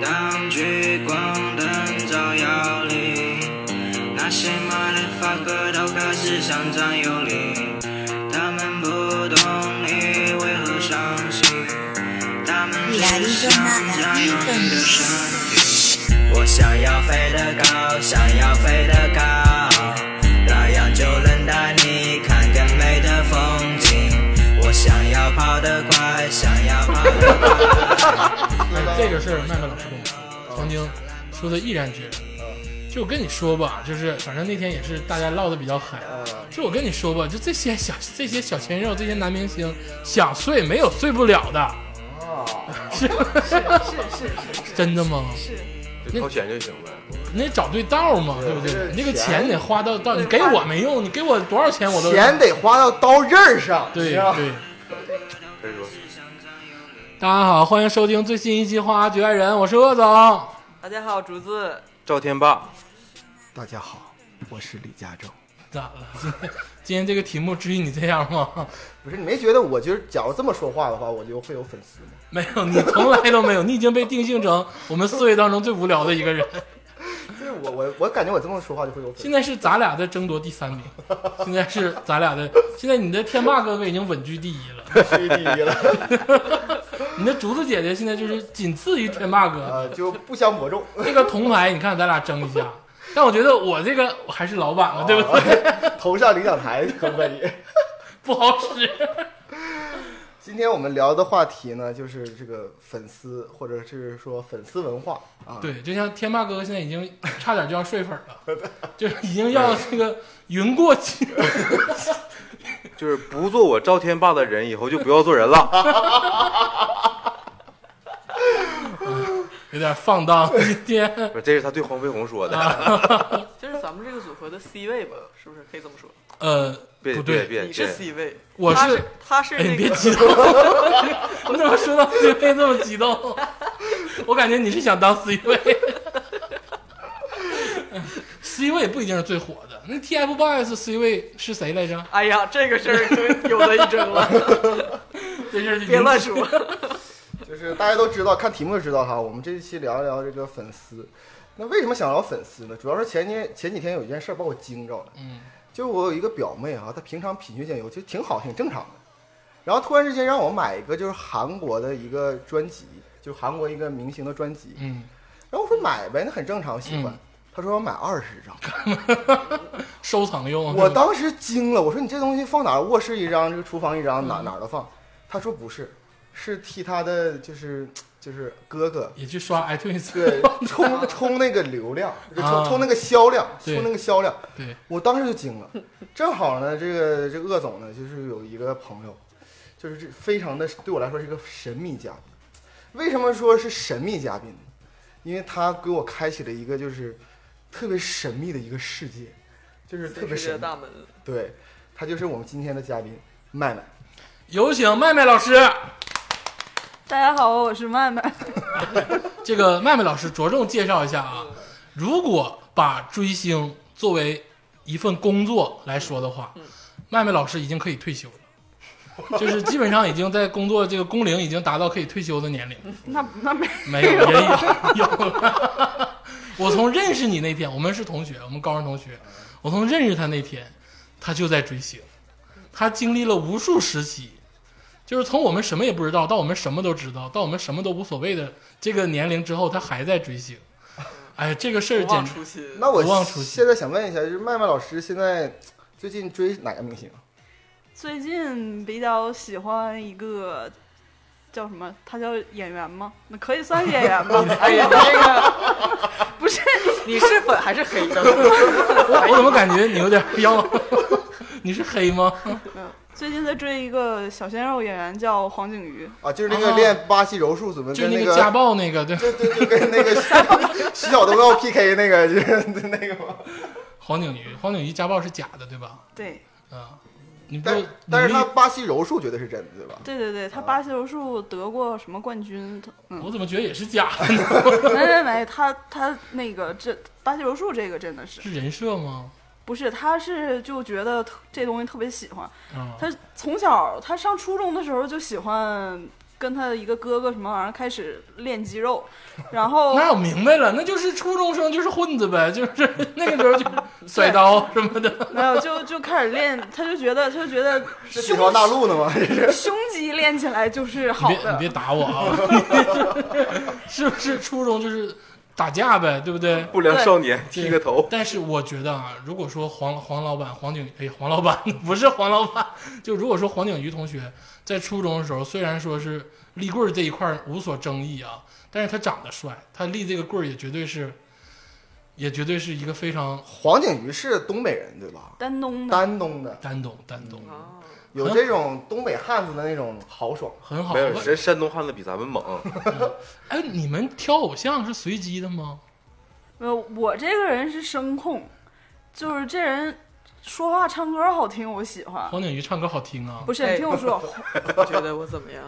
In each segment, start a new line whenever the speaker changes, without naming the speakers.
当聚光灯照耀里，那些 motherfucker 都开始上占有你。他们不懂你为何伤心，他们只想占有你的身体。我想要飞得高，想要飞得高，那样就能带你看更美的风景。我想要跑得快，想要跑得快。
这个事儿麦麦老师跟我说，曾经说的毅然决然。就跟你说吧，就是反正那天也是大家唠的比较嗨。就我跟你说吧，就这些小这些小鲜肉，这些男明星想睡没有睡不了的。哦 是是是是，真的吗？
就掏钱就行呗。
你得找对道嘛，对不对？
对
你那个
钱
钱得花到到，你给我没用，你给我多少钱我都
钱得花到刀刃儿上，
对
是吧
对。
可以说，
大家好，欢迎收听最新一期《花花局外人》，我是鄂总。
大家好，竹子，
赵天霸，
大家好，我是李佳洲。
咋了？今天 今天这个题目至于你这样吗？
不是你没觉得我就是假如这么说话的话，我就会有粉丝吗？
没有，你从来都没有，你已经被定性成我们四位当中最无聊的一个人。
就是我我我感觉我这么说话就会有粉丝
现。在是咱俩在争夺第三名，现在是咱俩的，现在你的天霸哥哥已经稳居第一了，
吹第 一了，
你的竹子姐姐现在就是仅次于天霸哥，
呃，就不相伯仲。
这个铜牌，你看咱俩争一下。但我觉得我这个我还是老板嘛，对不对？
对？头上领奖台可不可以？
不好使。
今天我们聊的话题呢，就是这个粉丝，或者是说粉丝文化啊。，
对，就像天霸哥哥现在已经差点就要睡粉了，就是已经要这个云过气。
就是不做我赵天霸的人，以后就不要做人了。
有点放荡。今天
不是这是他对黄飞鸿说的，
就是咱们这个组合的 C 位吧，是不是可以这么说？
呃，
别
不
别
对，
别，
你是
别
C 位，
我
他
是
是他是
哎，你
那
别
个
激动， 你怎么说到 C 位这么激动？我感觉你是想当 C 位。C 位不一定是最火的，那 TFBOYS C 位是谁来着？
哎呀，这个事儿就有的一争了，
这是
别乱 说。
就是大家都知道，看题目就知道哈。我们这一期聊一聊这个粉丝。那为什么想聊粉丝呢？主要是前天前几天有一件事儿把我惊着了。
嗯，
就我有一个表妹啊，她平常品学兼优，就挺好，挺正常的。然后突然之间让我买一个就是韩国的一个专辑，就是韩国一个明星的专辑。
嗯，
然后我说买呗，那很正常，我喜
嗯
欢。
哦
她说要买二十张，
收藏用。
我当时惊了，我说你这东西放哪儿？卧室一张，这个厨房一张，
嗯
哪哪儿都放。她说不是，是替她的就是就是哥哥
也去刷 iTunes。
对，冲冲那个流量，就冲
啊
冲那个销量，
对
冲那个销量。
对
我当时就惊了，正好呢，这个这个鄂总呢，就是有一个朋友，就是这非常的对我来说是一个神秘嘉宾。为什么说是神秘嘉宾呢？因为他给我开启了一个就是特别神秘的一个世界，就是特别
世界
神
的
秘。
大门，
对，他就是我们今天的嘉宾麦麦。
有请麦麦老师。
大家好，我是曼曼。
这个麦麦老师着重介绍一下啊，如果把追星作为一份工作来说的话，麦麦老师已经可以退休了，就是基本上已经在工作这个工龄已经达到可以退休的年龄。
那那没
没有，也 有有。我从认识你那天，我们是同学，我们高中同学。
嗯
我从认识他那天，他就在追星，他经历了无数时期，就是从我们什么也不知道到我们什么都知道，到我们什么都无所谓的这个年龄之后，他还在追星。
嗯
哎，这个事儿
不忘
简
初心。
那我
不忘初心
现在想问一下，就是麦麦老师现在最近追哪个明星啊？
最近比较喜欢一个叫什么？他叫演员吗？那可以算是演员吧。
哎呀，这个
不是，
你是粉还是黑的？
我我怎么感觉你有点要？ 你是黑吗？
嗯
最近在追一个小鲜肉演员叫黄景瑜，
啊，就是那个练巴西柔术，怎么
就
跟
那
个
个家暴那个，对，
对对，就跟那个 徐小东要 PK 那个，就是那个吗？
黄景瑜，黄景瑜家暴是假的，对吧？
对，
啊，你不
但
知
是
道
但是
努力
他巴西柔术绝对是真的，对吧？
对对对，他巴西柔术得过什么冠军？他 嗯，
我怎么觉得也是假的呢？
没没没，他他那个这巴西柔术这个真的是
是人设吗？
不是，他是就觉得特这东西特别喜欢。
啊，
他从小他上初中的时候就喜欢跟他一个哥哥什么玩意儿开始练肌肉，然 后
那我明白了，那就是初中生就是混子呗，就是 那个时候就是甩刀什么的。
没有就就开始练，他就觉得他就觉得
是几条大
胸
陆呢吗？这 是
胸肌练起来就是
你
好
别你别
的。
打我啊！ 是不是初中就是打架呗，对不对？
不良少年剃个头，
但是我觉得啊，如果说黄黄老板、黄景哎黄老板 不是黄老板，就如果说黄景瑜同学在初中的时候，虽然说是立棍儿这一块儿无所争议啊，但是他长得帅，他立这个棍儿也绝对是，也绝对是一个非常
黄景瑜是东北人对吧？
丹东的，
丹东的，
单懂单懂，
嗯
啊，
有这种东北汉子的那种豪爽。
很好
没。有
我
人山东汉子比咱们猛，
哎，你们挑偶像是随机的吗？
呃，我这个人是声控，就是这人说话唱歌好听，我喜欢。
黄景瑜唱歌好听啊，
不是，你听我说，
你觉得我怎么样？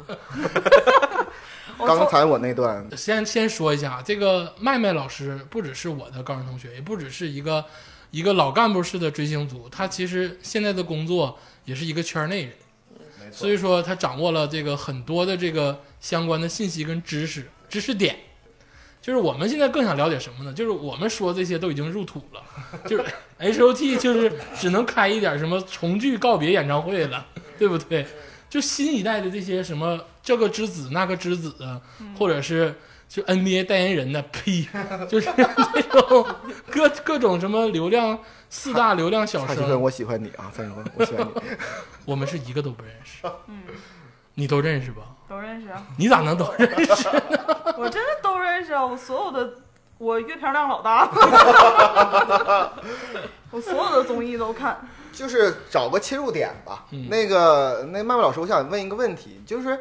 我
刚
从
才我那段
先先说一下，这个麦麦老师不只是我的高中同学，也不只是一个一个老干部式的追星族，他其实现在的工作也是一个圈内人，
没错
所以说他掌握了这个很多的这个相关的信息跟知识知识点。就是我们现在更想了解什么呢？就是我们说这些都已经入土了，就是 H O T 就是只能开一点什么重聚告别演唱会了，对不对？就新一代的这些什么这个之子那个之子，啊或者是就 NBA 代言人的，呸，就是那种各各种什么流量四大流量小
蔡徐
生
坤，，我喜欢你啊，蔡徐坤，我喜欢你。
我们是一个都不认识，你都认识吧？
都认 识啊，
你咋能都认识？
我真的都认识啊，我所有的我阅片量老大，我所有的综艺都看。
就是找个切入点吧。
嗯
那个，那麦麦老师，我想问一个问题，就是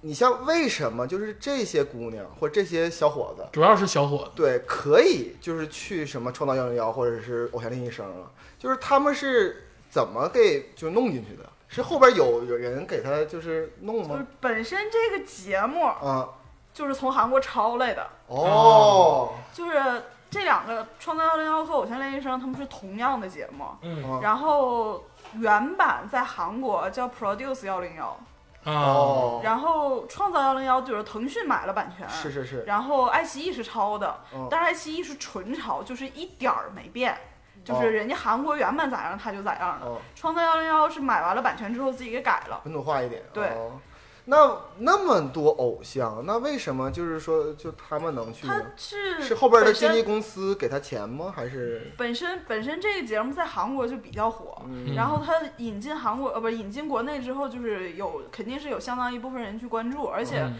你像为什么就是这些姑娘或这些小伙子，
主要是小伙子，
对，可以就是去什么创造幺零幺或者是偶像练习生了，就是他们是怎么给就弄进去的？是后边有有人给他就是弄
就是
吗？
本身这个节目
啊，
就是从韩国抄来的，
哦，
就是这两个《创造幺零幺》和《偶像练习生》，他们是同样的节目。
嗯
啊
然后原版在韩国叫 Produce 幺零幺，
啊，
哦，
然后《创造幺零幺》就是腾讯买了版权，
是是是，
然后爱奇艺是抄的，
嗯
但是爱奇艺是纯抄，就是一点儿没变，就
哦
是人家韩国原版咋样，它就咋样了。
哦，
创造幺零幺是买完了版权之后自己给改了，
本土化一点。
对
哦那那么多偶像，那为什么就是说就他们能去呢？
它是
是后边的
本
经纪
身
公司给他钱吗？还是
本身本身这个节目在韩国就比较火。
嗯
然后它引进韩国呃不是引进国内之后，就是有肯定是有相当一部分人去关注，而且
嗯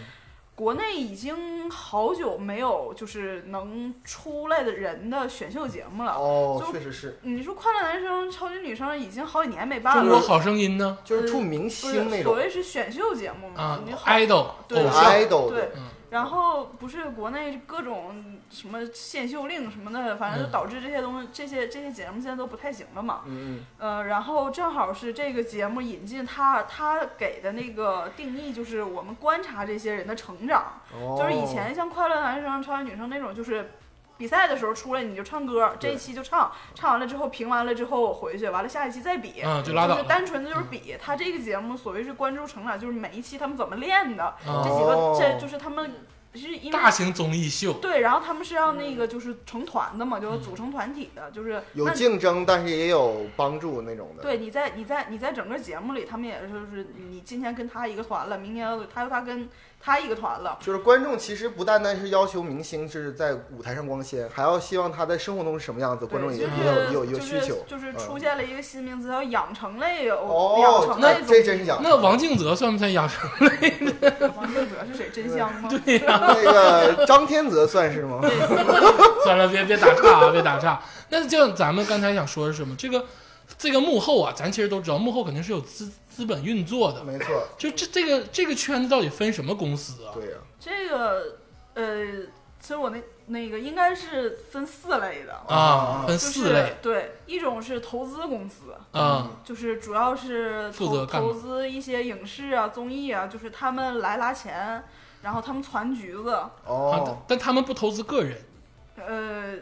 国内已经好久没有就是能出来的人的选秀节目了。
哦，
就
确实是，
你说《快乐男生》《超级女生》已经好几年没办
中国
了，
好声音呢？
就是出明
不
星那
是所
种
谓是选秀节目嘛
啊？
你好，
，idol
对啊
偶像，
idol
对
的，，
然后不是国内各种什么限秀令什么的，反正就
嗯
导致这些东西、这些这些节目现在都不太行了嘛。
嗯
呃，然后正好是这个节目引进他，他给的那个定义就是我们观察这些人的成长，
嗯，哦，
就是以前像快乐男生、超级女生那种，就是比赛的时候出来你就唱歌，这
对
一期就唱，唱完了之后评完了之后回去，完了下一期再比，
啊，就拉倒
就是
了。嗯
单纯的就是比。他这个节目所谓是关注成长，就是每一期他们怎么练的，这
啊，
几个
哦
这就是他们是因为
大型综艺秀，
对，然后他们是要那个就是成团的嘛，就是
嗯
组成团体的，就是
有
那
竞争，但是也有帮助那种的。
对，你在你在你在整个节目里，他们也是就是你今天跟他一个团了，明天又他又他跟他一个团了，
就是观众其实不单单是要求明星是在舞台上光鲜，还要希望他在生活中是什么样子，观众
对，
也
就
也有也有
是
一个需求。
就是就是
嗯
出现了一个新名词叫养成类偶，养
哦
成，
那
类
这真是讲
那 王静泽算不算养生？
王建泽是谁？真
对
香吗？
对呀、
那个张天泽算是吗？
算了，别别打 岔啊，别打岔。那就咱们刚才想说的是什么？这个这个幕后啊，咱其实都知道，幕后肯定是有资资本运作的。
没错，
就这这个这个圈子到底分什么公司啊？
对呀，
这个呃，其实我那那个应该是分四类的，
啊，分
就是
四类
对，一种是投资公司，
啊
就是主要是
负
投
责干嘛
投资一些影视啊、综艺啊，就是他们来拉钱，然后他们攒局子，
啊
哦
但，但他们不投资个人
呃，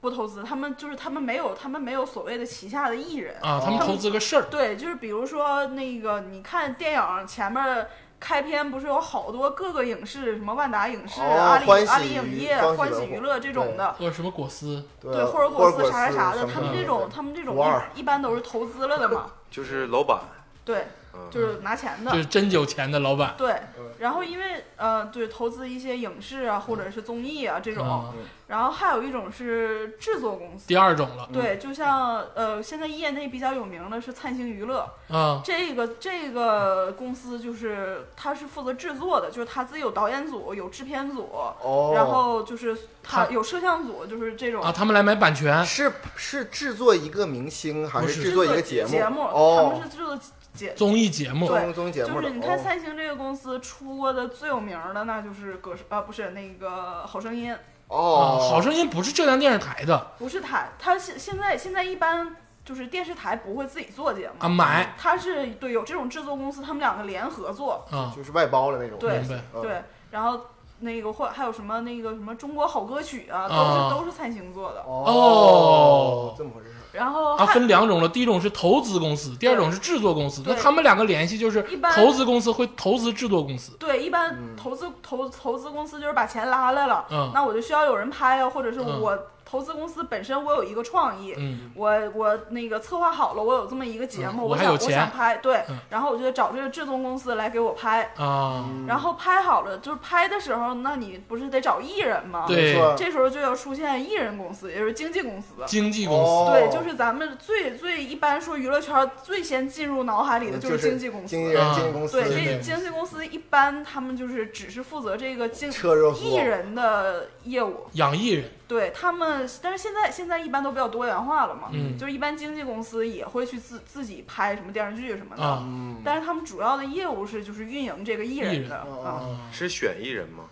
不投资，他们就是他们没有他们没有所谓的旗下的艺人，
啊，他们
他们
投资个事儿
对，就是比如说那个你看电影前面。开篇不是有好多各个影视，什么万达影视、
哦
阿
欢
里、
喜
阿里影业、
欢喜
欢
文
喜
化
娱乐这种的，
或者什么果丝
对呃
对，
霍
或者果
果
丝啥啥啥的，
什么
他们这种他们这种
五二
一一般都是投资了的嘛，
就是老板，
对，
嗯
就是拿钱的
就，是真有钱的老板
对。然后因为呃，对，投资一些影视啊或者是综艺啊这种，
啊。
然后还有一种是制作公司。
第二种了
对，就像呃，现在业内比较有名的是灿星娱乐，
啊
这个这个公司就是它是负责制作的，就是它自己有导演组、有制片组，
哦，
然后就是它
它
有摄像组，就是这种
啊，他们来买版权
是是制作一个明星还
不
是
是
制
作
作一个
节
目？
他
哦
们，是制作节
综艺节目
对
综综艺节目
就
的
是你
哦
看三星这个公司出过的最有名儿的，那就是歌手啊，不是那个《好声音》，
啊，
哦，
好声音不是浙江电视台的
不是他，他现现在现在一般就是电视台不会自己做节目，
啊，买
他是对有这种制作公司，他们两个联合做，
啊，
就是外包了那种。
对
明白
嗯
对，然后那个或还有什么那个什么中国好歌曲啊，都是、
啊
都是三星做的，
哦
这么回事儿。
然后
啊，
还、
分两种了，第一种是投资公司，第二种是制作公司。那
对
他们两个联系就是
一般
投资公司会投资制作公司
对，一般投资、投投资公司就是把钱拉来了，
嗯
那我就需要有人拍啊，或者是
嗯
我、投资公司本身我有一个创意，
嗯
我我那个策划好了，我有这么一个节目，
嗯我
我
还
想
有钱
想拍，对，
嗯
然后我就找这个制作公司来给我拍，
啊，
然后拍好了，就是拍的时候，那你不是得找艺人吗？
对
没错
这时候就要出现艺人公司，也就是经纪公司。
经纪公司。
哦
对，就是咱们最最一般说娱乐圈最先进入脑海里的
嗯就是
经纪公司。
经纪人、
啊
经纪公司，
对，
经纪
这
公司
经纪公司一般他们就是只是负责这个经
车热乎
艺人的业务，
养艺人，
对他们，但是现在现在一般都比较多元化了嘛，
嗯
就是一般经纪公司也会去自自己拍什么电视剧什么的，
啊
但是他们主要的业务是就是运营这个艺
艺
人
人
的
哦
啊。
啊，
是选艺人吗？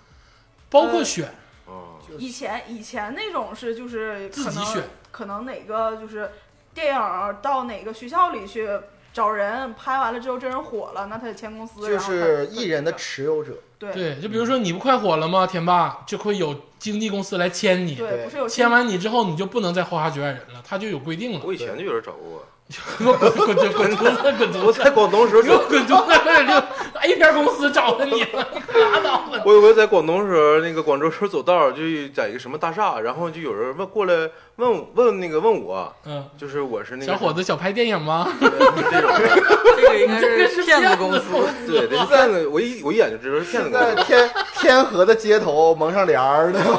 包括选
哦，
以前以前那种是就是
自
可
己
能
选
可能哪个就是电影儿到哪个学校里去找人拍完了之后，这人火了，那他得签公司，
就
然后
是
他
艺人的持有者，
对
对，就比如说你不快火了吗？田爸就会有经纪公司来签你，
对，不是有
签完你之后你就不能再花花局外人了，他就有规定了。
我以前就有人找过我，
滚滚滚滚滚犊子滚犊
我在
子！
广东时候
你给
找
我滚犊子！就 A 片公司找了你了，你拉倒吧！
我有回在广东时候，那个广州时候走道儿就在一个什么大厦，然后就有人问过来问问那个问我，
嗯，
就是我是那个
小 伙子想拍电影吗？
这种，
这个应该是骗子公司。
对，这是骗子，我一我一眼就知道是骗子公
在
司。
天 天河的街头蒙上帘儿的。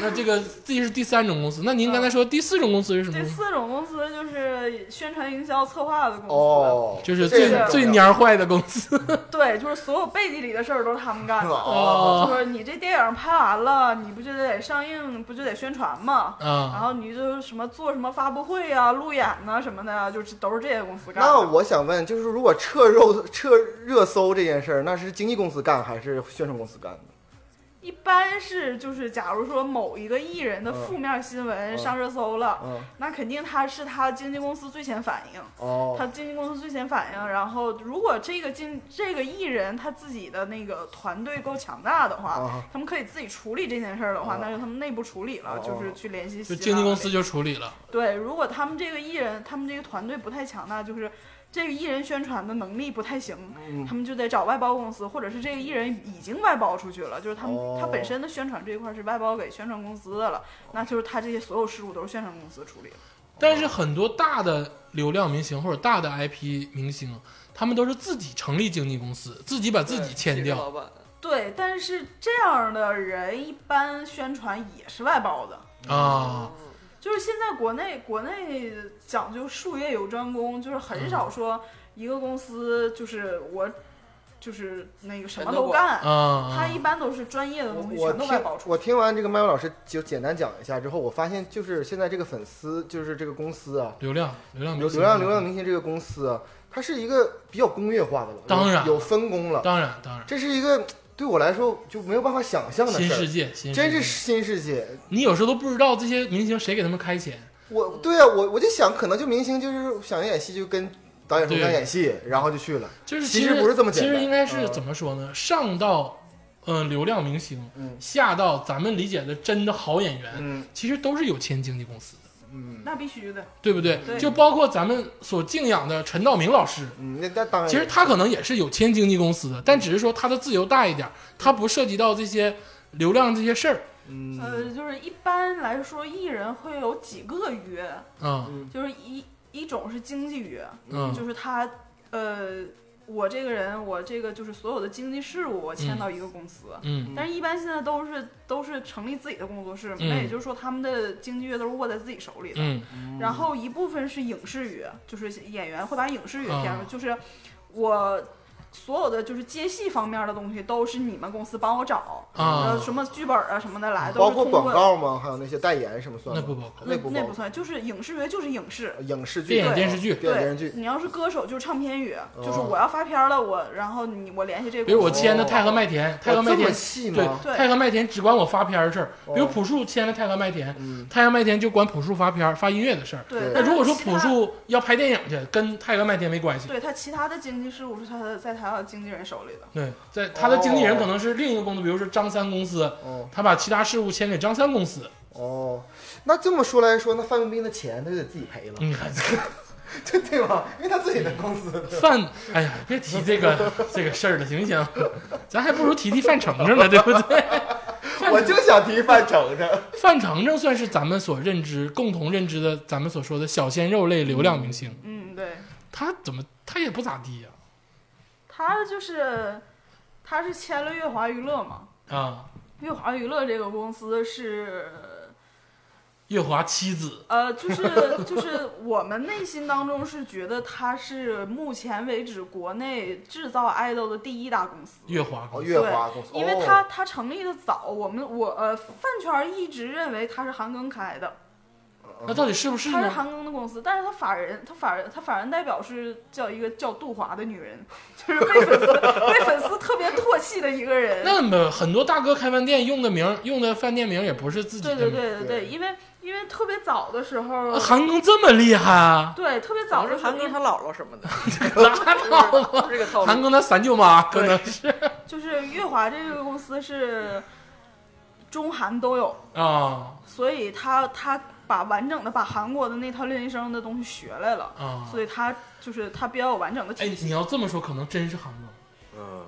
那这个这是第三种公司，那您刚才说第四种公司是什么
这
公司？
四种公司就是宣传营销策划的公司，
哦，
就是
这
最
个
最蔫儿坏的公司
对，就是所有背地里的事儿都是他们干的。
哦，
哦
就是你这电影拍完了，你不就得上映，不就得宣传吗？然
啊
后你就什么做什么发布会啊、路演呐、什么的啊，就是都是这些公司干的。
那我想问，就是如果撤肉撤热搜这件事儿，那是经纪公司干还是宣传公司干的？
一般是就是，假如说某一个艺人的
嗯
负面新闻
嗯
上热搜了，
嗯，
那肯定他是他经纪公司最先反应，他
哦，
经纪公司最先反应。然后如果这个经这个艺人他自己的那个团队够强大的话，
啊
他们可以自己处理这件事儿的话，
哦
那就他们内部处理了，
哦
就是去联系
就
希腊
经纪公司。就处理了
对，如果他们这个艺人，他们这个团队不太强大，就是这个艺人宣传的能力不太行，
嗯
他们就得找外包公司，或者是这个艺人已经外包出去了，就是他们、他
哦
本身的宣传这一块是外包给宣传公司的了，那就是他这些所有事务都是宣传公司处理的。
但是很多大的流量明星或者大的 IP 明星，他们都是自己成立经纪公司，自己把自己签
这个
掉啊
老板
对，但是这样的人一般宣传也是外包的。
哦
啊。
就是现在国内国内讲究术业有专攻，就是
嗯
很少说一个公司就是我就是那个什
全
么
都嗯
都干，
啊，
他一般都是专业的
我
东西
我
全都外
听
包出
我
去。
听完这个麦麦老师就简单讲一下之后，我发现就是现在这个粉丝就是这个公司啊，
流量流嗯量
流
明星
流量流量明星这个公司啊，它是一个比较工业化的了，
当然
有有分工了。
当然当然
这是一个对我来说就没有办法想象的
新
事
世
儿，
界，新世
真是
界
新世界。
你有时候都不知道这些明星谁给他们开钱，
我对啊，我我就想，可能就明星就是想演戏，就跟导演说
对
想演戏，然后就去了。
就是
其
实
实不是这么简单
其实应该是
嗯
怎么说呢？上到嗯、呃流量明星，
嗯
下到咱们理解的真的好演员，
嗯
其实都是有钱经纪公司的，
嗯
那必须的，
对不对？
对
就包括咱们所敬仰的陈道明老师，
嗯，那那当然。
其实他可能也是有签经纪公司的，但只是说他的自由大一点儿，他不涉及到这些流量这些事儿
嗯
呃，就是一般来说，艺人会有几个约，
啊
就是一一种是经济约，
嗯
就是他，呃，我这个人，我这个就是所有的经济事务，我签到一个公司。
嗯
但是，一般现在都是都是成立自己的工作室嘛，那、
嗯
也就是说，他们的经济约都是握在自己手里的。
嗯
然后一部分是影视约，就是演员会把影视约
啊
填入，就是我所有的就是接戏方面的东西都是你们公司帮我找，
啊
呃，什么剧本啊什么的来，
嗯
都
包
是
括
通
广
过
告吗？还有那些代言什么算吗？
那不包括
那不
不
包
那
括
算，就是影视约就是影视。
影视剧、
电影
对
电视剧
电影电视剧。
你要是歌手就是唱片约，就是
哦
我要发片了，我然后你我联系这个公
比
司。
如我签的泰和麦田，泰和
哦
麦
这
田
么细
对
吗？
对
泰和麦田只管我发片儿的事儿，
哦
比如朴树签了泰和麦田，
嗯
太阳麦田就管朴树发片儿、发音乐的事儿。
对
对，
那
但
如果
是
说
其
朴
他，
树要拍电影去，跟太阳麦田没关系。
对他其他的经济事务是他的在他的经纪人手里的。
对，在他的经纪人
哦
可能是另一个公司，比如说张三公司，
哦
他把其他事务签给张三公司。
哦，那这么说来说，那范冰冰的钱她就得自己赔了，
你看，
对对吧？因为她自己的公司。
范，哎呀，别提这个这个事儿了，行不行？咱还不如提提范丞丞呢，对不对？
我就想提范丞 丞，
范丞丞算是咱们所认知、共同认知的，咱们所说的小鲜肉类流量明星。
嗯，对。
他怎么他也不咋地呀、
他就是他是签了月华娱乐嘛，
啊？
月华娱乐这个公司是
月华妻子，
呃，就是 就是我们内心当中是觉得他是目前为止国内制造 idol 的第一大公司。
月华公
哦，
司
月华公司，
因为他他成立的早，我们我呃饭圈一直认为他是韩庚开的，
那到底是不是
他是
呢？
韩庚的公司，但是他法人，他法人，他法人代表是叫一个叫杜华的女人， 就是被粉丝被粉丝特别唾弃的一个人。
那么很多大哥开饭店用的名儿，用的饭店名儿也不是自己的
对
名儿。
对对对对，因为因为特别早的时候
啊，韩庚这么厉害 啊！
对特别
早
早
是
的时候
韩庚他姥姥什 么的，
拉倒吧，
这个套
韩
路。
庚他三舅妈可能 是
就是月华这个公司是中韩都有，
啊
所以他他把完整的把韩国的那套练习生的东西学来了，
啊！
所以他就是他比较有完整的
哎
体，
你
系。
要这么说，可能真是韩庚。
嗯，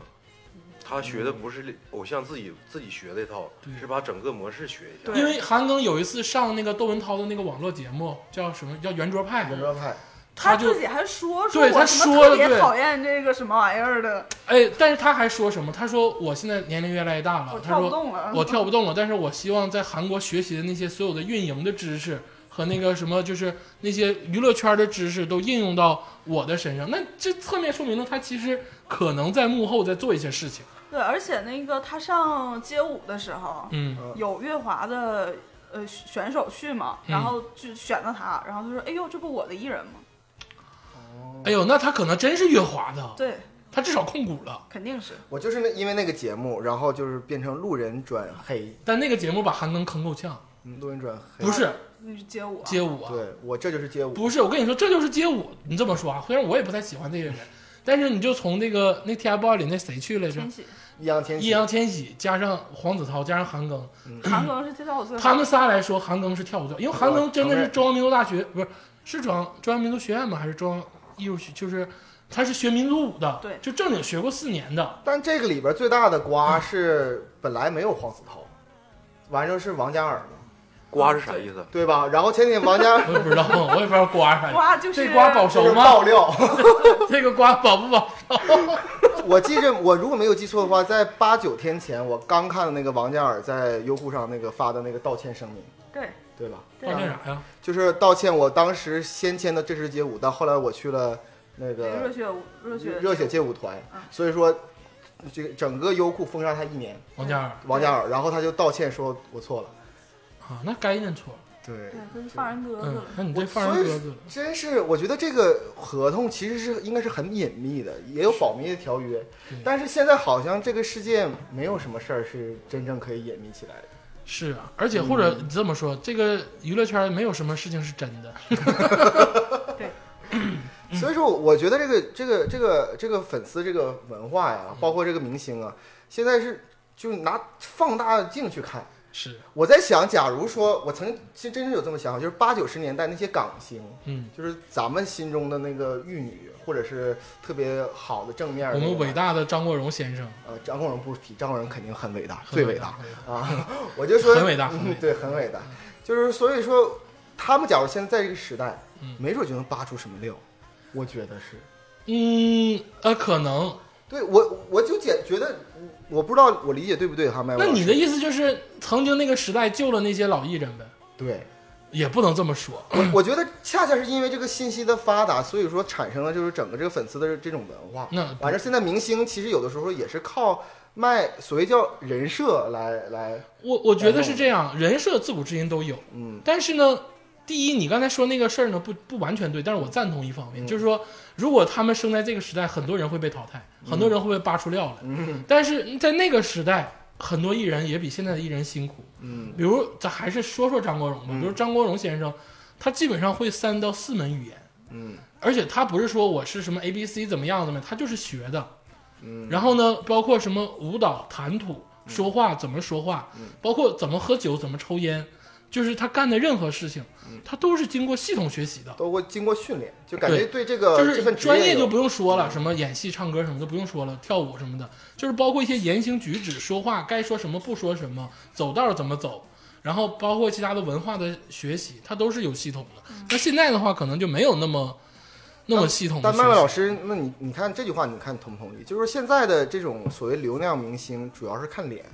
他学的不是偶像自己自己学的一套
对，
是把整个模式学一下。
对
因为韩庚有一次上那个窦文涛的那个网络节目，叫什么叫圆桌派
圆，桌派，
他就
自己还说说
对他
我什么
说
特别
对
讨厌这个什么玩意儿的，
哎，但是他还说什么？他说我现在年龄越来越大了，
我
他
跳不
说
动了。
我跳不动了，但是我希望在韩国学习的那些所有的运营的知识和那个什么，就是那些娱乐圈的知识都应用到我的身上。那这侧面说明了他其实可能在幕后在做一些事情。
对，而且那个他上街舞的时候，
嗯
有月华的呃选手去嘛，
嗯
然后就选了他，然后他说：“哎呦，这不我的艺人吗
哎呦，那他可能真是月华？”的，
对，
他至少控股了。
肯定是。
我就是那因为那个节目，然后就是变成路人转黑，
但那个节目把韩庚坑够呛，
嗯路人转黑，
不是
你是街舞、啊，
街舞啊，
对我这就是街舞，
不是。我跟你说，这就是街舞。你这么说啊，虽然我也不太喜欢这个人，但是你就从那个那 TFBOYS 里那谁去来着
千？玺、
易烊千
易
玺，
烊千玺加上黄子韬加上韩庚，
韩庚是街道最好的。
嗯他们仨来说，韩庚是跳不掉，因为韩庚真的
承
是
认
中央民族大学，不是是中央中央民族学院吗？还是中央艺术学？就是他是学民族舞的，
对
就正经学过四年的。
但这个里边最大的瓜是本来没有黄子韬，完之后是王嘉尔嘛，
瓜是啥意思？
对吧？然后前几天王嘉 尔
我也不知道，我也不知道瓜啥。
瓜就是
这瓜保
就
熟
是
吗
爆？料，
这个瓜保不保？
我记着我如果没有记错的话，在八九天前我刚看的那个王嘉尔在优酷上那个发的那个道歉声明，
对，
对吧？
抱歉啥呀？
就是道歉，我当时先签的这支街舞，但后来我去了那
那个热
个
血舞、热血、
热血街舞团
嗯，
所以说这个整个优酷封杀他一年，
王嘉尔
王嘉尔，然后他就道歉说我错了，
啊，那该认错。
对对
对，这是放人鸽子
嗯
了，。
那你
我
这放
所
人
以
鸽子了。
真是，我觉得这个合同其实是应该是很隐秘的，也有保密的条约
对。
但是现在好像这个世界没有什么事儿是真正可以隐秘起来的。
是啊，而且或者你这么说，这个娱乐圈没有什么事情是真的。嗯
所以说，我觉得这个这个这个这个粉丝这个文化
嗯
呀，包括这个明星啊，现在是就拿放大镜去看。
是，
我在想，假如说我曾经其实真是有这么想法，就是八九十年代那些港星，
嗯，
就是咱们心中的那个玉女，或者是特别好的正面儿
我
的那种，
们伟大的张国荣先生，
呃，张国荣不提，张国荣肯定很伟大，
很
最
伟
伟
大
大啊！ 我就说
很伟大
嗯
很伟大
对，很伟大。就是所以说，他们假如现在在这个时代
嗯，
没准就能扒出什么料，我觉得是。
嗯，呃，可能。
对我，我就觉觉得，我不知道哎我理解对不对哈，麦老
那
师。
你的意思就是，曾经那个时代救了那些老艺人呗？
对，
也不能这么说。
我我觉得恰恰是因为这个信息的发达，所以说产生了就是整个这个粉丝的这种文化。
那
完事儿，现在明星其实有的时候也是靠卖所谓叫人设来来，
我我觉得是这样，人设自古至今都有。
哎嗯
但是呢，第一，你刚才说那个事儿呢，不不完全对，但是我赞同一方
嗯
面，就是说，如果他们生在这个时代，很多人会被淘汰，很多人会被扒出料来。
嗯
但是在那个时代，很多艺人也比现在的艺人辛苦。
嗯
比如，咱还是说说张国荣吧，比如张国荣先生，他基本上会三到四门语言，
嗯
而且他不是说我是什么 A B C 怎么样怎么样，他就是学的。
嗯
然后呢，包括什么舞蹈、谈吐、说话怎么说话，
嗯
包括怎么喝酒、怎么抽烟，就是他干的任何事情，
嗯
他都是经过系统学习的。
都会经过训练，就感觉对这个
就是
这份职
专业
有
就不用说了，什么演戏、唱歌什么的不用说了，跳舞什么的，就是包括一些言行举止、说话该说什么不说什么，走道怎么走，然后包括其他的文化的学习，它都是有系统的。那现在的话，可能就没有那么那么系统的
但
学习。
麦麦老师，那你你看这句话，你看同不同意？就是说现在的这种所谓流量明星，主要是看脸，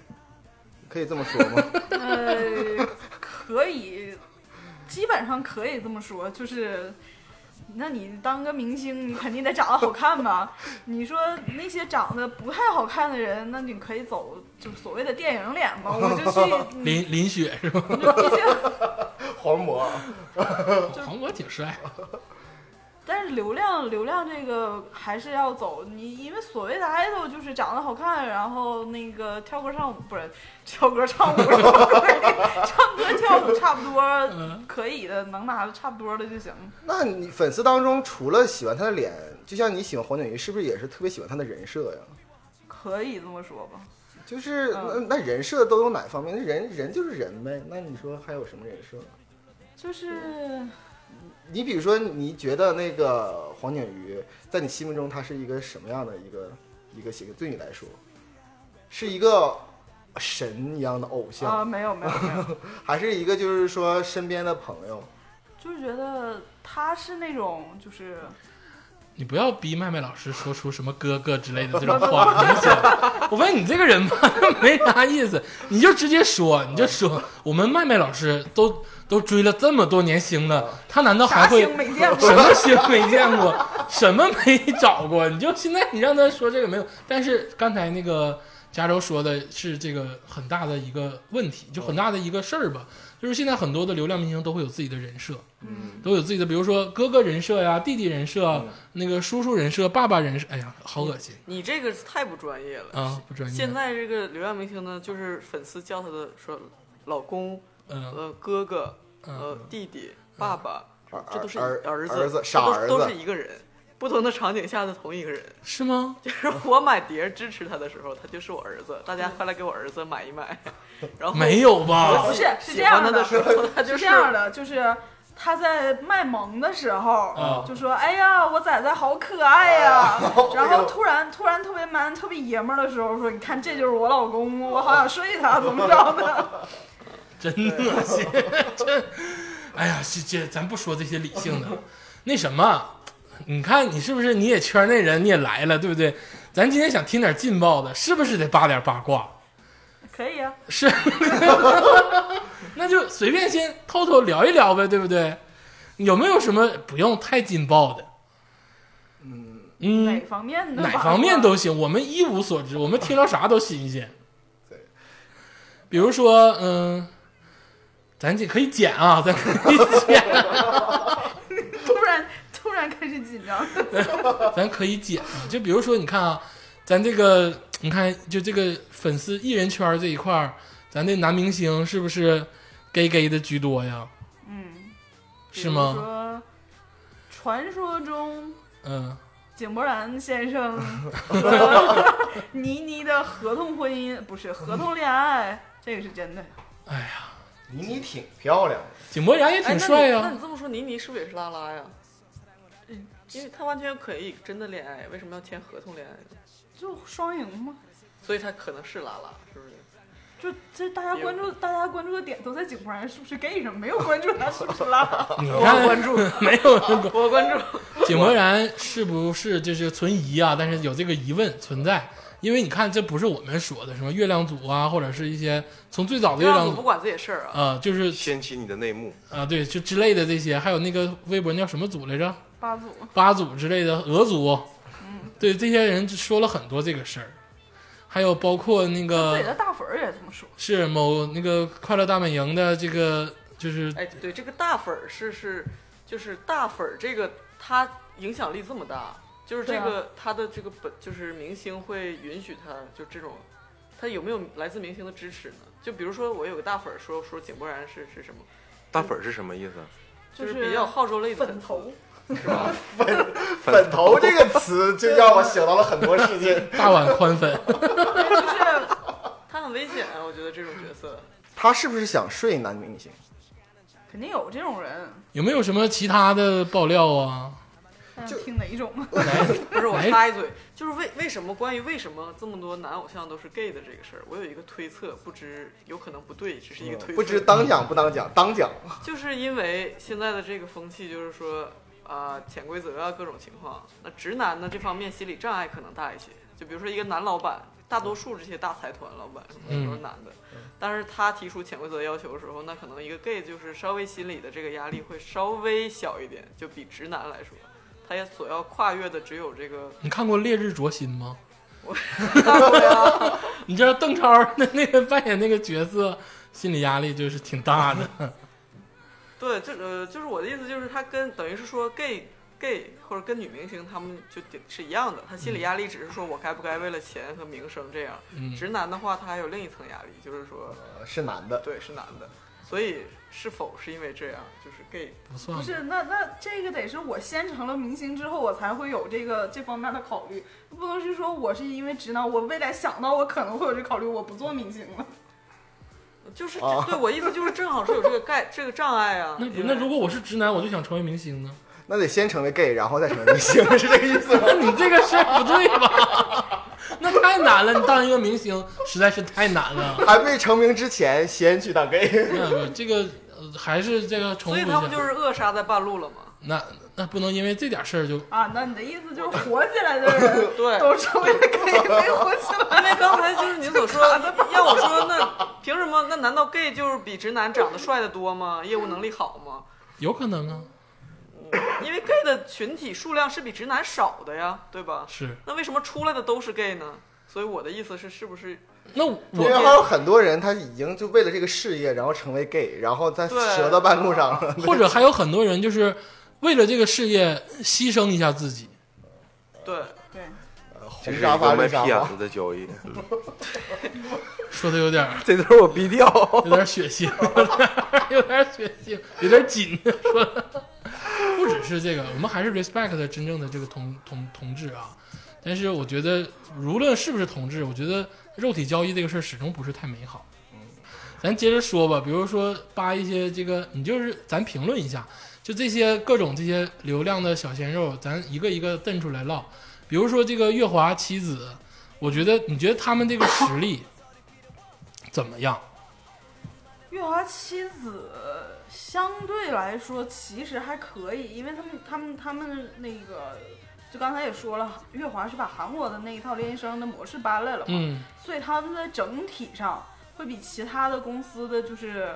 可以这么说吗？
呃， 可以，基本上可以这么说，就是，那你当个明星，你肯定得长得好看吧？你说那些长得不太好看的人，那你可以走就所谓的电影脸嘛？我 就去，你
林林雪是吧？
毕竟，
黄渤，啊
黄渤挺帅，
但是流量流量这个还是要走，你因为所谓的 idol 就是长得好看，然后那个跳歌唱舞不是 跳歌 唱舞，什么鬼唱歌跳舞差不多
嗯，
可以的，能拿的差不多的就行。
那你粉丝当中除了喜欢他的脸，就像你喜欢黄景瑜，是不是也是特别喜欢他的人设呀？
可以这么说吧，
就是那
嗯
那人设都有哪方面？那人人就是人呗。那你说还有什么人设？
就是
你比如说，你觉得那个黄景瑜在你心目中他是一个什么样的一个一个形象？对你来说，是一个神一样的偶像，
啊，没有没有没有，
还是一个就是说身边的朋友？
就是觉得他是那种就是
你不要逼麦麦老师说出什么哥哥之类的这种 话，明显，我发现你这个人吧， 没啥意思，你就直接说，你就说，我们麦麦老师都都追了这么多年星了，他难道还
嗯啥
会
星没见过
什，么星没见过，什么没找过？你就现在你让他说这个没有，但是刚才那个加州说的是这个很大的一个问题，就很大的一个事儿吧，就是现在很多的流量明星都会有自己的人设，
嗯，
都有自己的，比如说哥哥人设呀、弟弟人设、那个叔叔人设、爸爸人设，哎呀，好恶心
你这个太不专业了。
啊，不专业。
现，在这个流量明星呢，就是粉丝叫他的说老公、
嗯
呃哥哥、呃
嗯，
弟弟、爸爸，
儿
哦这都是
啊儿
儿
儿子
子，
傻
这都
儿
都
子
是一个人。不同的场景下的同一个人，
是吗？
就是我买碟支持他的时候，他就是我儿子，大家快来给我儿子买一买。然后
没有啊吧
不？是是这
喜欢
样
他的时候，他
是
就是
这样的，就是。他在卖萌的时候，
啊
就说：“哎呀，我仔仔好可爱呀、
啊
然
哎
后突然突然特别 man、特别爷们儿的时候，说：“你看，这就是我老公，我好想睡他，怎么着的
真恶心，真，哎呀，这这咱不说这些理性的，那什么，你看你是不是你也圈内人，你也来了，对不对？咱今天想听点劲爆的，是不是得扒点八卦？？”
可以啊，
是， 那就随便先偷偷聊一聊呗，对不对？有没有什么不用太劲爆的？
哪
嗯
方面
嗯，
的？
哪方面都行，我们一无所知，我们 听到啥都新鲜。
对，
比如说，嗯、咱这可以剪啊，咱可以剪，
突然突然开始紧张，
咱可以剪啊。就比如说，你看啊，咱这个，你看，就这个粉丝艺人圈这一块儿，咱这男明星是不是 gay gay 的居多呀？
嗯，
是吗？
说传说中
嗯，
井柏然 先生和倪妮的合同婚姻不是合同恋爱，这个是真的。
哎呀，
倪妮挺漂亮的，
井柏然也
哎，
挺帅呀、
那你那你这么说，倪妮是不是也是拉拉呀？嗯因为他完全可以真的恋爱，为什么要签合同恋爱呢？
就双赢嘛，
所以他可能是拉拉，是不是？
就这大家关注大家关注的点都在井柏然是不是 gay 上，没有关注他是不是拉拉。
你看，关注 没有人关
我关 注，
井柏然是不是就是存疑啊？但是有这个疑问存在，因为你看，这不是我们说的什么月亮组啊，或者是一些从最早的
月
月
亮
亮
组不
组
管这些事儿啊。
啊、就是
掀起你的内幕，
啊、对，就之类的这些，还有那个微博那叫什么组来着？
八组
八组之类的，俄组，对这些人说了很多这个事儿，还有包括那
自己
个
的大粉儿也这么说，
是某那个快乐大本营的这个就是
哎，对，这个大粉儿是是就是大粉儿这个，他影响力这么大，就是这
对啊
个他的这个本就是明星会允许他就这种，他有没有来自明星的支持呢？就比如说我有个大粉儿说说井柏然是是什么，
大粉儿是什么意思？
就是比较号召力的
粉头，
是吧？
粉头这个词就让我想到了很多事 情。
大碗宽 粉，
就是
他很危险啊，我觉得这种角 色。
他是不是想睡男明星？
肯定有这种人，
有没有什么其他的爆料啊？
但
就是
听哪一种？
不是我
哎
插一嘴，就是为为什么关于为什么这么多男偶像都是 gay 的这个事儿，我有一个推测，不知有可能不对，只是 一个推测。
嗯不知当讲不当讲，当讲
就是因为现在的这个风气，就是说啊、潜规则啊各种情况，那直男呢这方面心理障碍可能大一些。就比如说一个男老板，大多数这些大财团老板什么的都是男的，但是他提出潜规则要求的时候，那可能一个 gay 就是稍微心理的这个压力会稍微小一点，就比直男来说，他也所要跨越的只有这个
你看过《烈日灼心》吗？
大不了
你知道邓超的那个扮演那个角色，心理压力就是挺大 的。
对，就呃，就是我的意思就是，他跟等于是说 gay gay 或者跟女明星他们就得是一样的，他心理压力只是说我该不该为了钱和名声这样。
嗯，
直男的话，他还有另一层压力，就是说，
呃是男的，
对，是男的，所以是否是因为这样，就是 gay
不算
不
吧
是，那那这个得是我先成了明星之后，我才会有这个这方面的考虑，不能是说我是因为直男，我未来想到我可能会有这考虑，我不做明星了。
就是、
啊
对我意思就是正好是有这个盖这个障碍啊。
那
因为
那如果我是直男，我就想成为明星呢？
那得先成为 gay，然后再成为明星， 是这个意思吗？
那你这个事儿不对吧？ 那太难了，你当一个明星实在是太难了。
还没成名之前，先去当 gay。
那个这个、呃还是这个重
所
复
以
一
他们就
下，
是扼杀在半路了嘛。
那那不能因为这点事儿就
啊，那你的意思就是火起来的 人
对，
都成为了 gay，没火起 来
因为刚才就是您所说，要我说那凭什么？那难道 gay 就是比直男长得帅的多吗？业务能力好吗？
有可能啊。
因为 gay 的群体数量是比直男少的呀，对吧？
是，
那为什么出来的都是 gay 呢？所以我的意思是，是不是
那我
因为还有很多人，他已经就为了这个事业，然后成为 gay，然后在
对
折到半路上了。
或者还有很多人就是为了这个事业牺牲一下自己。
对？
对，
这
红
是一
沙发
个卖
绿
屁啊
沙
眼
发，
子的交易，
说的有点儿
这段我逼掉。
有点儿血腥， 有点儿血腥，有点儿紧。说的不只是这个，我们还是 respect 真正的这个同同同志啊。但是我觉得，无论是不是同志，我觉得肉体交易这个事儿始终不是太美好。咱接着说吧，比如说扒一些这个，你就是咱评论一下，就这些各种这些流量的小鲜肉，咱一个一个瞪出来唠。比如说这个月华妻子，我觉得你觉得他们这个实力怎么样？
月华妻子相对来说其实还可以，因为他们他们他们那个。就刚才也说了，月华是把韩国的那一套练习生的模式搬来了嘛，
嗯，
所以他们在整体上会比其他的公司的就是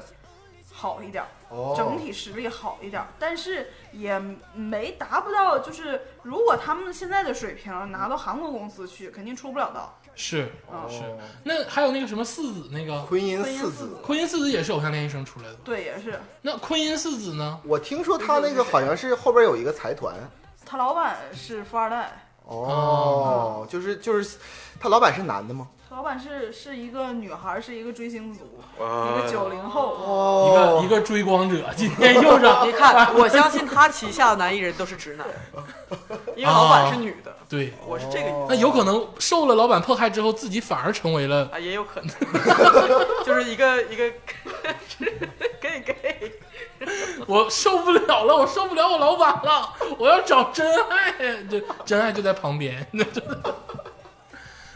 好一点儿，
哦
整体实力好一点儿，但是也没达不到，就是如果他们现在的水平拿到韩国公司去，肯定出不了道。
是
啊
是。那还有那个什么四子那个，
婚姻
婚姻
四
四
子
子，
昆音四子也是偶像练习生出来的。
对，也是
那昆音四子呢？
我听说他那个
啊
好像是后边有一个财团。
他老板是富二代，
哦，就是就是，他老板是男的吗？
他老板是是一个女孩，是一个追星族，一
啊
个，九零后。
一个、
哦，
一个追光者， 今天又 让
你看，我相信他旗下的男艺人都是直男，因为老板是女的，
对，
我是这个意思
那有可能受了老板迫害之后，自己反而成为了
啊，也有可能， 就是一个一个 gay gay，
我受不了了，我受不了我老板了，我要找真爱，这真爱就在旁边。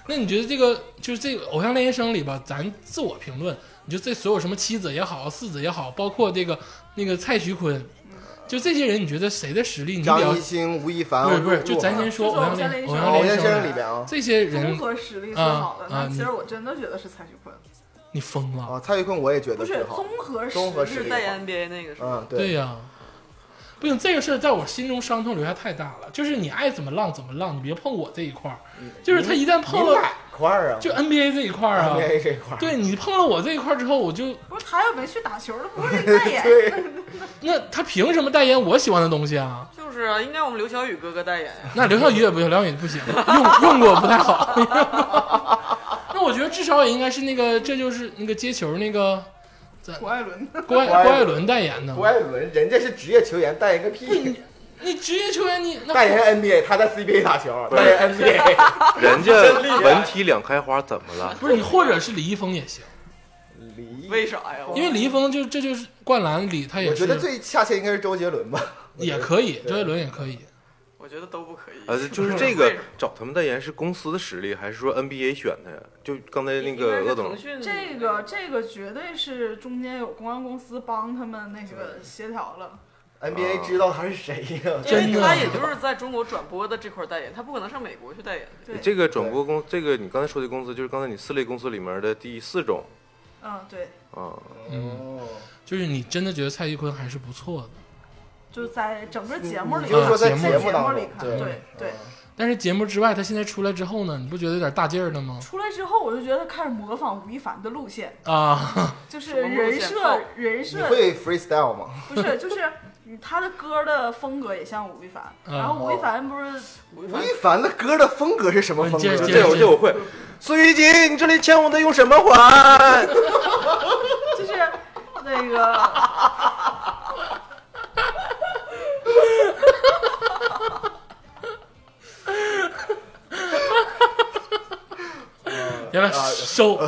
那你觉得这个就是这个《偶像练习生》里吧，咱自我评论，你就这所有什么妻子也好，四子也好，包括这个那个蔡徐坤，就这些人，你觉得谁的实力你比较
张艺？兴、吴亦凡，哦
不是不是，
陆
就咱先说哦
就是
偶像练
偶像练
偶
习生
像练习生
老啊哦先生里边啊
这些人
综，合实力最好的，
啊啊
那其实我真的觉得是蔡徐坤，
你疯了？
啊，蔡徐坤我也觉
不
得
是
最好
综。合
综合
实
实
是
力
力
代言 NBA 那个是吧？
嗯，
对
对，
呀、不行，这个事儿在我心中伤痛留下太大了。就是你爱怎么浪怎么浪，你别碰我这一块儿。就是他一旦碰
你
了
哪，块儿啊？
就 NBA 这一块儿啊，
NBA 这块儿，
对你碰了我这一块儿之后，我就
不是他要没去打球，他不是代言。
对，
那他凭什么代言我喜欢的东西啊？
就是啊，应该我们刘晓宇哥哥代言呀。
那刘晓宇也不行，刘 晓宇不行，用用过不太好。 那我觉得至少也应该是那个，这就是那个接球那 个
郭艾伦，
郭艾
郭艾
郭艾伦代言的
郭。艾伦人家是职业球员，代言个屁，
你职业球员你那
代言 NBA，他在 CBA 打球，代言 NBA，
人家文体两开花怎么了？
不是你，或者是李易峰也行，
离
为啥呀？我
因为李易峰就这就是灌篮里他也
我
是。
觉得最恰切应该是周杰伦吧，
也可以，
对
周杰伦也可以。
我觉得都不可以。
呃，就是这个找他们代言是公司的实力，还是说 NBA 选的呀？就刚才那
应该
个
是
鄂
腾
总，
讯
这个这个绝对是中间有公关公司帮他们那个协调了。
NBA 知道他是谁呀？
因为
真的
他也就是在中国转播的这块代言，他不可能上美国去代言。
对，
这个转播公，这个你刚才说的公司，就是刚才你四类公司里面的第四种
嗯，对，
啊。
嗯
哦
就是你真的觉得蔡徐坤还是不错的，
就在整个节目里
你就是说在
啊节目
节目
在
当
节目里
中，哦
看
对
对对
但是节目之外，他现在出来之后呢，你不觉得有点大劲儿了吗？
出来之后，我就觉得他开始模仿吴亦凡的路线，
啊，
就是
什么路线
人
靠
设人
哦你
设
会 freestyle 吗？
不是就是嗯他的歌的风格也像吴亦凡，
嗯哦
然后吴亦凡不是
吴亦
吴
凡
亦凡的歌的风格是什么风
接
格？
着接
这
着
我这我会。孙怡姐，你这里欠我的用什么还？
就是那个
原来
啊
收。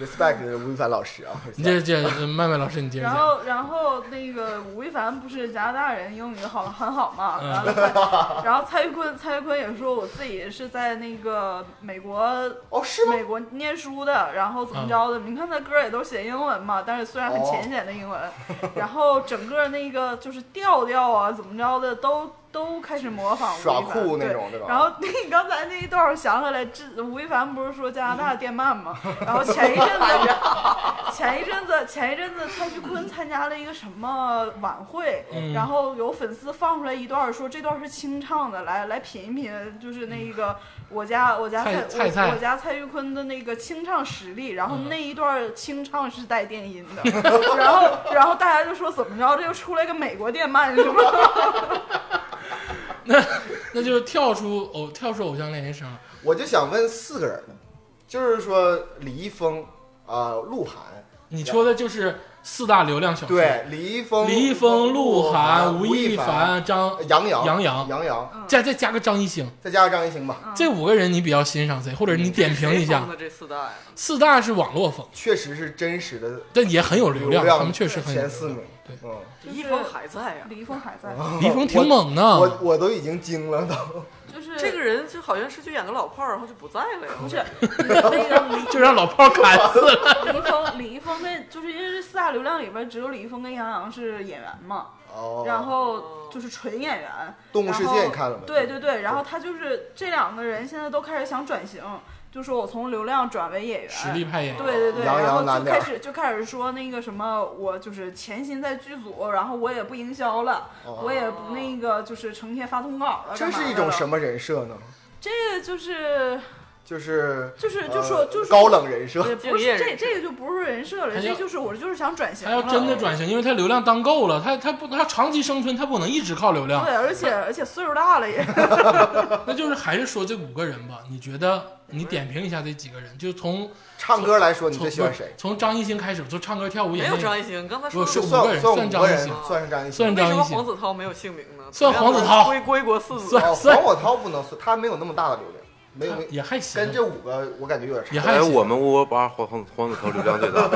respect 吴亦凡老师啊，
你接着接着，麦麦老师你接着
然
讲。
后然后那个吴亦凡不是加拿大人，英语好很好嘛，
嗯
然后蔡然后蔡徐坤蔡徐坤也说我自己是在那个美国
哦，是吗？啊
美国念书的，然后怎么着的？你看他歌也都写英文嘛，但是虽然
哦
很浅显的英文， 然后整个那个就是调调啊，怎么着的，都都开始模仿吴亦
耍
凡
酷那种
对
对吧
然后那刚才那一段儿想起来，这吴亦凡不是说加拿大电 鳗吗？然后前一阵
哎
子， 前一阵子，前一阵子蔡徐坤参加了一个什么晚会，
嗯
然后有粉丝放出来一段儿说这段儿是清唱的，来来品一品，就是那个我家我家
蔡
蔡
蔡
我
蔡
我家蔡徐坤的那个清唱实力，然后
嗯
那一段儿清唱是带电音的，然后然后大家就说怎么着，这又出来个美国电鳗是吗？
那就是跳出偶跳出偶像练习生，
我就想问四个人儿，就是说李易峰啊、鹿晗，
你说的就是四大流量小生，
对，李易峰、
嗯李易峰、
鹿
鹿晗、
吴
吴亦
凡、呃
凡、张
杨
杨
洋、洋、
洋
杨洋，
嗯
再再加个张艺兴，
再加上张艺兴吧，
这五个人你比较欣赏谁，或者你点评一
谁 封
下？
的这四大呀？
四大是网络风，
确实是真实的
但也很有流量，
量，
他们确实很有
前
流
四
量
名。。
对
嗯，
就是
李易峰还在呀。
李易峰还在，
李易峰挺猛的，
我我都已经惊了 都。
就是
这个人就好像是去演个老炮儿，然后就不在了呀。
不 是呃那个李
就让老炮儿砍死了。
李易峰，李易峰那就是因为这四大流量里边只有李易峰跟杨洋是演员嘛，
哦，
然后就是纯演员。
动物世
然
界
后
你看了吗？
对对对，然后他就是这两个人现在都开始想转型，就说我从流量转为演员。
实力派演员，
对对对，
杨洋
然后
难
就
点儿
开始就开始说那个什么，我就是潜心在剧组，然后我也不营销了，
哦
我也不那个就是成天发通稿了。
这
干嘛
是一
的
种
了
什么人设呢？
这个就是
就是
就是就
呃
说就是
高冷人设，
也不
敬
是
业
这
人士
这个就不是人设了，
他
这
要
就是我就是想转型
他
了。
要真的转型，因为他流量当够了，他他不他长期生存，他不能一直靠流量
对，，而且而且岁数大了也，
那就是还是说这五个人吧，你觉得你点评一下这几个人，就从
唱歌来说，哦你
从
最喜欢谁？
从张艺兴开始，就唱歌跳舞
没
演
有张
练，
艺兴，刚才
不
说
是
就
的
五
算
个人
算
算
五
张
个
艺
人
兴，
算是张艺兴，
算
为什
张
么
艺
黄
兴，
子韬没有姓名呢？
算黄子韬
归 归国四子
算，
哦
算
黄子韬不能算，他没有那么大的流量，没有没
也还行，
跟这五个我感觉有点
也
差。
还
哎，
行。
我们窝窝吧黄黄黄子韬流量最大，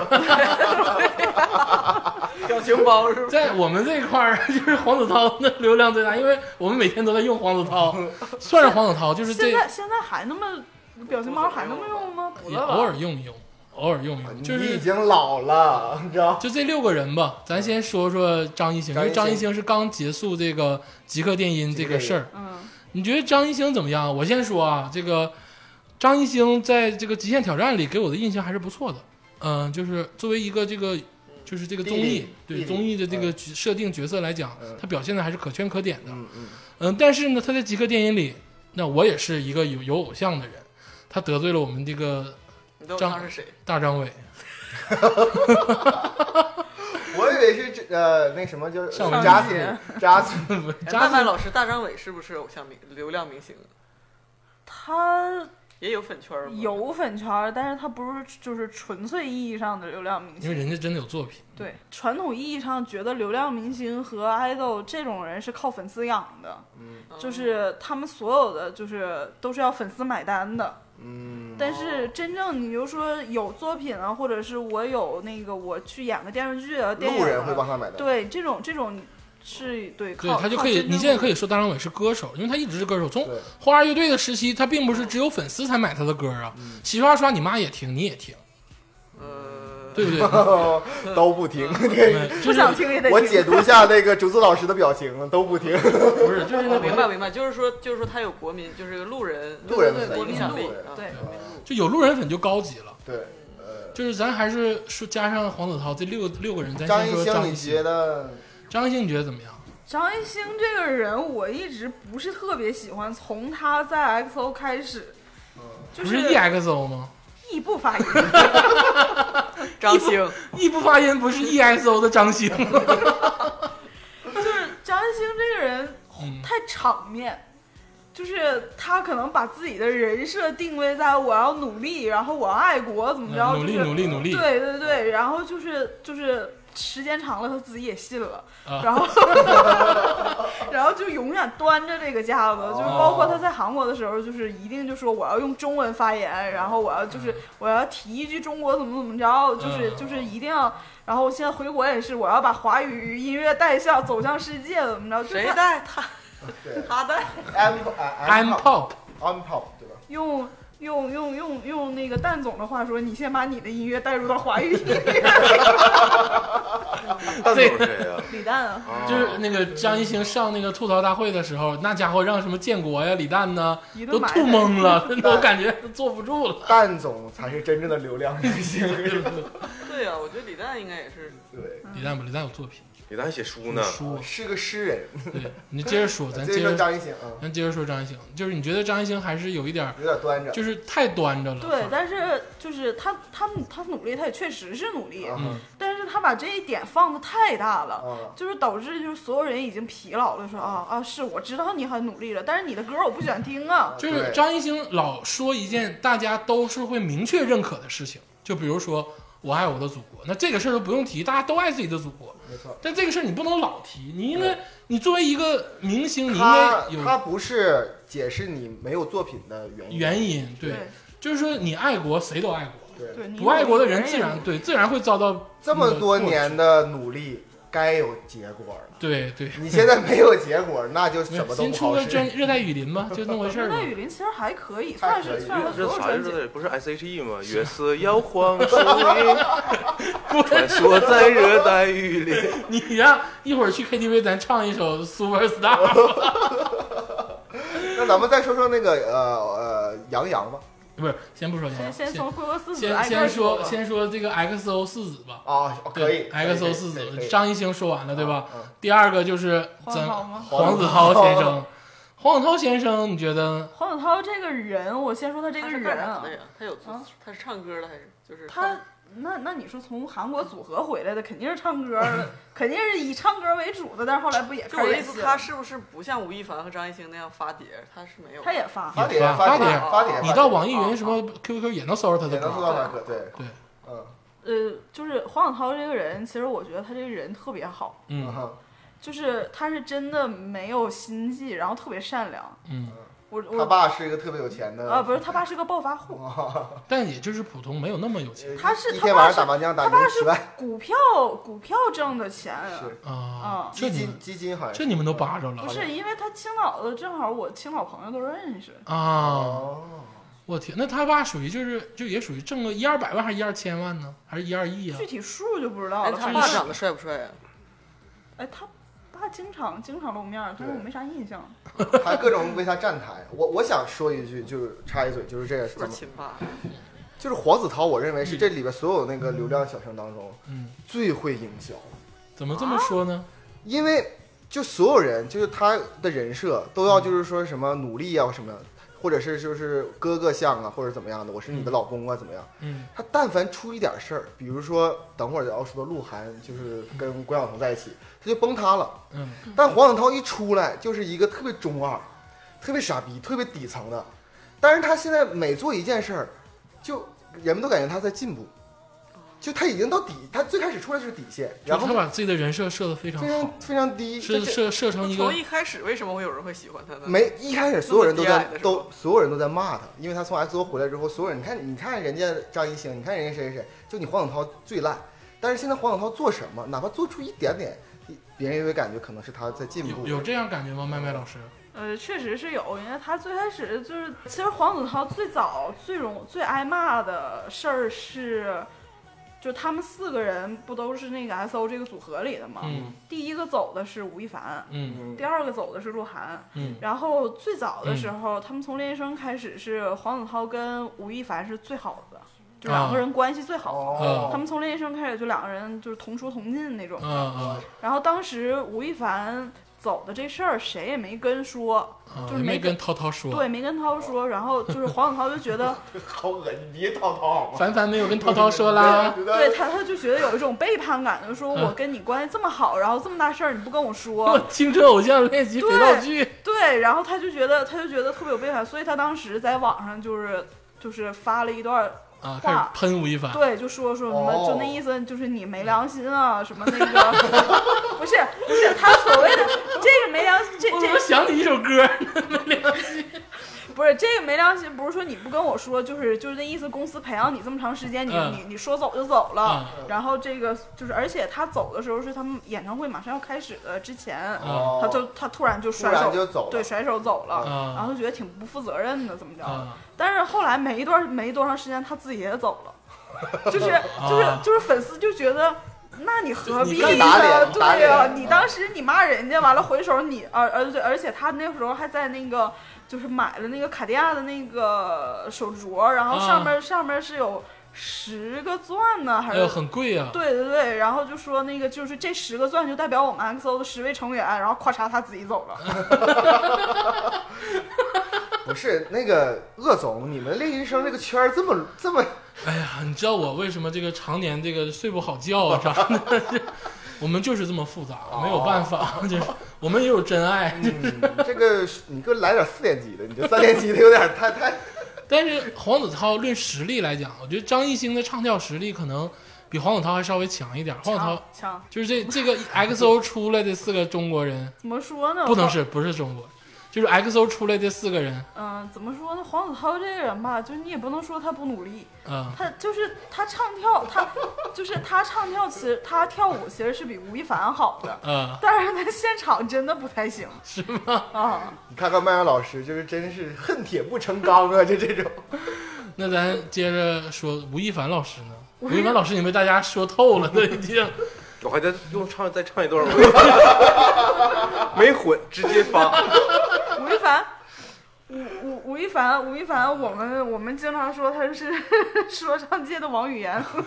表情包是吧？
在我们这一块儿， 就是黄子韬的流量最大，因为我们每天都在用黄子 韬，算是黄子韬，就是这
现在现在还那么表情包还那么用吗？不
也
了吧
偶尔用一用，偶尔用一用，
哦你
就
已
是
经老了，你知道？
就这六个人吧。咱先说说张艺兴，因为张
张艺兴
艺兴是刚结束这个极客电音这个事儿。
嗯，
你觉得张艺兴怎么样？我先说啊，这个张艺兴在这个《极限挑战》里给我的印象还是不错的。嗯，就是作为一个这个，就是这个综
弟
艺
弟弟
对
弟
综艺的这个角设定角色来讲
嗯，
他表现的还是可圈可点的。
嗯嗯，
嗯，但是呢，他在极客电影里，那我也是一个有有偶像的人，他得罪了我们这个
你都知道他是谁？
大张伟、
我以为是这呃那什么叫
上
文
扎
杰
斯扎斯，
哎
张
曼曼
伟，
老师，大张伟是不是偶像明流量明星？
他
也有粉圈吗？
有粉圈儿，但是他不是就是纯粹意义上的流量明
因为
星。
人家真的有作品，
对，传统意义上觉得流量明星和 idol 这种人是靠粉丝养的，
嗯，
就是他们所有的就是都是要粉丝买单的。
嗯，
但是真正你就说有作品啊，或者是我有那个我去演个电视剧啊，电影、
路
啊，
人会帮他买单。
对这种这种是对
对
靠
他就可以，你现在可
以
以说大张伟是歌手，因为他一直是歌手，从
对
花儿乐队的时期，他并不是只有粉丝才买他的歌啊，
嗯
洗刷刷你妈也听，你也听，
呃，
对不 对？
都不听。
嗯
不
就是
想听也得
我
听
解读一下那个竹子老师的表情，都不听。
不 是就是那
我哦明白明白，就是说就是说他有国民，就是路人
路人
对
粉
的
国
影
民
响力
路，
啊
对，
就有路人粉就高级了。
对，呃，
就是咱还是说加上黄子韬这六六个人，咱
张
先
艺
说
兴，
张艺
你
兴
觉。 得？
张艺兴你觉得怎么样？
张艺兴这个人，我一直不是特别喜欢，从他在 XO 开始，就
不是 EXO 吗？
异步发言，
张兴，
一不发音不是 EXO 的张 兴，
就是张艺兴这个人
嗯
太场面，就是他可能把自己的人设定位在我要努力，然后我要爱国，怎么着，
努力
就是
努力努力，嗯
对对对，然后就是就是时间长了，他自己也信了，
啊
然后 然后就永远端着这个架
哦
子，就是包括他在韩国的时候，就是一定就说我要用中文发言，然后我要就是我要提一句中国怎么怎么着，就是
嗯
就是一定要。然后我现在回国也是，我要把华语音乐带向走向世界，怎么着？就
谁
他
带他
对
他带？
，M
I'm
M
Pop，
M Pop 对吧？
用用用用用那个蛋总的话说，你先把你的音乐带入到华语音乐。
蛋总是谁呀？
李诞啊，
啊
就是那个张艺兴上那个吐槽大会的时候，那家伙让什么建国呀、李诞呐
一
都
顿埋
吐
汰
懵 了，真的我感觉都坐不住了。
蛋总才是真正的流量明 星。
对呀，我觉得李诞应该也是
对，
李诞吧，李诞有作品，
李诞写书
有
呢，
书。
是个诗人。
对你接着说，哦咱
接
接
着说
着，
张艺兴，嗯，
咱接着说张艺兴，就是你觉得张艺兴还是有一点儿，
有点端着。
就是太端着了。
对，但是就是他他他努力，他也确实是努力，
嗯
但是他把这一点放的太大了。
嗯，
就是导致就是所有人已经疲劳了，说啊啊是我知道你很努力了，但是你的歌我不想听
嗯
啊。
就是张艺兴老说一件大家都是会明确认可的事情，就比如说我爱我的祖国，那这个事儿都不用提，大家都爱自己的祖国。
没错。
但这个事儿你不能老提，你应该，你作为一个明星，你应
他
该有
他不是解释你没有作品的原因，
原因，对，就是说你爱国，谁都爱国，
对，
对，你
不爱国的人
也
自然对自然会遭到那
这么
个
多
唾弃
年，的努力该有结 果了。
对对，
你现在没有结果，那就
没
什
有
么都
新
不
出
好
个
使。
专热带雨林嘛，就那么回事
热
儿嘛
带。雨林其实还可以，
还
算
可以
是算是所
这
有
啥
专
日
辑。
子？不是 S H E 吗？月色摇晃树林， 穿梭在热带雨林。
你让一会儿去 KTV 咱唱一首 Super Star，
那咱们再说说那个呃呃杨洋吧。
不是，先不说杨
先
洋，
先从归国四子
先
挨个
先
吧
说先说这个 XO 四子吧。
啊，哦可以。可以可以
，XO 四
可以可
子，
以
张艺兴说完了对吧
嗯嗯？
第二个就是
黄
咱
好吗？
黄子韬先生，黄永涛先生，你觉得
黄子韬这个人，我先说他这
他
个
是干
人
啥
啊
的，呀？他有
啊
他是唱歌的还是就是
他那那你说从韩国组合回来的，肯定是唱歌儿，肯定是以唱歌为主的，但是后来不也
就
开
我
始
的意
演
思，
戏
他
了？
是不是不像吴亦凡和张艺兴那样发碟？他是没有，
他也发，
发
也
帖
发
发帖
发帖
发帖，
你到网易云什么 QQ 也能搜着他
也
的
能搜
歌？
到他歌，对
对，
嗯
呃，就是黄子韬这个人，其实我觉得他这个人特别好，
嗯
嗯
哼，
就是他是真的没有心计，然后特别善良。
嗯，
我
他
我
爸是一个特别有钱的
啊，不是他爸是个暴发户，
哦
但也就是普通，没有那么有钱
呃
他是
一
他
天
爸
晚上
是
打麻将打
他爸
赢
是
十万，
股票股票挣的钱，
是
啊
啊。
这
基
你们
金基金好像
这你们都扒着了
不是因为他青岛的，正好我青岛朋友都认识，
啊！
哦，
我天，那他爸属于就是就也属于挣个一二百万还是一二千万呢？还是一二亿啊
具？体数就不知道
哎，
了。
他
反
爸
正
长得帅不帅啊呀？
哎，他爸经常经常露面儿，但是我
对
没啥印象。
他各种为他站台。我我想说一句，就是插一嘴，就是这个
是不
怎
是
么，
亲爸？
就是黄子韬，我认为是这里边所有那个流量小生当中
嗯，
最会营销，
怎么这
啊
么说呢？
因为就所有人就是他的人设都要就是说什么努力啊什么，或者是就是哥哥像啊或者怎么样的，我是你的老公啊怎么样。
嗯
他但凡出一点事儿，比如说等会儿要说到鹿晗就是跟关晓彤在一起，他就崩塌了。
嗯，
但黄子韬一出来就是一个特别中二、特别傻逼、特别底层的，但是他现在每做一件事儿，就人们都感觉他在进步，就他已经到底，他最开始出来是底线，然
就
后
他把自己的人设设的非常
非
好
常，非常低，
设
这这
设设成一
从
个
一开始为什么会有人会喜欢他呢？
没一开始所有人都
那么
在
低矮的是啊吧
都所有人都在骂他，因为他从 XO 回来之后，所有人你看你看人家张艺兴，你看人家谁谁谁，就你黄子韬最烂。但是现在黄子韬做什么，哪怕做出一点点，别人也会感觉可能是他在进步
有。有这样感觉吗？麦麦老师，
呃，确实是有，因为他最开始就是，其实黄子韬最早最容最挨骂的事儿是，就他们四个人不都是那个 S O 这个组合里的嘛？
嗯
第一个走的是吴亦凡，
嗯
嗯
第二个走的是鹿晗，
嗯
然后最早的时候，他们从练习生开始是黄子韬跟吴亦凡是最好的，就
啊
两个人关系最好的。
哦
他们从练习生开始就两个人就是同出同进那种。
嗯
啊
然后当时吴亦凡走的这事儿，谁也没跟说，
啊啊，
就
也
是
没
没
跟涛涛说，
对，没跟涛
哦
说。然后就是黄子韬就觉得，
好恶心，别叨叨好吗？
凡凡没有跟涛涛说 啦，
对他他就觉得有一种背叛感，就说
嗯
我跟你关系这么好，然后这么大事儿你不跟我
我
说，
青春偶像练习肥皂剧，
对，然后他就觉得他就觉得特别有背叛，所以他当时在网上就是就是发了一段儿。
啊，开始喷吴亦凡，
对，就说说什么，
哦
就那意思就是你没良心啊，什么那个， 不是不是他所谓的这个没良心，这
我
这
怎么想起一首歌呢？
不是这个没良心，不是说你不跟我说，就是就是那意思，公司培养你这么长时间，你、
嗯
你你说走就走了。
啊
然后这个就是，而且他走的时候是他们演唱会马上要开始的之前，
啊
他就他突然就
突
甩
然
手，
就走了，
对，甩手走了，
嗯
然后觉得挺不负责任的，怎么着？
啊，
但是后来没一段没多长时间，他自己也走 了，就是
啊
就是就是粉丝就觉得。那你何必
你
呢？
更
打脸打
对
脸
呀、
嗯
你当时你骂人家，完了回手你，而而且而且他那时候还在那个就是买了那个卡地亚的那个手镯，然后上面、上面是有十个钻呢，还
啊哎
是、
呦，很贵啊，
对对对，然后就说那个就是这十个钻就代表我们 XO 的十位成员，然后咔嚓他自己走
哎
了。
不是那个鄂总，你们练习生这个圈儿这么这么
哎呀，你知道我为什么这个常年这个睡不好觉啊啥的？ 我们就是这么复杂，没有办法， 就是我们也有真爱。
这个，你给我来点四年级的，你这三年级的有点太太
但是黄子韬论实力来讲，我觉得张艺兴的唱跳实力可能比黄子韬还稍微强一点。黄子韬
强强
就是这这个 XO 出来的四个中国人，
怎么说呢？
不能
我
是不是中国，就是 XO 出来的四个人，
嗯，怎么说呢？黄子韬这个人吧，就是你也不能说他不努力，
嗯
他就是他唱跳，他就是他唱跳，其实他跳舞其实是比吴亦凡好的，
嗯，
但是他现场真的不太行， 是吗？啊，
你看看麦麦老师，就是真是恨铁不成钢啊，就这种。
那咱接着说吴亦凡老师呢？吴亦凡老师已经被大家说透了，都已经
我还在用唱再唱一 段吗？没混，直接发。
吴亦凡。吴吴吴亦凡，吴亦凡，我们我们经常说他是 说唱界的王语嫣，
非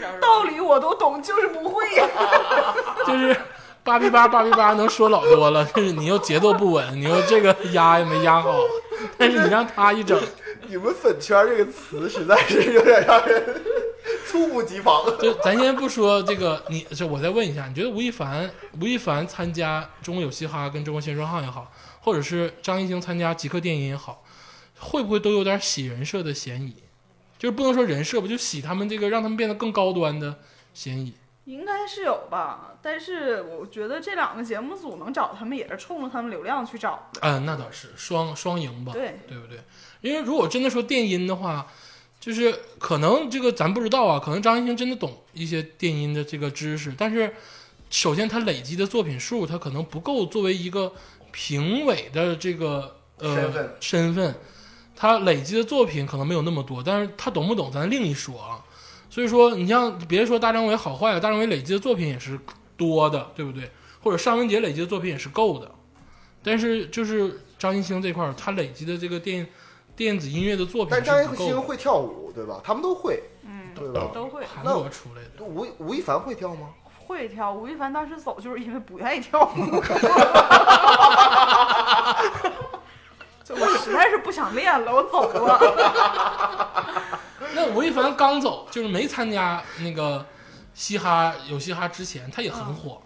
常
道理我都懂，就是不会。
就是八比八八比八能说老多了，但是你又节奏不稳，你又这个压也没压好，但是你让他一整，
你们“粉圈”这个词实在是有点让人猝不及防。
就咱先不说这个，你这我再问一下，你觉得吴亦凡吴亦凡参加《中国有嘻哈》跟《中国新说唱》也好，或者是张艺兴参加《极客电影》也好，会不会都有点洗人设的嫌疑？就是不能说人设吧，就洗他们这个让他们变得更高端的嫌疑。
应该是有吧，但是我觉得这两个节目组能找他们，也是冲着他们流量去找的。
啊、那倒是双双赢吧，
对
不对？因为如果真的说电音的话，就是可能这个咱不知道啊，可能张艺兴真的懂一些电音的这个知识，但是首先他累积的作品数，他可能不够作为一个评委的这个呃
身份
身份他累积的作品可能没有那么多，但是他懂不懂咱另一说啊。所以说，你像别说大张伟好坏啊，大张伟累积的作品也是多的，对不对？或者尚雯婕累积的作品也是够的，但是就是张艺兴这块儿，他累积的这个电电子音乐的作品
但
是
张艺
不够啊
兴
的。
会跳舞，对吧？他们都会，
嗯，
对吧？
都会
韩
那
国出来的，
吴吴亦凡会跳吗？
会跳。吴亦凡当时走就是因为不愿意跳舞， 就我实在是不想练了，我走了。
那吴亦凡刚走，就是没参加那个嘻哈有嘻哈之前，他也很火。
嗯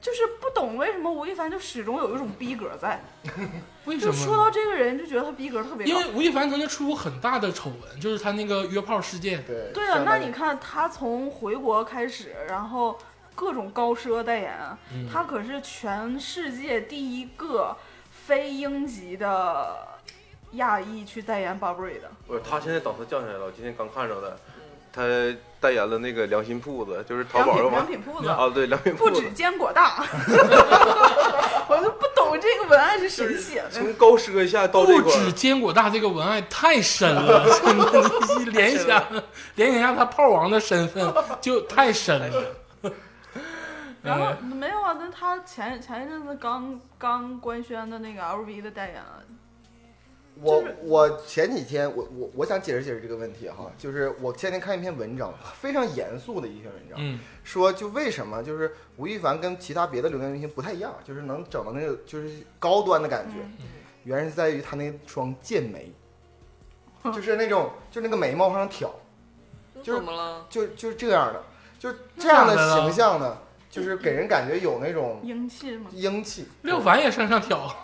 就是不懂为什么吴亦凡就始终有一种逼格在，
为什
就
么？
说到这个人就觉得他逼格特别
因
高
为。吴亦凡曾经出过很大的丑闻，就是他那个约炮事件。
对
对啊，
相
那
当于
你看他从回国开始，然后各种高奢代言，
嗯
他可是全世界第一个非英籍的亚裔去代言 Burberry 的。
不是，他现在档次降下来了，我今天刚看着的，他代言了那个良心铺子，就是淘
良
宝
品
上
良
买
品铺子，
啊，对，良心
不
铺子
止，坚果大， 我就不懂这个文案是谁写的。
从高奢一下到这
不
块
止
儿，
坚果大这个文案太深了，真的，你联想联想一下他炮王的身份就太深了。
然
哎
后
嗯
没有啊，那他前前一阵子刚刚官宣的那个 LV 的代言啊，
我
就是
我前几天我我我想解释解释这个问题哈，就是我前天看一篇文章，非常严肃的一篇文章，
嗯，
说就为什么就是吴亦凡跟其他别的流量明星不太一样，就是能整到那个就是高端的感觉，
嗯
原因是在于他那双剑 眉，就是那种就那个眉毛往上挑，就是
怎么了？
就就是这样的，就这样的
那咋的了
形象呢，就是给人感觉有那种
英气吗？
英气，
廖凡也向上挑，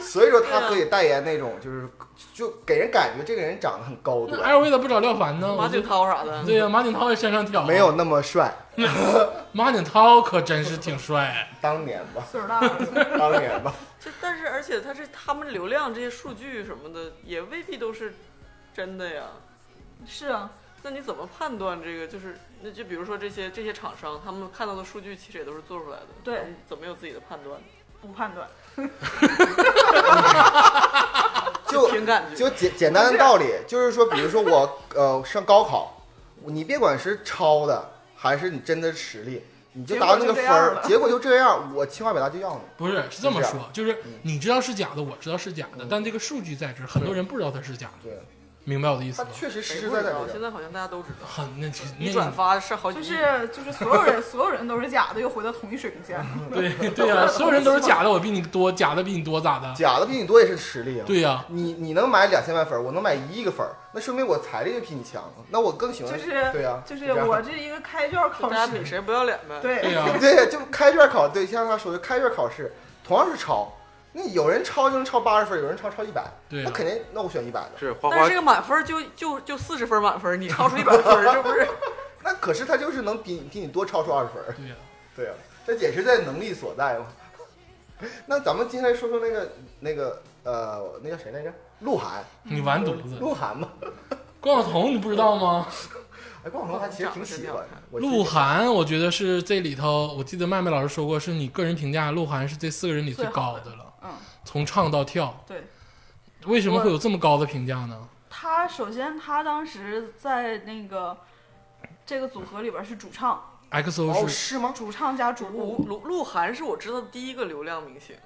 所以说他可以代言那种就是就给人感觉这个人长得很高
那
端。
LV 咋不找廖凡呢？
马景涛啥的，
对呀、马景涛也向上挑。
没有，那么帅，
马景涛可真是挺帅。
当年吧，
岁数大了。
当年吧，
就但是而且他这他们流量这些数据什么的也未必都是真的呀。
是啊，
那你怎么判断这个？就是那就比如说这些这些厂商，他们看到的数据其实也都是做出来的，
对
他们怎么有自己的判断？
不判断。
就
凭感觉。
就简简单的道理，就是说，比如说我呃上高考，你别管是抄的还是你真的实力，你就达到那个分儿，结果就这样，我清华北大就要你。
不是，是这么
是这
说，就是你知道是假的，我知道是假的，但这个数据在这儿，很多人不知道它是假的，
对，
明白我的意思
他
吗？
确实
谁
实实
不
在
知
在
道？
这样。
现在好像大家都知道，
很，那
一
那
转发是 好几
就
亿，
是就是所有人 所有人都是假的，又回到同一水平
嗯
线。
对对呀、所有人都是假的，我比你多，假的比你多，咋的？
假的比你多也是实力啊。
对呀、
你你能买两千万粉儿，我能买一亿个粉儿，那说明我财力就比你强啊。那我更喜欢
就是
对呀，
就是
这样
我这一个开卷
大
考
家比
试，
谁不要脸呗。，
对
对，
呀、
对，啊就开卷考，对，像他说的开卷考试，同样是抄，那有人抄就能抄八十分，有人抄抄一百，
对
那
啊
肯定，那我选一百的。
是花
但
花
是这个满分就就就四十分满分，你超出一百分，这不 是？
那可是他就是能比你比你多超出二十分儿，
对呀、
对啊，这也是在能力所在嘛。 那咱们接下来说说那个那个呃，那叫谁来着？鹿晗，
你完犊子！
鹿晗嘛。
关晓彤你不知道吗？
哎，关晓彤还其实挺喜欢的。我记得
鹿晗，我觉得是这里头，我记得麦麦老师说过，是你个人评价，鹿晗是这四个人里最高的了，
嗯，
从唱到跳，
对。
为什么会有这么高的评价呢？
他首先他当时在那个这个组合里边是主唱，
XO
哦，
是
是吗？
主唱加主
鹿
舞，
鹿鹿晗是我知道的第一个流量明星，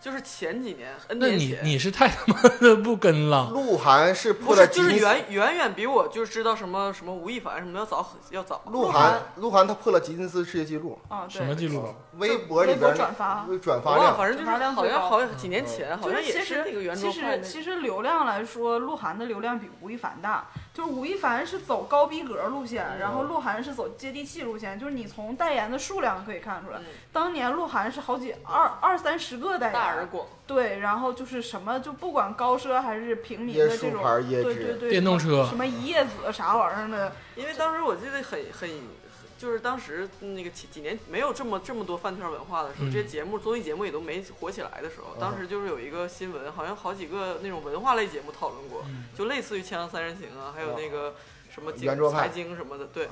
就是前几年 N
那
年
你
前，
你是太他妈的不跟了，
鹿晗是
不
破
是
了
就
吉
是
尼斯，
远远远比我就是知道什么什么吴亦凡什么要早很要早。
鹿
晗
晗鹿晗他破了吉尼斯世界纪录，
啊，
什么
对，
记录？
微博里边
微博转发
转
我
发
忘了，
量，
反正就是
转发量
好
最
像
高
好像几年前，好
就
像
是
也
其
是
实
那个圆桌
其
派
实
那
其实流量来说，鹿晗的流量比吴亦凡大。就是吴亦凡是走高逼格路
嗯
线，然后鹿晗是走接地气路线。就是你从代言的数量可以看出来
嗯，
当年鹿晗是好几二二三十个代
大而
言，啊
广。
对，然后就是什么就不管高奢还是平民
椰
的这
树
种，
牌椰
对对
汁，
对，
电动车
什么一叶子啥玩意儿的，
因为当时我记得很很，就是当时那个几几年没有这么这么多饭圈文化的时候，
嗯
这些节目综艺节目也都没火起来的时候，
嗯
当时就是有一个新闻，好像好几个那种文化类节目讨论过
嗯，
就类似于《锵锵三人行》啊，还有那个什么经
圆桌派啊
财经什么的，对，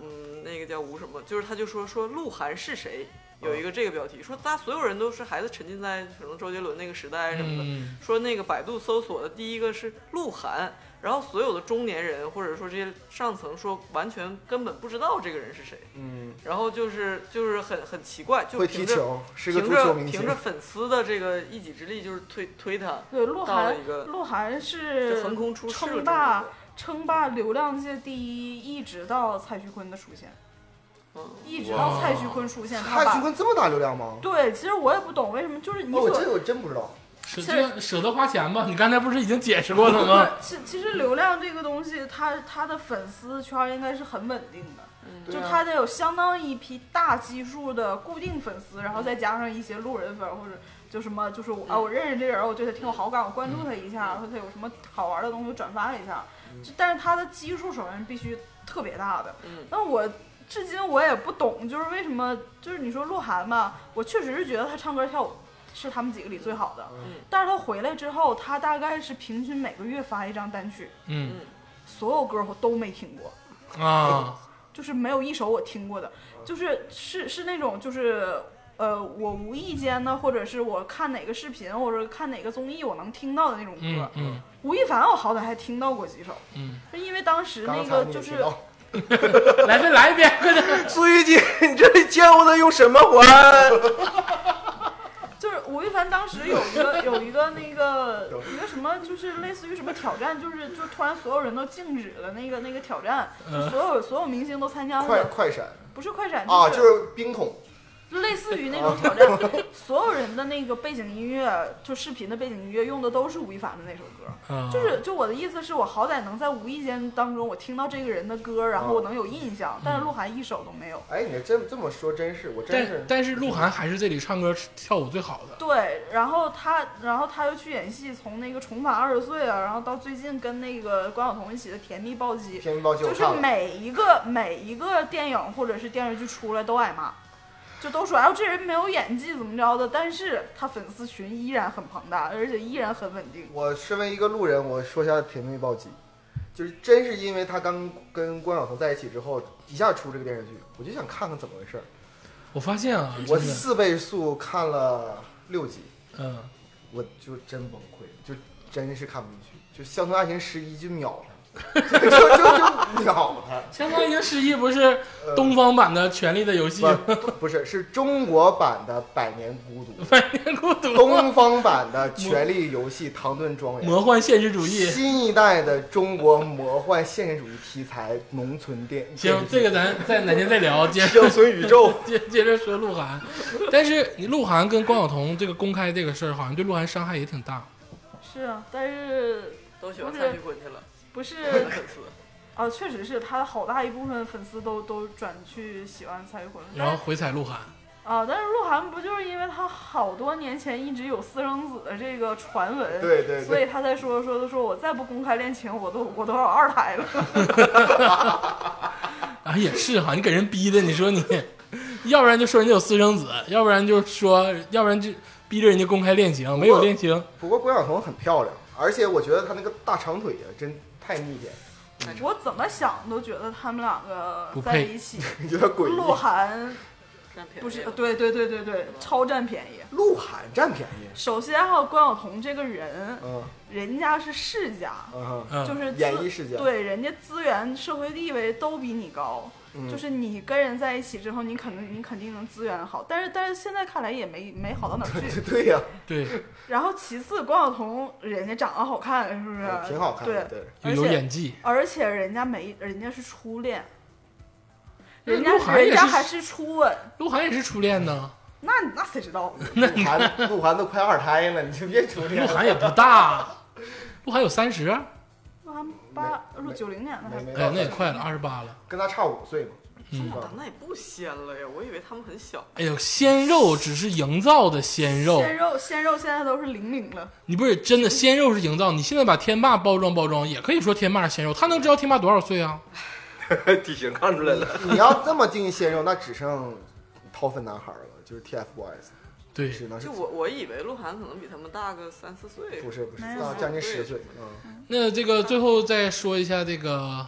嗯，那个叫吴什么，就是他就说说鹿晗是谁。
嗯
有一个这个标题，说大家所有人都是孩子沉浸在可能周杰伦那个时代什么的，
嗯，
说那个百度搜索的第一个是鹿晗，然后所有的中年人或者说这些上层说完全根本不知道这个人是谁，
嗯，
然后就是就是很很奇怪，就
会踢
凭着
球，是个
凭
足球
着
明
凭
星
着。粉丝的这个一己之力就是推推他，
对，鹿
到了
晗
一个，
鹿晗
就是横空出世了
称
这么
霸
一个。
称霸流量界第一，一直到蔡徐坤的出现，
嗯，
一直到
哇
蔡徐坤出现，他
蔡
把
徐坤这么大流量吗？
对，其实我也不懂为什么，就是你
哦，我
所
这个我真不知道。
舍
其实
就舍得花钱吧？你刚才不是已经解释过了
不是
吗？
其其实流量这个东西，它它的粉丝圈应该是很稳定的，
对
就
嗯
啊
它得有相当一批大基数的固定粉丝，然后再加上一些路人粉或者。就什么，就是我啊，我认识这人，我对他挺有好感，我关注他一
嗯
下，或者他有什么好玩的东西，我转发一下。就但是他的基数首先必须特别大的。
嗯
那我至今我也不懂，就是为什么，就是你说鹿晗吧，我确实是觉得他唱歌跳舞是他们几个里最好的，
嗯
但是他回来之后，他大概是平均每个月发一张单曲，
嗯
嗯，
所有歌我都没听过，
啊，
就是没有一首我听过的，就是是是那种就是呃，我无意间呢，或者是我看哪个视频或者看哪个综艺我能听到的那种歌。
嗯嗯
吴亦凡我好歹还听到过几首，
嗯，
是因为当时那
刚才
个
你也
就
提
是
到，
来再来一遍， 快点。
苏玉姐，你这里见过的用什么 还？
就是吴亦凡当时有一个有一个那个一个什么，就是类似于什么挑战，就是就突然所有人都静止了那个那个挑战，
呃
就所有所有明星都参加
快
了，
快闪
不是快闪
啊，
嗯就
就是冰桶，
类似于那种挑战， 所有人的那个背景音乐，就视频的背景音乐用的都是吴亦凡的那首歌。
啊
就是，就我的意思是我好歹能在无意间当中，我听到这个人的歌，然后我能有印象，但是鹿晗一首都没有。
哎，你这这么说真是，我真
但
是
但是鹿晗还是这里唱歌跳舞最好的。
对，然后他，然后他又去演戏，从那个重返二十岁啊，然后到最近跟那个关晓彤一起的《甜蜜暴击》，
天猫就
就是每一个每一个电影或者是电视剧出来都挨骂，就都说哎呦这人没有演技怎么着的，但是他粉丝群依然很庞大，而且依然很稳定。
我身为一个路人，我说一下《甜蜜暴击》，就是真是因为他刚跟关晓彤在一起之后，一下出这个电视剧，我就想看看怎么回事儿。
我发现啊，
我
真的
四倍速看了六集，
嗯，
我就真崩溃，就真是看不进去，就《乡村爱情十一》就秒了，就就就秒了。
相当于十一不是
呃
东方版的《权力的游戏》吗？
不不是，是中国版的《百年孤独》
《百年孤独》《
东方版的《权力游戏》《唐顿庄园》
魔幻现实主义》。
新一代的中国魔幻现实主义题材农村电
行，这个咱在哪天再聊，接着
乡村 宇宙，
接接着说鹿晗。但是你鹿晗跟关晓彤这个公开这个事儿，好像对鹿晗伤害也挺大。
是啊，但是
都喜欢
不
蔡
是
徐坤去了，
不
他
是
的粉丝。
啊，确实是他好大一部分粉丝都都转去喜欢蔡徐坤，
然
但
后
是
回踩鹿晗，
啊，但是鹿晗不就是因为他好多年前一直有私生子的这个传闻，
对对
所
对，
以他才说说的说我再不公开恋情，我都我都要有二胎了。
啊也是哈，你给人逼的，你说你， 要不然就说人家有私生子，要不然就说，要不然就逼着人家公开恋情，没有恋情，
不过关晓彤很漂亮，而且我觉得她那个大长腿啊，真太逆 天，
我怎么想都觉得他们两个
不
在
配
一起，
有点诡
鹿
异。
晗
占便宜
不是
了
嗯
对对对对对，超占便宜。
鹿晗占便宜，
首先还有关晓彤这个人，
嗯
人家是世家，
嗯哼，
嗯，
就是资
演艺世家
对人家资源、社会地位都比你高，
嗯
就是你跟人在一起之后，你可能你肯定能资源好，但是但是现在看来也没没好到哪儿 去。
嗯
对呀，
对，
然后其次，关晓彤人家长得好看，是不是？
嗯
啊
挺好看的，
对，
对，
又有
而且
演技，
而且人家没，人家是初恋，
那
人家
鹿晗也
人家
是
还是初吻，
鹿晗也是初恋呢，
那那谁知道？
鹿晗鹿晗都快二胎了，你就别出这
鹿
样了。
晗也不大，鹿晗有三十，啊
鹿晗八鹿九零年的还
没没
哎，
到
那也快了，二十八了。
跟他差五岁嘛，
他
嗯
俩哦长得也不鲜了呀，我以为他们很小。
啊
哎呦，鲜肉只是营造的鲜肉，
鲜肉鲜肉现在都是零零了，
你不是真的鲜肉是营造。你现在把天霸包装包装，也可以说天霸是鲜肉，他能知道天霸多少岁啊？
体型看出来了，
你要这么定义鲜肉，那只剩掏粪男孩了，就是 TFBOYS，
对，
只能是
就我我以为鹿晗可能比他们大个三四岁
不，是不是，
没有
那将近十岁，嗯，
那这个最后再说一下这个，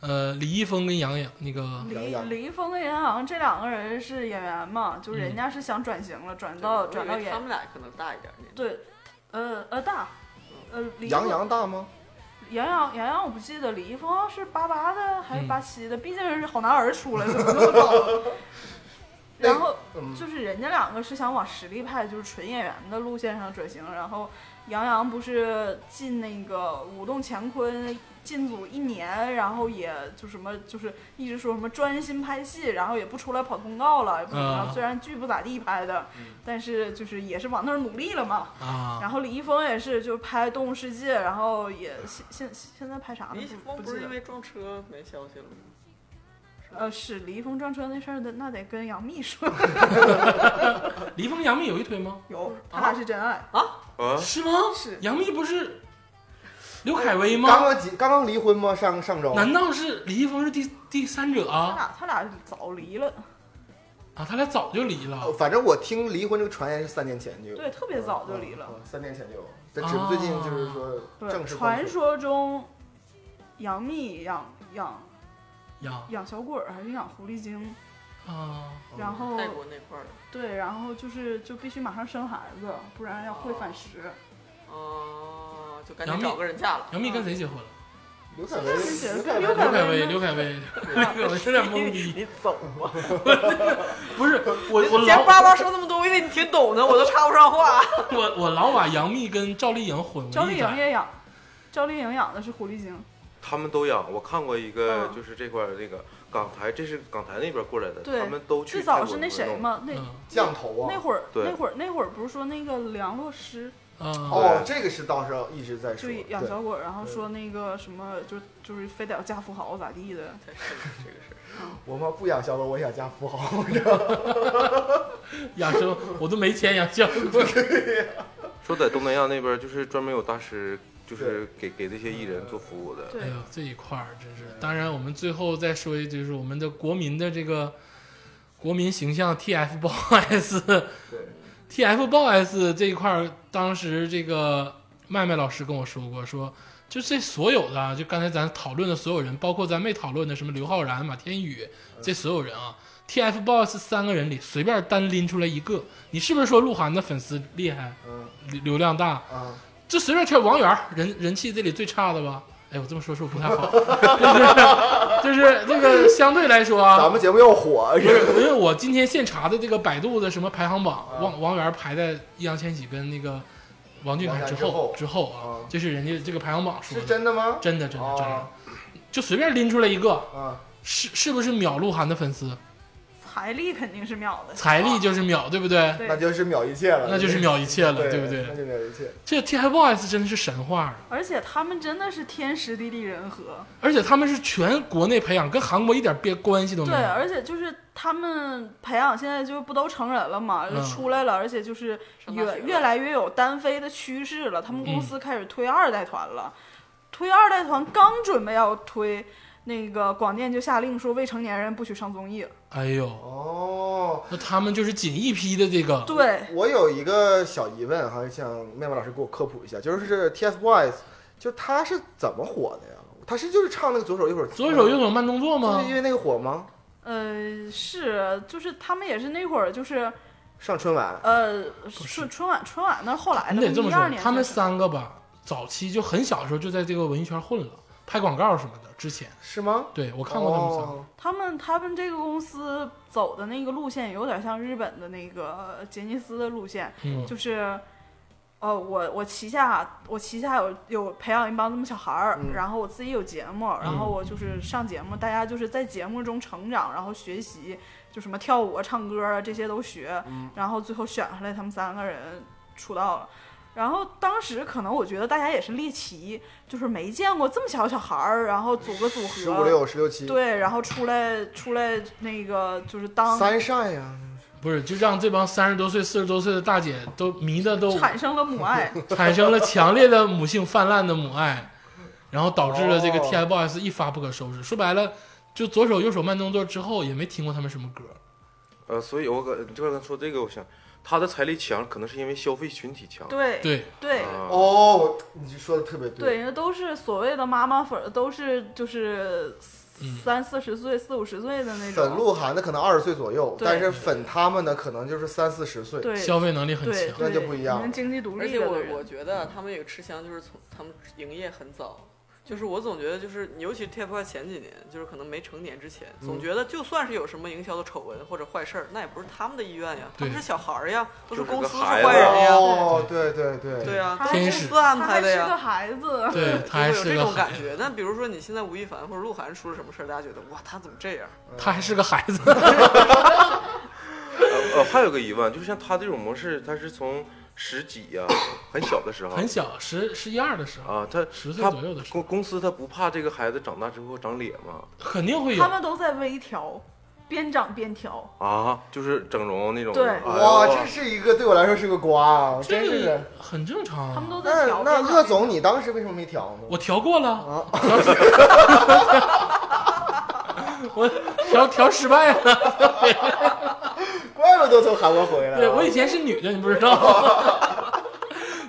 呃，李易峰跟杨洋那个，
李
杨洋
李易峰跟杨洋这两个人是演员嘛，就是人家是想转型了，转到
我以
转到
为他
演
们俩可能大一点年纪。
对，呃呃大，呃李
嗯
易
杨
峰
洋大吗？
杨洋杨洋我不记得李易峰是八八的还是八七的，毕竟是好男儿出来，怎么那么早？啊然后
嗯，
就是人家两个是想往实力派，就是纯演员的路线上转型。然后杨洋不是进那个舞动乾坤进组一年，然后也就什么就是一直说什么专心拍戏，然后也不出来跑通告了，也不怎么样。
嗯
虽然剧不咋地拍的，但是就是也是往那儿努力了嘛。
啊，
然后李易峰也是就拍《动物世界》，然后也现现现在拍啥呢
李易？
不
峰
不
不
记
是因
得。
为撞车没消息了吗？
呃，是李易峰撞车那事儿的，那得跟杨幂说，
李易峰杨幂有一腿吗？
有他俩是真爱。
啊，
是吗？
是
杨幂不是刘恺威
刚
吗？
刚结刚刚离婚吗？上上周
难道是李易峰是第第三者
他
啊？
俩他俩早离了，
啊，他俩早就离了
呃。反正我听离婚这个传言是三年前就有，
对，特别早就离
嗯
了。，
嗯三年前就有，但只是最
哦
近就是说
对，
正式
传说中，杨幂养养
呀
养小鬼儿还是养狐狸精，
啊，
然后
泰国那块儿的。
对，然后就是就必须马上生孩子，不然要会反噬。
哦，就赶
杨
紧
幂
找个人嫁了。
杨幂跟谁结婚了？
刘恺
是
威，
跟
刘
刘
恺
刘
恺
威
威
恺威，刘恺威， 我有点懵逼。
你走吧！
不是我，我
前
老
叭叭说那么多，我以为你听懂呢，我都插不上话。
我我老把杨幂跟赵丽颖混为一
赵丽颖
谈。
也养，赵丽颖养的是狐狸精，
他们都养。我看过一个，
嗯
就是这块儿那个港台，这是港台那边过来的，
对
他们都去
最早
泰国
是那
那
谁
边
嘛，那
嗯
降头啊
那，会儿
对
那会儿那会儿不是说那个梁洛施
啊，
哦，这个是倒是一直在
就
说，
养
对
小鬼儿，然后说那个什么就就是非得要嫁富豪咋地的，
这个事儿，
我妈不养小狗，我想加富 豪。
养生我都没钱养笑。
弄说在东南亚那边，就是专门有大师，就是给给这些艺人做服务的。
对
哎呦，这一块儿真是。当然，我们最后再说一句，就是我们的国民的这个国民形象 TFBOYS。
对
TFBOYS 这一块儿，当时这个麦麦老师跟我说过，说就这所有的啊，就刚才咱讨论的所有人，包括咱没讨论的什么刘昊然、马天宇这所有人啊，TFBOYS 三个人里随便单拎出来一个，你是不是说鹿晗的粉丝厉害，
嗯
流流量大？
啊，
这随便挑王源儿，人人气这里最差的吧？哎，我这么说是不是不太好？ 就是就是这个相对来说啊，
咱们节目要火
不是，因为我今天现查的这个百度的什么排行榜，王王源排在易烊千玺跟那个王俊凯之后
王
之后啊，
后啊
就是人家这个排行榜说
是
的，
真的吗？
真的真的
哦
真的，就随便拎出来一个，
啊，
是是不是秒鹿晗的粉丝？
财力肯定是秒的。
财力就是秒，对不对？
对
那就是秒一切了，
那就是秒一切了，
对
对不
那
对？
就秒一切。
这 TFBOYS 真的是神话啊！
而且他们真的是天时地利人和，
而且他们是全国内培养，跟韩国一点边关系都没
对，
有。
而且就是他们培养现在就不都成人了嘛，就
嗯
出来了，而且就是
上大学
越
了
越来越有单飞的趋势了。他们
嗯
公司开始推二代团了，推二代团刚准备要推，那个广电就下令说未成年人不许上综艺。
哎呦，
哦，
那他们就是仅一批的这个，
对，
我有一个小疑问哈，想妹妹老师给我科普一下，就是 TFBOYS，就他是怎么火的呀？他是就是唱那个左手右手，
左手右手慢动作吗
就是？因为那个火吗？
呃，是，就是他们也是那会儿就是
上春晚，
呃春春晚春晚那是后来的，
你得这么
一二
说，
年
他们
才
三个吧，早期就很小的时候就在这个文艺圈混了，拍广告什么的。之前
是吗？
对我看过他们仨，
哦
他们他们这个公司走的那个路线有点像日本的那个杰尼斯的路线，
嗯
就是，呃，我我旗下我旗下有有培养一帮这么小孩儿，
嗯
然后我自己有节目，然后我就是上节目，大家就是在节目中成长，然后学习，就什么跳舞啊、唱歌啊这些都学，
嗯
然后最后选出来他们三个人出道了。然后当时可能我觉得大家也是猎奇，就是没见过这么小的小孩儿，然后组个组合，
十五六、十六七，
对，啊然后出来出来那个就是当
三晒呀，
不是就让这帮三十多岁、四十多岁的大姐都迷的都
产生了母 爱，
产生了强烈的母性泛滥的母爱，然后导致了这个
哦
TFBOYS 一发不可收拾。说白了，就左手右手慢动作之后，也没听过他们什么歌。
呃，所以我跟这个说这个，我想他的财力强，可能是因为消费群体强。
对
对，
对
啊
哦，你就说的特别
对，人家都是所谓的妈妈粉儿，都是就是
嗯
三四十岁、四五十岁的那
粉
种，
鹿晗的可能二十岁左右，
对
但是粉他们的可能就是三四十岁。
对
消费能力很
对，
强。
那就
对
不一样
已经经济独
而
立
且
了的
我我
人，
觉得他们有个吃香，就是从他们营业很早，就是我总觉得就是，尤其 TFBOYS 前几年，就是可能没成年之前，
嗯
总觉得就算是有什么营销的丑闻或者坏事儿，那也不是他们的意愿呀，他们
对
是小孩儿呀，都是
就是个
公司是
孩
坏
哎
子
人呀，
哦，对对对，
对呀，
他
都
还
是公
是
司安
他
排
还
的
是个
呀。
孩子，
对
就
他
会
还
有
是
这
个
种感
孩，
觉。那比如说你现在吴亦凡或者鹿晗出了什么事儿，大家觉得哇，他怎么这样？
他还是个孩子。
呃，还有个疑问，就是像他这种模式，他是从十几呀、很小的时候，
很小，十十一二的时候，
啊，他
10岁
他
左右的时候
公公司他不怕这个孩子长大之后长脸吗？
肯定会
他
有。
们都在微调，边长边调，
啊，就是整容那种。
对
哎呦
哇，这是一个对我来说是个瓜啊，真
这
是
个
的。
很正常啊。
他们都在
那
调。
那鄂
边长
总，你当时为什么没调呢？
我调过了，
啊，
我调调失败了。
怪不得从韩国回来啊。
对我以前是女的，你不知道。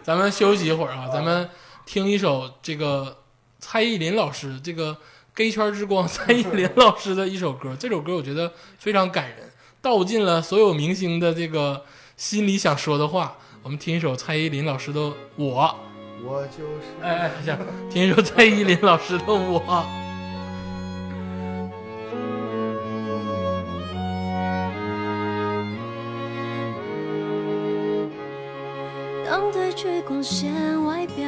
咱们休息一会儿啊，咱们听一首这个蔡依林老师，这个 gay 圈之光蔡依林老师的一首歌。这首歌我觉得非常感人，道尽了所有明星的这个心里想说的话。我们听一首蔡依林老师的《我》。
我就是
哎哎，等一下，听一首蔡依林老师的《我》。
当褪去光鲜外表，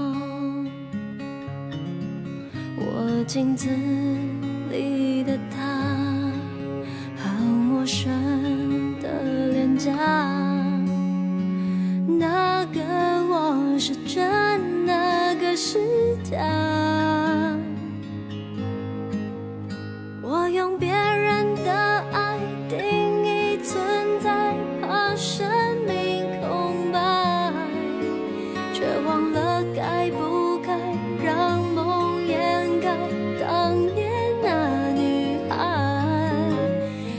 我镜子里的他，好陌生的脸颊，那个我是真，那个是假？我用别人的爱定义存在，怕生命空白，却忘了该不该让梦掩盖当年那女孩。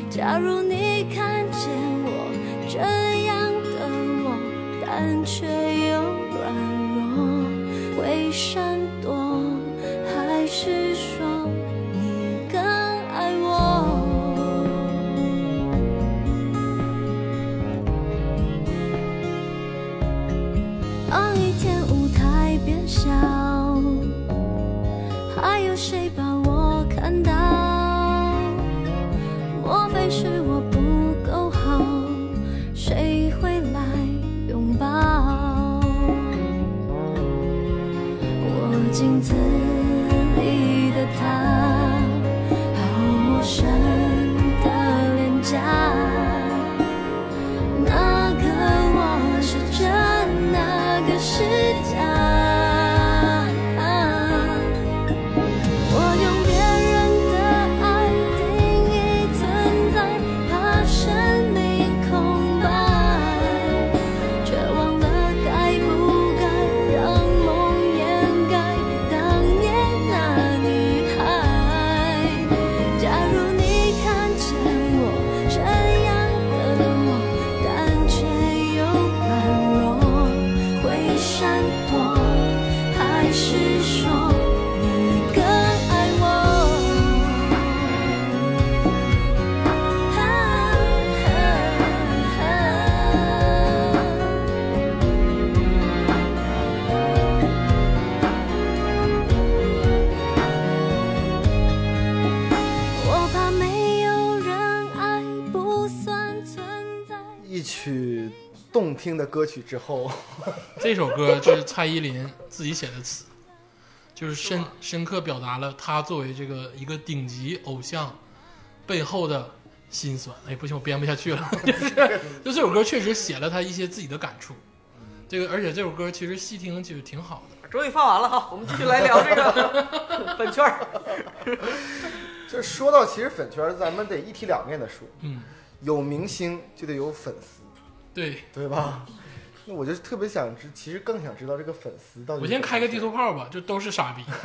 假如你看见我这样的我，但却又软弱，会闪躲，还是说你更爱我？当一天舞台变小，还有谁把我看到？莫非是我不够好？谁会来拥抱？我镜子里的他，好陌生的脸颊。那个我是真，那个是假？我用
动听的歌曲之后，
这首歌就是蔡依林自己写的词，就是深深刻表达了她作为这个一个顶级偶像背后的辛酸。哎，不行，我编不下去 了。 就是，就这首歌确实写了她一些自己的感触。这个，而且这首歌其实细听其实挺好的。
终于放完了哈，我们继续来聊这 个本圈儿。
就是说到其实粉圈儿，咱们得一体两面的说，
嗯，
有明星就得有粉丝，
对
对吧？那我就特别想知，其实更想知道这个粉丝到底。
我先开个地图，炮吧，就都是傻逼，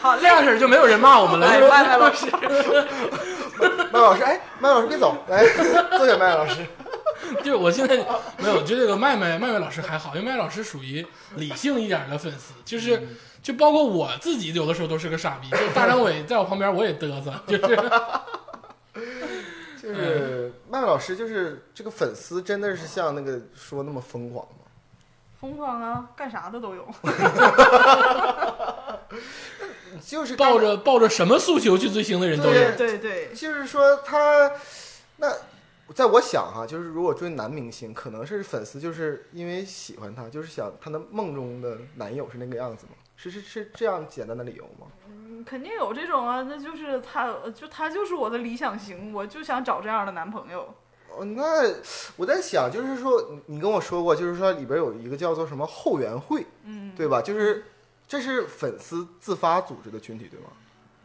好
这样
嘞，
式儿就没有人骂我们了。
来，
就是
麦麦老师，
麦老师，哎，麦老师别走，来 坐下，麦老师。
就是我现在没有，就这个麦麦麦麦老师还好，因为麦麦老师属于理性一点的粉丝，就是
嗯
就包括我自己有的时候都是个傻逼，就是大张伟在我旁边我也嘚瑟，就是
就是麦老师，就是这个粉丝真的是像那个说那么疯狂吗？
疯狂啊，干啥的都有。
就是
抱着抱着什么诉求去追星的人都有
对。
对对，
就是说他那，在我想哈、就是如果追男明星，可能是粉丝就是因为喜欢他，就是想他的梦中的男友是那个样子吗？是是是这样简单的理由吗？
嗯肯定有这种啊，那就是他，呃就他就是我的理想型，我就想找这样的男朋友。
哦，那我在想，就是说你你跟我说过，就是说里边有一个叫做什么后援会，
嗯，
对吧？就是这是粉丝自发组织的群体，对吗？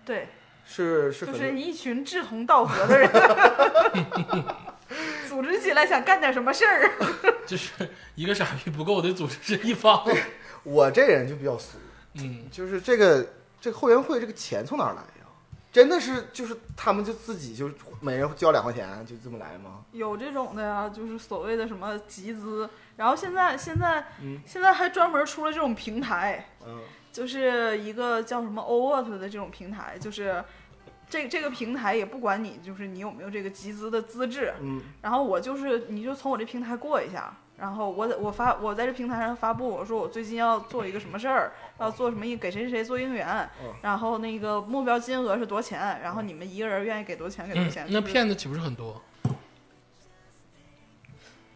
对，
是是
就
粉
是
丝。
一群志同道合的人，组织起来想干点什么事儿。
就是一个傻逼不够，得组织是一方。
我这人就比较俗，
嗯，
就是这个这个后援会这个钱从哪儿来呀？真的是就是他们就自己就每人交两块钱就这么来吗？
有这种的呀、就是所谓的什么集资，然后现在现在、现在还专门出了这种平台，
嗯，
就是一个叫什么 OWAT 的这种平台，就是这这个平台也不管你就是你有没有这个集资的资质，
嗯，
然后我就是你就从我这平台过一下，然后我在我发我在这平台上发布，我说我最近要做一个什么事儿，要做什么应给谁谁谁做应援
嗯，
然后那个目标金额是多少钱，然后你们一个人愿意给多少钱给多少
嗯
钱，
那
就是
骗子岂不是很多？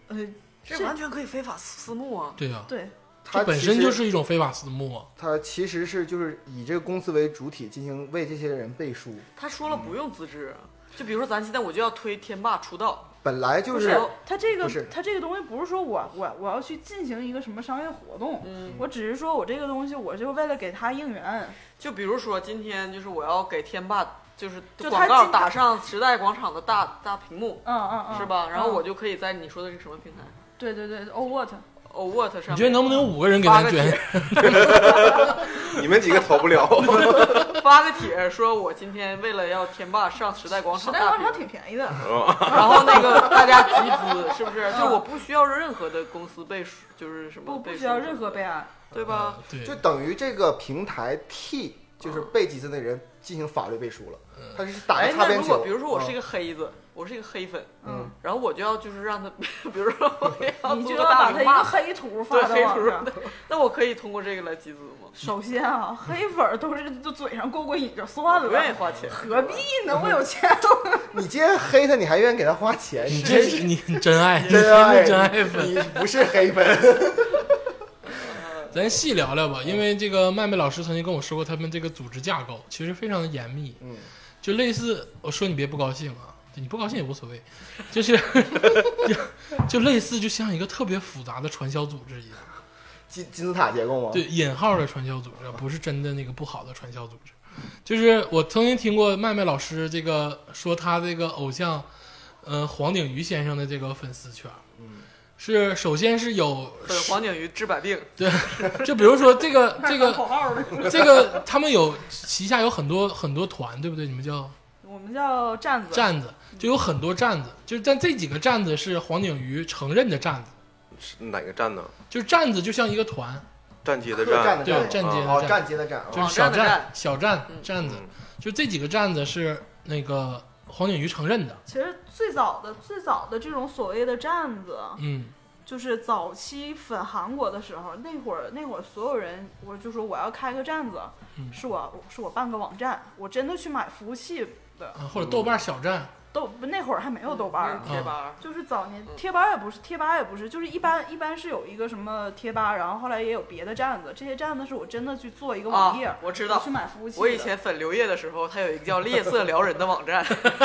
呃
这
是
完全可以非法私募啊！
对呀、
对。
他
这本
其
身
实
就是一种非法私募啊。
他其实是就是以这个公司为主体进行为这些人背书，
他说了不用资质，就比如说咱现在我就要推天霸出道，
本来就
不
是
是
它这个
不是
它这个东西不是说我我我要去进行一个什么商业活动，
嗯
我只是说我这个东西我就为了给他应援，
就比如说今天就是我要给天霸就是
就
广
他
告
今
打上时代广场的大大屏幕，
嗯嗯嗯，
是吧？然后我
嗯
就可以在你说的这个什么平台
对对对，Oh what，
哦 what 上面，
你觉得能不能有五个人给咱捐？
你们几个逃不了。
发个帖说，我今天为了要天霸上时代广
时
场
代
大
广
屏嗯
场挺便宜的，
然后那个大家集资，是不 是？就我不需要任何的公司背书，就是什么
不
背
不
书
需要任何备，案，
对吧？
对，
就等于这个平台替就是被集资的人进行法律背书了，
嗯
他是打
哎
个，擦
那
边
如
球。嗯
果比如说我是一
个，
个黑子，我是一个黑粉，
嗯，
然后我就要就是让他， 比如说我要
你
做
就
个
要
大
把他
明
一个
骂，
黑图
对
发到
黑
网上
图。，那我可以通过这个来集资吗？
首先啊，黑粉儿都是就嘴上过过瘾就算
不愿意
了，
花钱，
何必呢？我有钱，
你既然黑他，你还愿意给他花钱，
你
你
这
真
是
是
你你真爱，你
真
真
爱，
是真爱粉。
你不是黑粉。
咱细聊聊吧，因为这个麦麦老师曾经跟我说过，他们这个组织架构其实非常的严密，
嗯，
就类似我说你别不高兴啊，你不高兴也无所谓，就是 就就类似就像一个特别复杂的传销组织一样，
金金字塔结构吗？
对，引号的传销组织，不是真的那个不好的传销组织。就是我曾经听过麦麦老师这个说他这个偶像，呃，黄鼎瑜先生的这个粉丝圈，嗯，是首先是有
粉黄景瑜治百 病，
嗯
对，就比如说这个这个
喊口号的。
这个他们有旗下有很多很多团，对不对？你们叫
我们叫站子，
站子，就有很多站子，就是但这几个站子是黄景瑜承认的站子，
是哪个站呢？
就是站子就像一个团，
站街的
客站
站
的。
对，
站，
站街
哦，
的站，
站街的站啊，
就是小
网站的站
小站
嗯
站子
嗯，
就这几个站子是那个黄景瑜承认的，
其实最早的最早的这种所谓的站子，
嗯，
就是早期粉韩国的时候，那会儿那会儿所有人，我就说我要开个站子，
嗯
是我是我办个网站，我真的去买服务器的，
嗯
嗯
啊或者豆瓣小站，
豆那会儿还没有豆瓣儿呢，
贴吧，
就是早年
嗯
贴吧也不是，贴吧也不是，就是一般一般是有一个什么贴吧，然后后来也有别的站子，这些站子是我真的去做一个网页，
啊我知道
去买服务器的。
我以前粉刘烨的时候，他有一个叫“猎色撩人”的网站，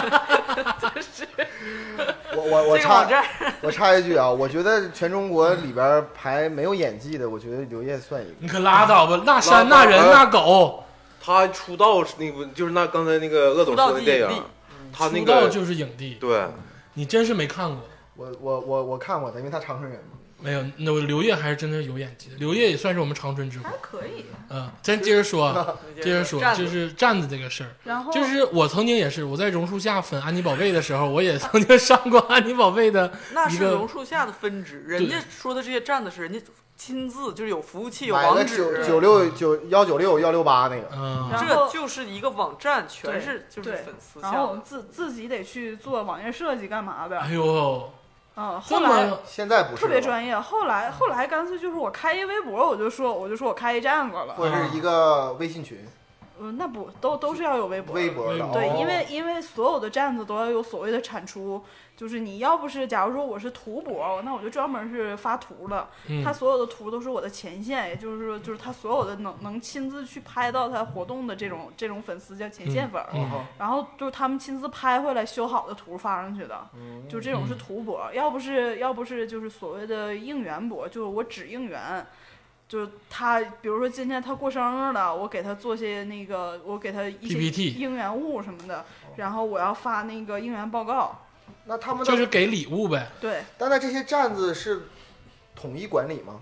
就是
我 我我
这个
插
网站
我插一句啊，我觉得全中国里边儿排没有演技的，我觉得刘烨算一个。
你可拉倒吧，那山那
拉倒
人
哎
那狗，
他出道是那部就是那刚才那个鄂总
出道
说的
即
电
影帝
影，他啊那
出道
个
就是影帝，
对
你真是没看过。
我我我我看过他，因为他长春人嘛。
没有，那我刘烨还是真的有演技的。刘烨也算是我们长春之光
还。可以，
嗯，咱接着说 啊，接着说，
站着
就是站子这个事儿。
然后
就是我曾经也是，我在榕树下粉安妮宝贝的时候，我也曾经上过安妮宝贝的
那
一
是
个
榕树下的分支，人家说的这些站子是人家亲自就是有服务器有
买
网
了
址，
九九六九幺九六幺六八那个，
嗯
然后
这就是一个网站，全是就是
对
粉丝
然后我
向
们。自自己得去做网页设计干嘛的，
哎呦，
嗯，后
这
来
么
现在不是
特别
了
专业，后来后来干脆就是我开一微博，我就说我就说我开一站过了，
或
啊
者是一个微信群、
嗯，那不都都是要有微博的，
微博的。
对
哦，
因为因为所有的站子都要有所谓的产出，就是你要不是假如说我是图博，那我就专门是发图的，
嗯
他所有的图都是我的前线，也就是说就是他所有的能能亲自去拍到他活动的这种这种粉丝叫前线粉儿，
哦
嗯
然后就是他们亲自拍回来修好的图发上去的，就这种是图博，要不是要不是就是所谓的应援博，就是我只应援。就是他，比如说今天他过生日了，我给他做些那个，我给他一些
PPT
应援物什么的，然后我要发那个应援报告。
那他们的
就是给礼物呗。
对，
但那这些站子是统一管理吗？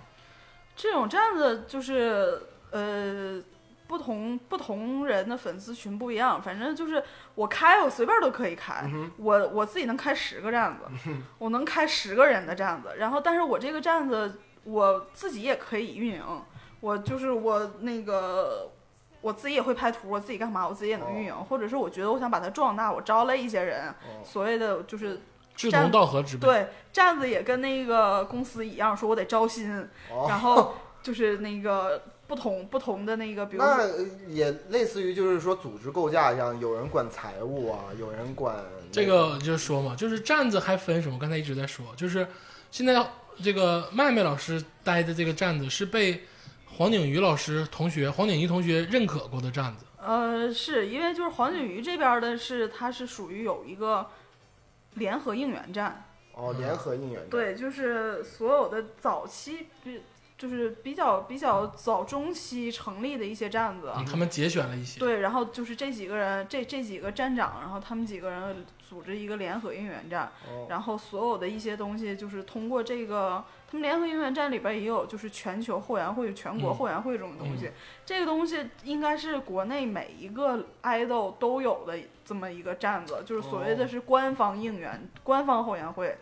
这种站子就是呃，不同不同人的粉丝群不一样，反正就是我开我随便都可以开，我我自己能开十个站子，我能开十个人的站子，然后但是我这个站子我自己也可以运营，我就是我那个。我自己也会拍图，我自己干嘛，我自己也能运营，或者是我觉得我想把它壮大，我招来一些人，
哦
所谓的就是
志
站
同道合之辈。
对，站子也跟那个公司一样，说我得招新，
哦
然后就是那个不同不同的那个，比如
那
说
呃也类似于就是说组织构架一样，有人管财务啊，有人管
这个就说嘛，就是站子还分什么？刚才一直在说，就是现在这个麦麦老师待的这个站子是被黄景瑜老师同学、黄景瑜同学认可过的站子。
呃，是因为就是黄景瑜这边的是，它是属于有一个联合应援站，
哦，联合应援。，
对，就是所有的早期比就是比较比较早中期成立的一些站子，
嗯，他们节选了一些。
啊对，然后就是这几个人，这这几个站长，然后他们几个人组织一个联合应援站，
哦
然后所有的一些东西就是通过这个，他们联合应援站里边也有就是全球后援会、全国
嗯
后援会这种东西，这个东西应该是国内每一个 idol 都有的这么一个站子，就是所谓的
哦
是官方应援、官方后援会。
哦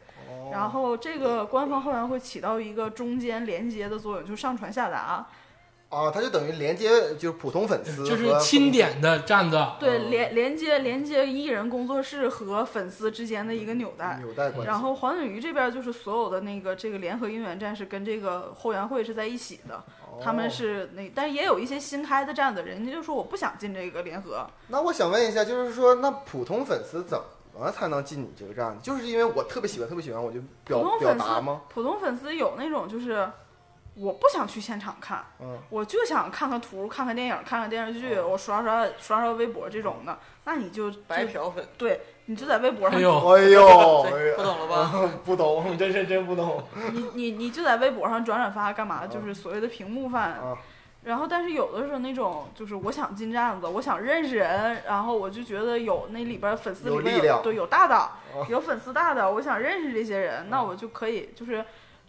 然后这个官方后援会起到一个中间连接的作用，就上传下达。
啊，它就等于连接就是普通粉丝，
就是钦。点的站子，
对，连连接连接艺人工作室和粉丝之间的一个纽带。
纽带关系，
然后黄景瑜这边就是所有的那个这个联合应援站是跟这个后援会是在一起的，
哦
他们是那，但也有一些新开的站子，人家就说我不想进这个联合，
那我想问一下，就是说，那普通粉丝怎么才能进你这个站？就是因为我特别喜欢，特别喜欢，我就
普
表
通
表
粉丝
达吗？
普通粉丝有那种就是。我不想去现场看，
嗯
我就想看看图、看看电影、看看电视剧，
哦
我刷刷刷刷微博这种的。那你就
白
就
嫖粉，
对，你就在微博上
哎呦，
哎呦，哎
对，不
呀
懂了吧？
不懂，真是真不懂。
你你你就在微博上转转发干嘛？就是所谓的屏幕饭。
啊
然后，但是有的时候那种就是我想进站子，我想认识人，然后我就觉得有那里边粉丝
有
里边
力量啊
对有大大，有粉丝大大，我想认识这些人，那我就可以就是。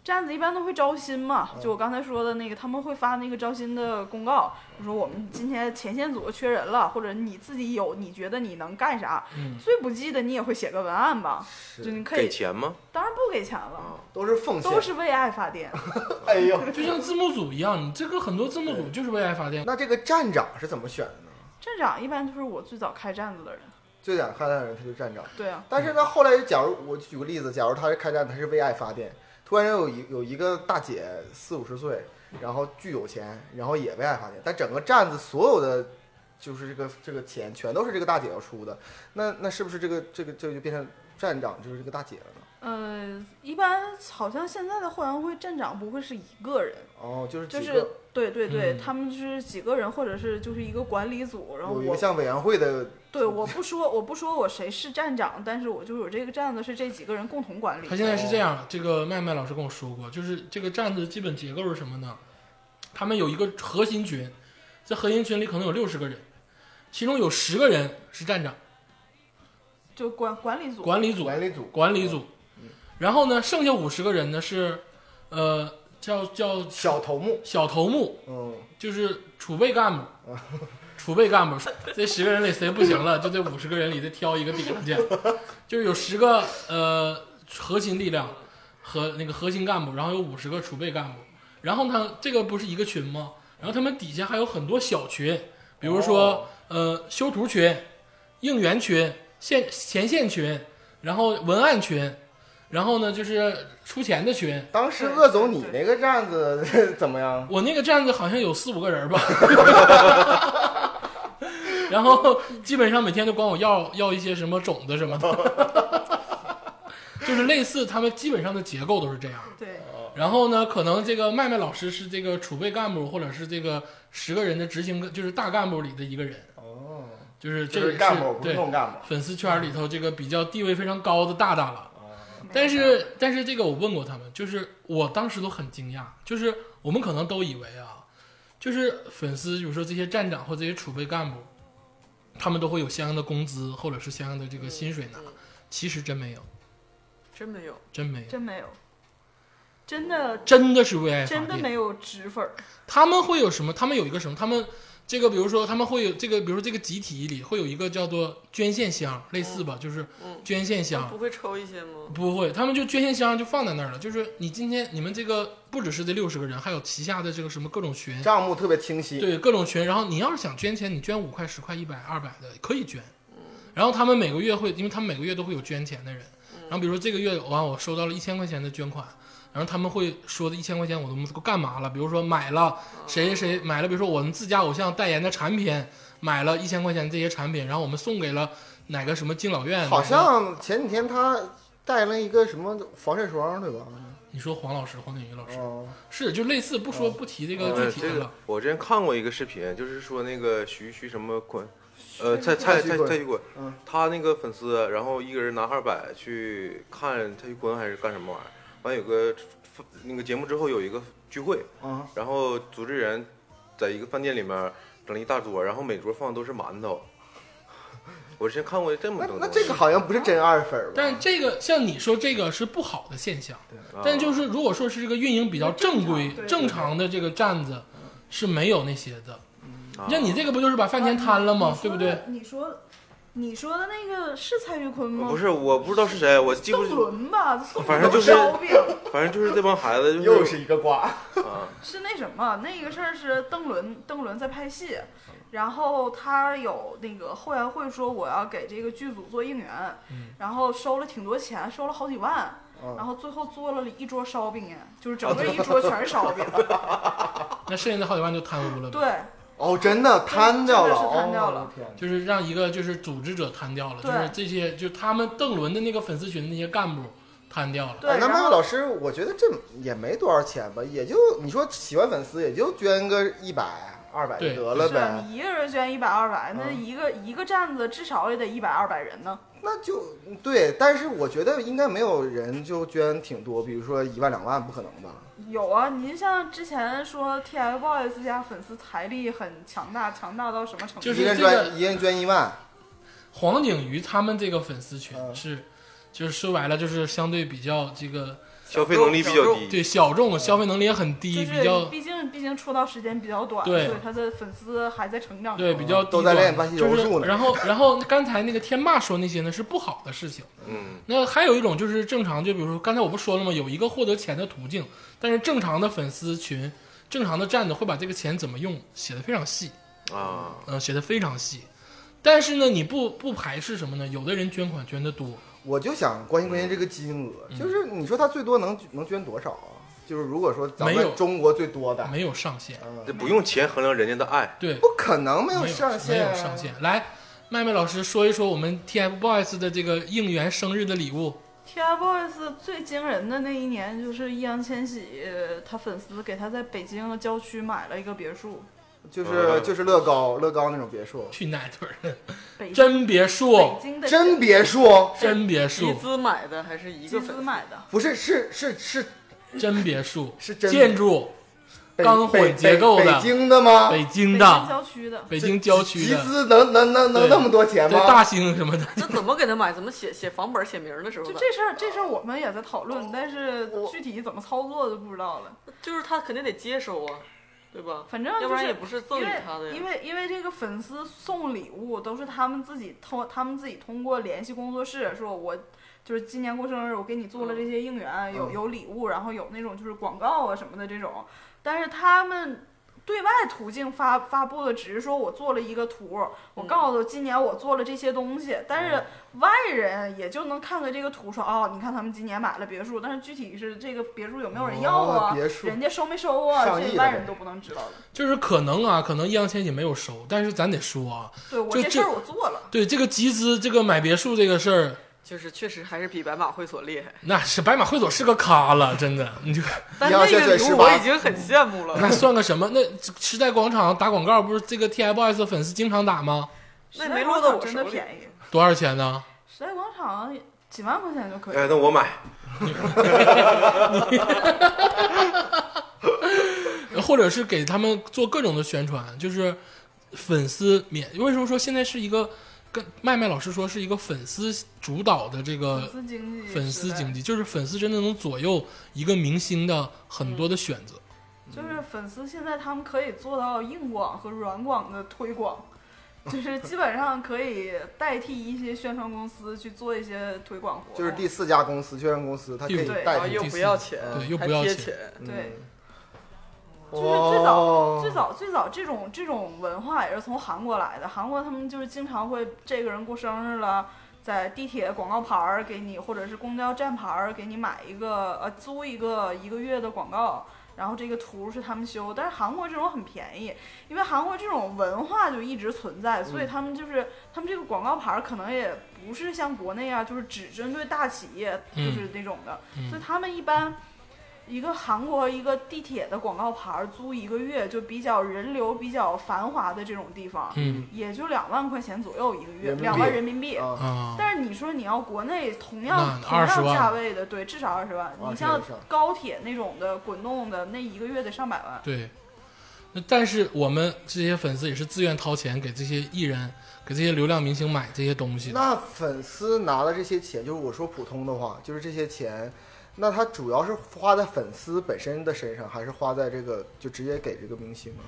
站子一般都会招新嘛，
啊
就我刚才说的那个，他们会发那个招新的公告，就说我们今天前线组缺人了，或者你自己有你觉得你能干啥，
嗯
最不济的你也会写个文案吧，就你可
给
以，
钱吗？
当然不给钱了，
都是奉献，
都是为爱发电。
哎呦。
就像字幕组一样，你这个很多字幕组就是为爱发电。
那这个站长是怎么选的呢？
站长一般就是我最早开站子的人，
最想看的人他就站长。
对啊，
但是呢，后来假如我举个例子，假如他是开站，他是为爱发电，突然有一有一个大姐四五十岁，然后巨有钱，然后也为爱发电，但整个站子所有的就是这个这个钱全都是这个大姐要出的，那那是不是这个这个这个就变成站长就是这个大姐了呢？
呃，一般好像现在的后援会站长不会是一个人，
哦，就是
就
几
是
个
对对对，
嗯
他们是几个人，或者是就是一个管理组，然后
有一个
我
像委员会的
对我不说我不说我谁是站长，但是我就有这个站子是这几个人共同管理
他。现在是这样，这个麦麦老师跟我说过，就是这个站子的基本结构是什么呢？他们有一个核心群，在核心群里可能有六十个人，其中有十个人是站长、
就管管理组，
管理组、
管理组，
管理组，然后呢，剩下五十个人呢是，呃，叫叫
小头目，
小头目，
嗯，
就是储备干部，储备干部，这十个人里谁不行了，就这五十个人里再挑一个顶上去，就是有十个呃核心力量和那个核心干部，然后有五十个储备干部，然后呢，这个不是一个群吗？然后他们底下还有很多小群，比如说、
哦
呃修图群、应援群、线前线群，然后文案群，然后呢就是出钱的群，
当时鄂
对
总
对
你那个站子 怎么样？
我那个站子好像有四五个人吧，然后基本上每天都管我要要一些什么种子什么的， 就是类似他们基本上的结构都是这样。
对，
然后呢，可能这个麦麦老师是这个储备干部，或者是这个十个人的执行，就是大干部里的一个人，
哦，
就是这
就
个
是干部，不是
对
弄干部。
粉丝圈里头这个比较地位非常高的大大了。
哦
但是但是这个我问过他们，就是我当时都很惊讶，就是我们可能都以为啊，就是粉丝，比如说这些站长或这些储备干部，他们都会有相应的工资或者是相应的这个薪水拿，
嗯
其实真没有，
真没有，
真没有，
真没有，真的
真的是为爱发
真的
电。
没有脂粉儿，
他们会有什么？他们有一个什么？他们这个，比如说他们会有这个，比如说这个集体里会有一个叫做捐献箱，类似吧，就是
嗯，
捐献箱。
不会抽一些吗？
不会，他们就捐献箱就放在那儿了。就是你今天你们这个不只是这六十个人，还有旗下的这个什么各种群，
账目特别清晰，
对各种群。然后你要是想捐钱，你捐五块、十块、一百、二百的可以捐。然后他们每个月会，因为他们每个月都会有捐钱的人。然后比如说这个月完，我收到了一千块钱的捐款，然后他们会说的一千块钱我都都干嘛了？比如说买
哦
了谁谁谁买了，比如说我们自家偶像代言的产品，买了一千块钱这些产品，然后我们送给了哪个什么敬老院？
好
哪个
像前几天他带了一个什么防晒霜，对吧？
你说黄老师、黄景瑜老师。
哦，
是，就类似不说不提这个
呃，
具体
这
的
个
了。
我之前看过一个视频，就是说那个徐徐什么滚，呃，蔡蔡
徐
蔡
坤
蔡徐坤
嗯，
他那个粉丝，然后一个人拿二百去看蔡徐坤还是干什么玩意儿，完有个那个节目之后有一个聚会，
嗯
啊，
然后组织人在一个饭店里面整了一大桌，然后每桌放的都是馒头。 我之前看过这么
那
多
那
东西，
这个好像不是真二粉儿吧？
哦
但这个像你说这个是不好的现象，
啊
但就是如果说是这个运营比较正规、
正常对
正常的这个站子
嗯
是没有那些的。
啊
像你这个不就是把饭钱摊了吗？对不对？
啊你说，你说的那个是蔡徐坤吗？
不，是我不知道是谁，我记不
邓
住，
伦吧？送
反正就是
烧饼，
反正就是这帮孩子
又
就是
一个瓜，
啊，
是那什么？那个事儿是邓伦，邓伦在拍戏，然后他有那个后援会说我要给这个剧组做应援，然后收了挺多钱，收了好几万。
嗯
然后最后做了一桌烧饼，就是整个一桌全是烧饼。
那剩下的好几万就贪污了呗，
对，
哦，真的摊掉了，
真的是摊掉了
哦我的天
就是让一个就是组织者贪掉了，就
对
是这些就他们邓伦的那个粉丝群的那些干部贪掉了。
对
哎那
然
麦
后
麦老师，我觉得这也没多少钱吧，也就你说喜欢粉丝也就捐个一百、二百
对
得了
是啊
呗，
你一个人捐一百二百，那
嗯
一个、一个站子至少也得一百二百人呢。
那就对。但是我觉得应该没有人就捐挺多，比如说一万两万，不可能吧？
有啊，您像之前说 TFBOYS 家粉丝财力很强大，强大到什么程度？
就是
一人
这个
捐一人捐一万，
黄景瑜他们这个粉丝群
嗯
是，就是说白了就是相对比较这个
消费能力比较低，
对小众，消费能力也很低，
就
比较
是毕竟毕竟出道时间比较短，所
对
以他的粉丝还在成长。
对，比较低
都在
端
练巴西柔术
就是
呢
然后，然后刚才那个天霸说那些呢是不好的事情。
嗯，
那还有一种就是正常，就比如说刚才我不说了吗？有一个获得钱的途径，但是正常的粉丝群、正常的站子会把这个钱怎么用写的非常细，
啊，
嗯、写的非常细。但是呢，你不不排斥什么呢？有的人捐款捐的多，嗯
我就想关心关心这个金额，就是你说他最多能能捐多少啊？就是如果说咱
没有
们中国最多的，
没有上限，
这不用钱衡量人家的爱，
对，
嗯不可能没有
没
上
没
限、
有
啊，
上限。来，麦麦老师说一说我们 TFBOYS 的这个应援生日的礼物，
TFBOYS 最惊人的那一年，就是易烊千玺，呃他粉丝给他在北京郊区买了一个别墅，
呃
就是
嗯
就是乐高乐高那种别墅，
去奶屯儿，
北
真哦别
北
墅，
京的
真别墅，
真别
集
墅，
资买的还是一
集
个
资
粉丝？
买的，
不是是是是
真别墅
是真
建筑，
北
钢
北
混结构
北
的
北京的吗？
北京
北京
的，
郊区的，
北京郊区
集
的，
资能能能能
对
那么多钱
在
吗？
大兴什么的，
这怎么给他买？怎么写写房本、写名儿的时候
就
呢？
这事儿，这事儿我们也在讨论，但是具体怎么操作就不知道了。
就是他肯定得接收啊，对吧？
反正、就是、
要不然也不是赠
因
予
为
他的呀。
因为因为这个粉丝送礼物都是他们自己通，他们自己通过联系工作室说，我就是今年过生日，我给你做了这些应援，
嗯
有有礼物，然后有那种就是广告啊什么的这种。但是他们对外途径发发布的只是说我做了一个图，
嗯
我告诉今年我做了这些东西，但是外人也就能看看这个图说，哦，你看他们今年买了别墅，但是具体是这个别墅有没有人要
哦
啊，
别墅
人家收没收啊，
上亿
这
了
外
呗
人都不能知道的。
就是可能啊，可能易烊千玺没有收，但是咱得说啊，
对我
就
这
这
事儿我做了。
对这个集资，这个买别墅这个事儿，
就是确实还是比白马会所厉害，
那是白马会所是个咖了， 真的，你就
但
你要
那
现在
个礼
18
物我已经很羡慕
那
了。
算个什么？那时代广场打广告不是这个 TFBOYS 粉丝经常打吗？
那没落到我
真的
手里
便宜，
多少钱呢？
时代广场几万块钱就可以。
呃
哎，那我买，
或者是给他们做各种的宣传，就是粉丝免。为什么说现在是一个跟麦麦老师说是一个粉丝主导的这
粉
个
丝经
嗯
济，
粉丝经，济？就是粉丝真的能左右一个明星的很
嗯
多的选择。
就是粉丝现在他们可以做到硬广和软广的推广，就是基本上可以代替一些宣传公司去做一些推广活动。
就是第四家公司，券商公司，它可以
对
然
代
后
理。
又不要钱，
对又
还
不要
贴
钱
钱，
对，就是最早、
哦，
最早最早这种这种文化也是从韩国来的，韩国他们就是经常会这个人过生日了，在地铁广告牌儿给你，或者是公交站牌儿给你买一个呃租一个一个月的广告。然后这个图是他们修，但是韩国这种很便宜，因为韩国这种文化就一直存在，
嗯
所以他们就是他们这个广告牌儿可能也不是像国内啊，就是只针对大企业，就
嗯
是那种的，
嗯
所以，他们一般一个韩国一个地铁的广告牌儿租一个月，就比较人流比较繁华的这种地方，
嗯
也就两万块钱左右一个月，
人民币
两万人民币。
啊，
啊，
但是你说你要国内同样
那
同
20
样
万
价位的，对，至少二十万。
20
你像
以上
高铁那种的滚动的，那一个月得上百万。
对。那但是我们这些粉丝也是自愿掏钱给这些艺人、给这些流量明星买这些东西的。
那粉丝拿了这些钱，就是我说普通的话，就是这些钱，那他主要是花在粉丝本身的身上，还是花在这个就直接给这个明星啊？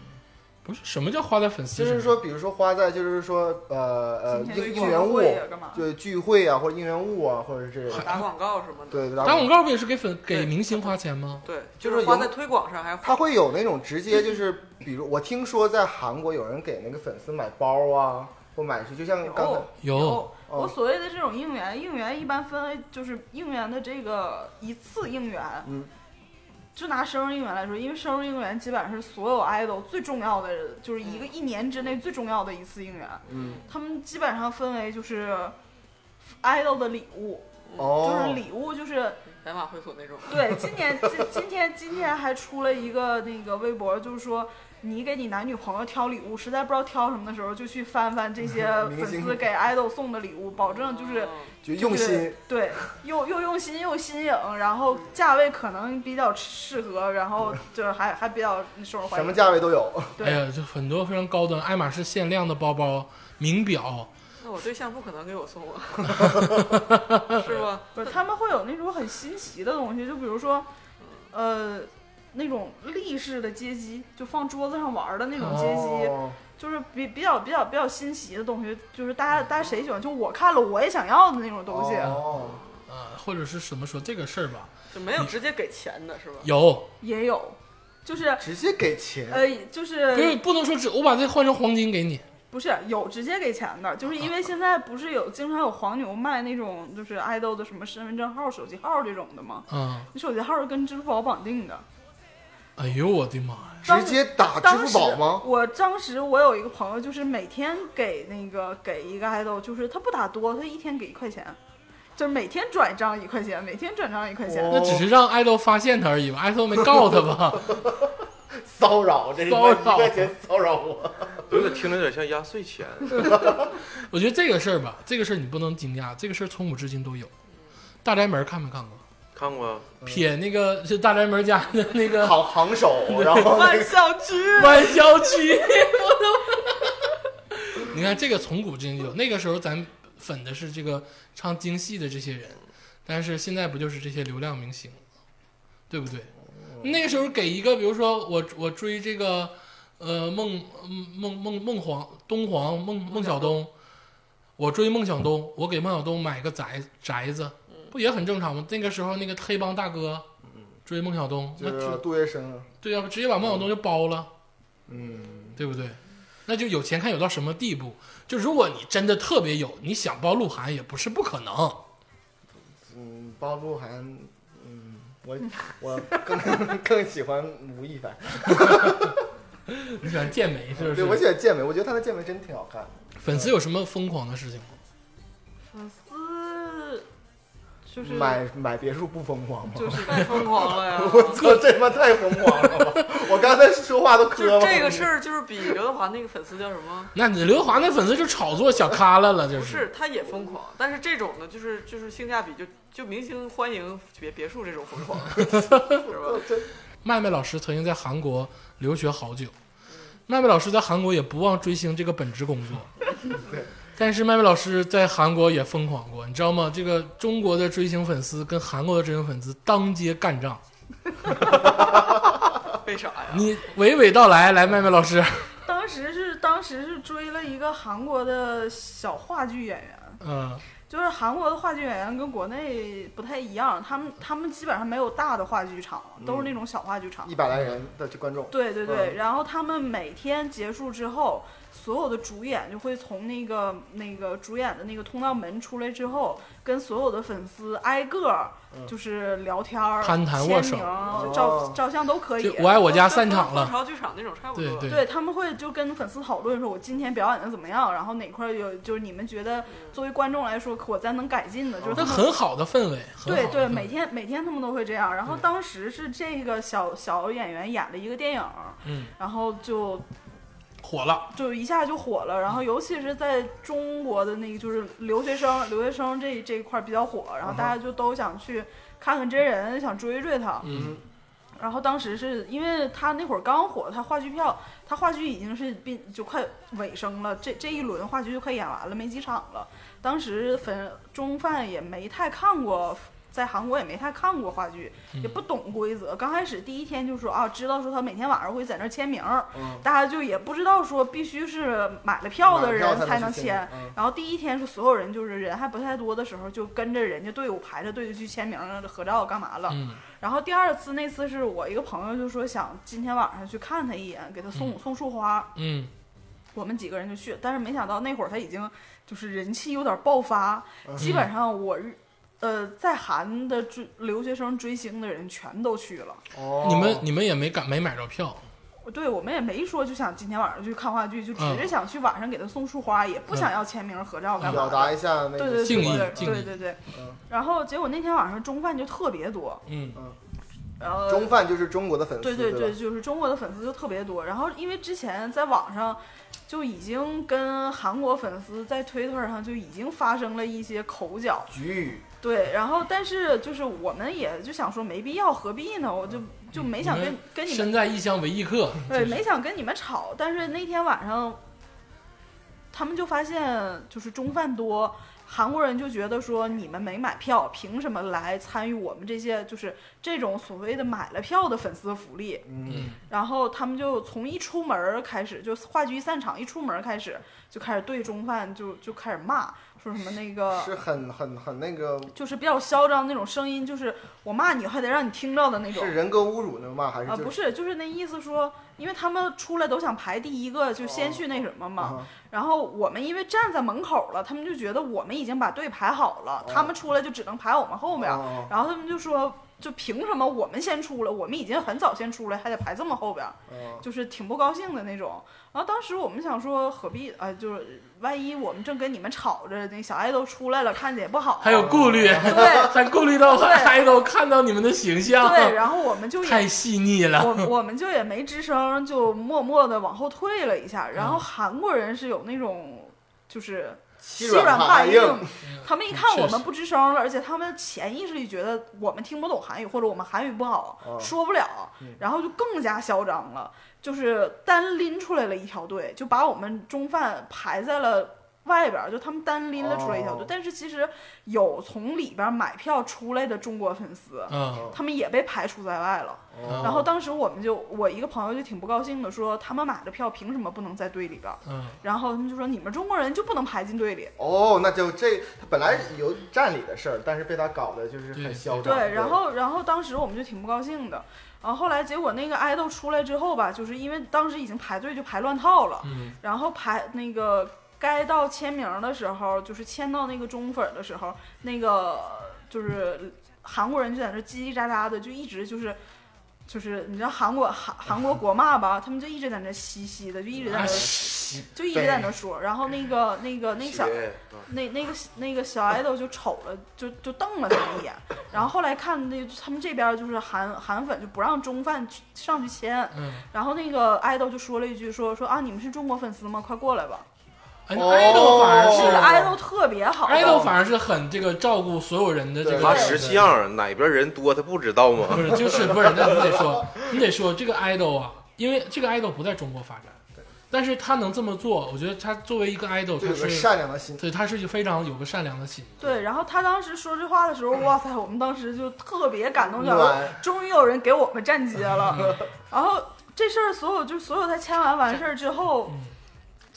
不是什么叫花在粉丝
就
身上？
是说，比如说花在就是说呃呃
今
应
天
应援物，
会啊干嘛？
对聚会啊，或者应援物啊，或者是
打广告什么的。
对
打广告不也是给粉给明星花钱吗？
对，
就
就是是花
有
在推广上，还
他会有那种直接就是，比如我听说在韩国有人给那个粉丝买包啊，或买是就像刚才
有
有，
哦
我所谓的这种应援，应援一般分为就是应援的这个一次应援，
嗯
就拿生日应援来说，因为生日应援基本上是所有 idol 最重要的，就是一个一年之内最重要的一次应援。
嗯
他们基本上分为就是 idol 的礼物，就是
哦
礼物就是
白马会所那种。
对，今年今今天今天还出了一个那个微博，就是说你给你男女朋友挑礼物，实在不知道挑什么的时候，就去翻翻这些
明
粉
星
丝给 idol 送的礼物，保证就是
哦。
就用
就是
心，
对，又又用心又新颖，然后价位可能比较适合，然 后就是还还比较受人欢
什
迎。
么价位都有。
对
哎呀，就很多非常高端，爱马仕限量的包包、名表，
那我对象不可能给我送 啊，是吧？
不是，他们会有那种很新奇的东西，就比如说，呃，那种立式的街机，就放桌子上玩儿的那种街机，
哦
就是比比较比较比较新奇的东西，就是大家大家谁喜欢，就我看了我也想要的那种东西，
嗯哦，
啊，或者是什么说这个事儿吧，
就没有直接给钱的是吧？
有，
也有，就是
直接给钱，
呃，就是
不是不能说只我把这换成黄金给你，
不是有直接给钱的，就是因为现在不是有经常有黄牛卖那种就是爱豆的什么身份证号、手机号这种的吗？
嗯，
你手机号是跟支付宝绑定的，
哎呦我的妈呀！
当
直接打啊支付宝
当
吗
时？我当时我有一个朋友，就是每天给那个给一个爱豆，就是他不打多，他一天给一块钱，就是每天转账一块钱，每天转账一块钱。
哦
那只是让爱豆发现他而已吧，爱豆没告他吧？
骚扰，这是
骚扰
一块钱骚扰我。
有点听着有点像压岁钱。
我觉得这个事儿吧，这个事儿你不能惊讶，这个事儿从古至今都有。大宅门看没看过？
看过啊，
撇那个就大宅门家的那个
行行手，然后那
万
个
象居，
弯小曲，我 的妈！你看这个从古至今就有，那个时候咱粉的是这个唱京戏的这些人，但是现在不就是这些流量明星，对不对？那个时候给一个，比如说我我追这个，呃孟孟孟孟皇东皇孟孟小冬，我追孟小冬，我给孟小冬买个宅宅子，不也很正常吗？那个时候那个黑帮大哥追孟小冬，那
嗯就是
直
杜月笙，
对呀、直接把孟小冬就包了。
嗯，
对不对？那就有钱看有到什么地步。就如果你真的特别有，你想包鹿晗也不是不可能。
嗯，包鹿晗，嗯，我我更更喜欢吴亦凡，
你喜欢健美是不
对我
是？
喜欢健美，我觉得他的健美真挺好看。
粉丝有什么疯狂的事情吗？
粉丝就是
买买别墅不疯狂吗？
就是太疯狂了 呀！
我操，这他妈太疯狂了吧！我刚才说话都磕
就
巴。
这个事儿，就是比刘德华那个粉丝叫什么？
那你刘德华那粉丝就炒作小咖了了，就
不
是。
是，他也疯狂，但是这种呢，就是就是性价比就就明星欢迎别别墅这种疯 狂，是吧？
真
麦麦老师曾经在韩国留学好久，麦麦老师在韩国也不忘追星这个本职工 作。但是麦麦老师在韩国也疯狂过，你知道吗？这个中国的追星粉丝跟韩国的追星粉丝当街干仗。
为啥呀？
你娓娓道来，来，麦麦老师。
当时是当时是追了一个韩国的小话剧演员，
嗯
就是韩国的话剧演员跟国内不太一样，他们他们基本上没有大的话剧场，都是那种小话剧场。
嗯一嗯百来人的这观众，
对对对，然后他们每天结束之后，所有的主演就会从那个那个主演的那个通道门出来之后，跟所有的粉丝挨个儿就是聊天儿、
攀谈握手
签名
嗯哦
照照相都可以哦
就。我爱我家
跟
散场
蜂
了，
巢剧场那种差不多。
对对
对他们会就跟粉丝讨论说，我今天表演的怎么样，然后哪块儿有就是你们觉得作为观众来说，我在能改进的，就是他
那
们
哦很好的氛围，很好
对
的氛
对，
围
每天每天他们都会这样。然后当时是这个小小演员演了一个电影，
嗯，
然后就
火了，
就一下就火了。然后尤其是在中国的那个就是留学生留学生这这一块比较火，然后大家就都想去看看真人，想追追他。
嗯，
然后当时是因为他那会儿刚火，他话剧票，他话剧已经是并就快尾声了，这这一轮话剧就快演完了，没几场了。当时粉中饭也没太看过，在韩国也没太看过话剧，也不懂规则。刚开始第一天就说啊，知道说他每天晚上会在那儿签名儿，
嗯，
大家就也不知道说必须是买了票的人
才
能
去
签。
嗯
然后第一天是所有人就是人还不太多的时候，就跟着人家队伍排着队就去签名儿、合照干嘛了。
嗯，
然后第二次那次是我一个朋友就说想今天晚上去看他一眼，给他送、送束花，
嗯，
我们几个人就去，但是没想到那会儿他已经就是人气有点爆发，
嗯
基本上我日。呃，在韩的追留学生追星的人全都去了，
哦，
你们你们也没敢没买着票，
对我们也没说就想今天晚上去看话剧，就只是
嗯
想去晚上给他送束花，也不想要签名合照干嘛
哦表
的。
达一下那个
对对
敬意
对
敬意
对对对
嗯。
然后结果那天晚上中饭就特别多，
嗯
然后
中饭就是中国的粉丝，
对
对
对，就是中国的粉丝就特别多。然后因为之前在网上就已经跟韩国粉丝在 Twitter 上就已经发生了一些口角，
局语，
对。然后但是就是我们也就想说没必要，何必呢？我就就没想
你
跟
们
跟你
身
们
在异乡为异客，
对
真是
没想跟你们吵。但是那天晚上，他们就发现就是中饭多。韩国人就觉得说你们没买票，凭什么来参与我们这些就是这种所谓的买了票的粉丝福利？
嗯，
嗯，
然后他们就从一出门儿开始，就话剧一散场一出门儿开始，就开始对中饭就就开始骂，说什么那个
是很很很那个，
就是比较嚣张那种声音，就是我骂你还得让你听到的那种
啊是人格侮辱的吗？还是
啊，
就
不是，就是那意思说因为他们出来都想排第一个，就先去那什么嘛。
哦啊
然后我们因为站在门口了，他们就觉得我们已经把队排好了，他们出来就只能排我们后面。啊
哦
然后他们就说，就凭什么我们先出来？我们已经很早先出来，还得排这么后边儿，
嗯
就是挺不高兴的那种。然后当时我们想说，何必啊、就是万一我们正跟你们吵着，那小爱豆出来了，看着也不好。
还有顾虑，
对
还顾虑到
哦对
idol 看到你们的形象，
对，然后我们就也
太细腻了。
我我们就也没吱声，就默默的往后退了一下。然后韩国人是有那种就是
欺
欺
软
软
怕
怕
硬
硬，他们一看我们不吱声了，而且他们潜意识里觉得我们听不懂韩语或者我们韩语不好，
哦
说不了，然后就更加嚣张了，就是单拎出来了一条队，就把我们中饭排在了。外边儿就他们单拎了出来一条队，
哦
但是其实有从里边儿买票出来的中国粉丝，
嗯，
他们也被排除在外了。
哦
然后当时我们就，我一个朋友就挺不高兴的，说他们买的票凭什么不能在队里边儿？
嗯，
然后他们就说你们中国人就不能排进队里。
哦，那就这他本来有占理的事儿，但是被他搞的就是
对
很嚣张。
对，然后然后当时我们就挺不高兴的。然后后来结果那个爱豆出来之后吧，就是因为当时已经排队就排乱套了，
嗯
然后排那个该到签名的时候，就是签到那个中粉的时候，那个就是韩国人就在那叽叽喳喳的，就一直就是。就是你知道韩国韩韩国国骂吧，他们就一直在那嘻嘻的，就一直在
啊
那
西
就一直在那说。然后那个那个那个小
学啊
那那个那个小爱豆就瞅了，就就瞪了他们一眼。然后后来看那他们这边就是韩韩粉就不让中饭去上去签，
嗯，
然后那个爱豆就说了一句说说啊你们是中国粉丝吗？快过来吧。
哎
哦
idol 反而
哦
这个
是
爱豆特别好
idol 反而是很这个照顾所有人的这个
对
他识相儿，哪边人多他不知道
不
吗？
是，就是不是，那你得说， 你得说这个 idol 啊，因为这个 idol 不在中国发展，但是他能这么做，我觉得他作为一个 idol，
就
他
有个
是
善良的心，
对，他是非常有个善良的心。
对，然后他当时说这话的时候，哇塞，我们当时就特别感动，想说
暖
终于有人给我们站街了。然后这事儿所有就所有他签完完事儿之后，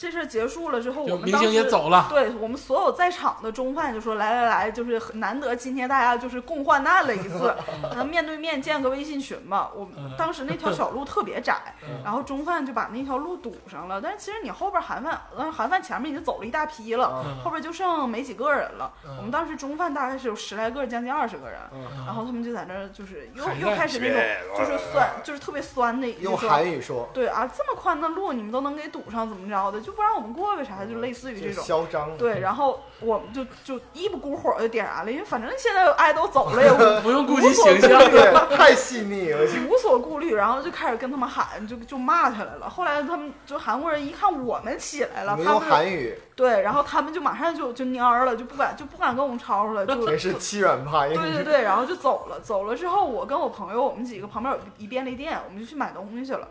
这事儿结束了之后，
就
我们
明
当
星
时
也走了，
对我们所有在场的中饭就说来来来，就是很难得今天大家就是共患难了 一次，咱面对面建个微信群嘛。我
嗯
当时那条小路特别窄，然后中饭就把那条路堵上了。但是其实你后边韩饭，呃韩饭前面已经走了一大批了，
嗯
后边就剩没几个人了。
嗯
我们当时中饭大概是有十来个，将近二十个人。
嗯
然后他们就在那儿，就是又
还在
又开始那种，
学
嗯
就是酸，就是特别酸的一
用
个
韩语说，
对啊，这么宽的路你们都能给堵上，怎么着的？就不让我们过呗，啥就类似于
嗯就
这种。
嚣张。
对，然后我们就就一不顾火就点燃了，因为反正现在爱豆走了 也 无
不用顾及形象。
对，太细腻了。
无所顾虑，然后就开始跟他们喊，就就骂起来了。后来他们就韩国人一看我们起来了，
我们
他
用
们
韩语
对，然后他们就马上就就蔫儿了，就不敢就不敢跟我们吵吵了，就
真是欺软怕硬。
对对对，然后就走了。走了之后，我跟我朋友，我们几个旁边有一便利店，我们就去买东西去了。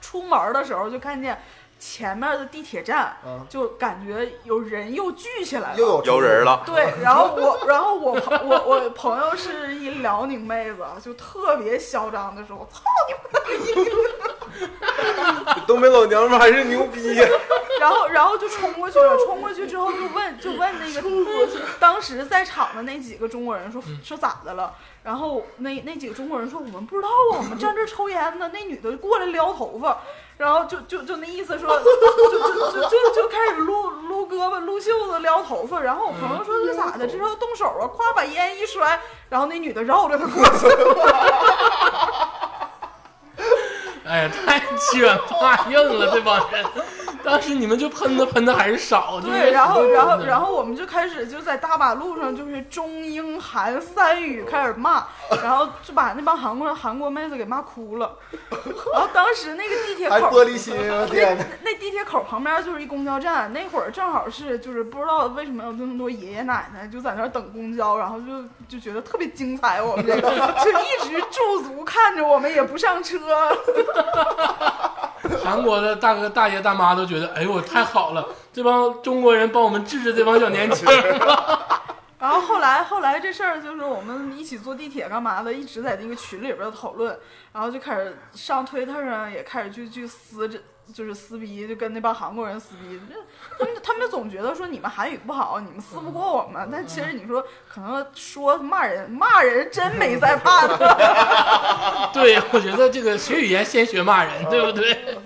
出门的时候就看见前面的地铁站，
嗯
就感觉有人又聚起来了，
又有
摇人 了，
对，然后我，然后我朋我我朋友是一辽宁妹子，就特别嚣张的说：“我操你妈
东北老娘们还是牛逼呀！！”
然后然后就冲过去了，冲过去之后就问就问那个当时在场的那几个中国人说说咋的了？然后那那几个中国人说我们不知道啊，我们站这儿抽烟呢。那女的就过来撩头发，然后就就就那意思说 就就就就就就开始撸撸胳膊、撸袖子、撩头发。然后我朋友说这咋的？这要动手啊！夸把烟一摔，然后那女的绕着他过去。
哎呀，太欺软怕硬了，这帮人。 当时你们就喷的喷的还是少，就
对，
是
然后然后然
后
后我们就开始就在大马路上，就是中英韩三语开始骂， 然后就把那帮韩国韩国妹子给骂哭了。然后当时那个地铁
还
口
玻璃心，我天哪！
那地铁口旁边就是一公交站，那会儿正好是就是不知道为什么有那么多爷爷奶奶就在那儿等公交，然后就就觉得特别精彩，我们这个 就一直驻足看着我们也不上车。
韩国的大哥大爷大妈都觉得，哎呦，我太好了，这帮中国人帮我们治治这帮小年轻。
然后后来后来这事儿就是我们一起坐地铁干嘛的，一直在那个群里边儿讨论，然后就开始上推特上也开始去去撕这就是撕逼，就跟那帮韩国人撕逼，就他们他们总觉得说你们韩语不好，你们撕不过我们。但其实你说可能说骂人骂人真没在怕的，
对，我觉得这个学语言先学骂人，对不对？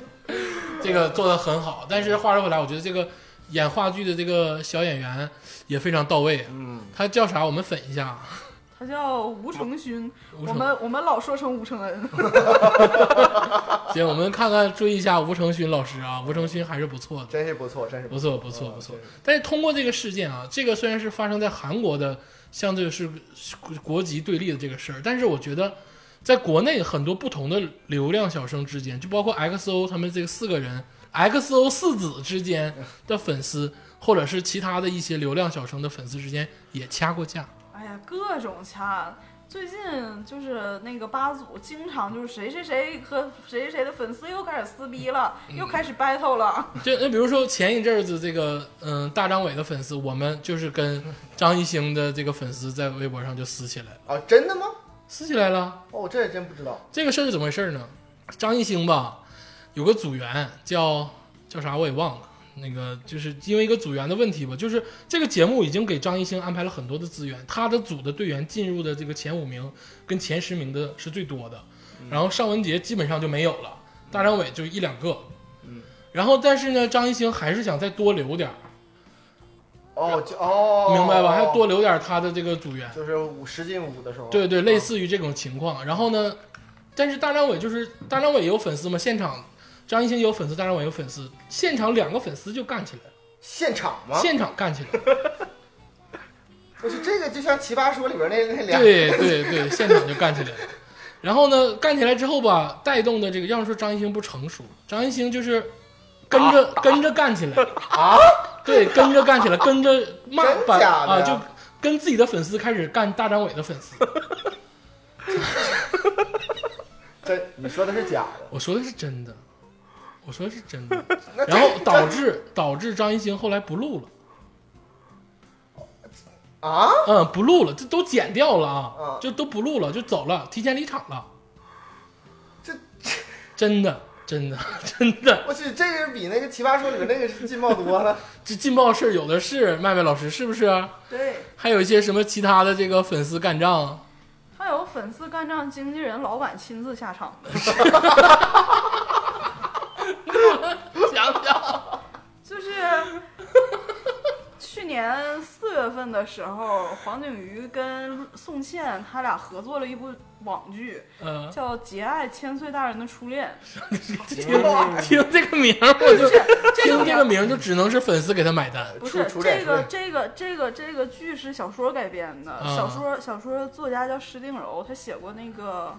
这个做的很好，但是话说回来，我觉得这个演话剧的这个小演员也非常到位。
嗯，
他叫啥？我们粉一下。 啊
他叫吴承勋，
吴
我
承
们我们老说成吴承恩。
行，我们看看追一下吴承勋老师啊，吴承勋还是不错的，
真是不错，真是
不错，不错，不错
嗯。
但是通过这个事件啊，这个虽然是发生在韩国的，像这个是国籍对立的这个事儿，但是我觉得在国内很多不同的流量小生之间，就包括 XO 他们这四个人，XO 四子之间的粉丝，或者是其他的一些流量小生的粉丝之间也掐过架。
哎呀，各种掐。最近就是那个八组，经常就是谁谁谁和谁谁谁的粉丝又开始撕逼了，又开始 battle 了。
就那比如说前一阵子这个嗯大张伟的粉丝，我们就是跟张艺兴的这个粉丝在微博上就撕起来了，
啊，真的吗？
撕起来了。
哦，这还真不知道。
这个事儿是怎么回事呢？张艺兴吧，有个组员叫叫啥我也忘了，那个就是因为一个组员的问题吧，就是这个节目已经给张艺兴安排了很多的资源，他的组的队员进入的这个前五名跟前十名的是最多的，
嗯
然后尚雯婕基本上就没有了，大张伟就一两个，
嗯，
然后但是呢，张艺兴还是想再多留点儿。
哦，就哦，
明白吧？还多留点他的这个组员，
就是五十进五的时候，
对对，类似于这种情况。然后呢，但是大张伟就是大张伟也有粉丝嘛，现场张艺兴也有粉丝，大张伟有粉丝，现场两个粉丝就干起来了，
哦现场吗？
现场干起来了，
不是这个，就像《奇葩说》里边那那俩，
对对对，现场就干起来了。然后呢，干起来之后吧，带动的这个要说张艺兴不成熟，张艺兴就是跟着、跟着干起来
啊，
对，跟着干起来，跟着骂
真
把
假的
啊，
呀
就跟自己的粉丝开始干大张伟的粉丝。
这你说的是假的。
我说的是真的，我说的是真的。
那
然后
这
导致导致张艺兴后来不录了，
啊，
嗯，不录了，这都剪掉了啊
啊，
就都不录了，就走了，提前离场了。
这
真的，真的，真的，
我去，这个比那个《奇葩说》里边那个是劲爆 多了。
这劲爆事儿有的是，麦麦老师是不是？
对，
还有一些什么其他的这个粉丝干仗，
还有粉丝干仗，经纪人老板亲自下场的。
想想，
就是 去年四月份的时候，黄景瑜跟宋茜他俩合作了一部网剧，
嗯、
叫《节爱千岁大人的初恋
听听这个名儿，我就》。听这个名儿就只能是粉丝给他买单。
不是
出出
这
点
个
事
这个这个这个剧是小说改编的，
啊
小说小说作家叫施定柔，他写过那个《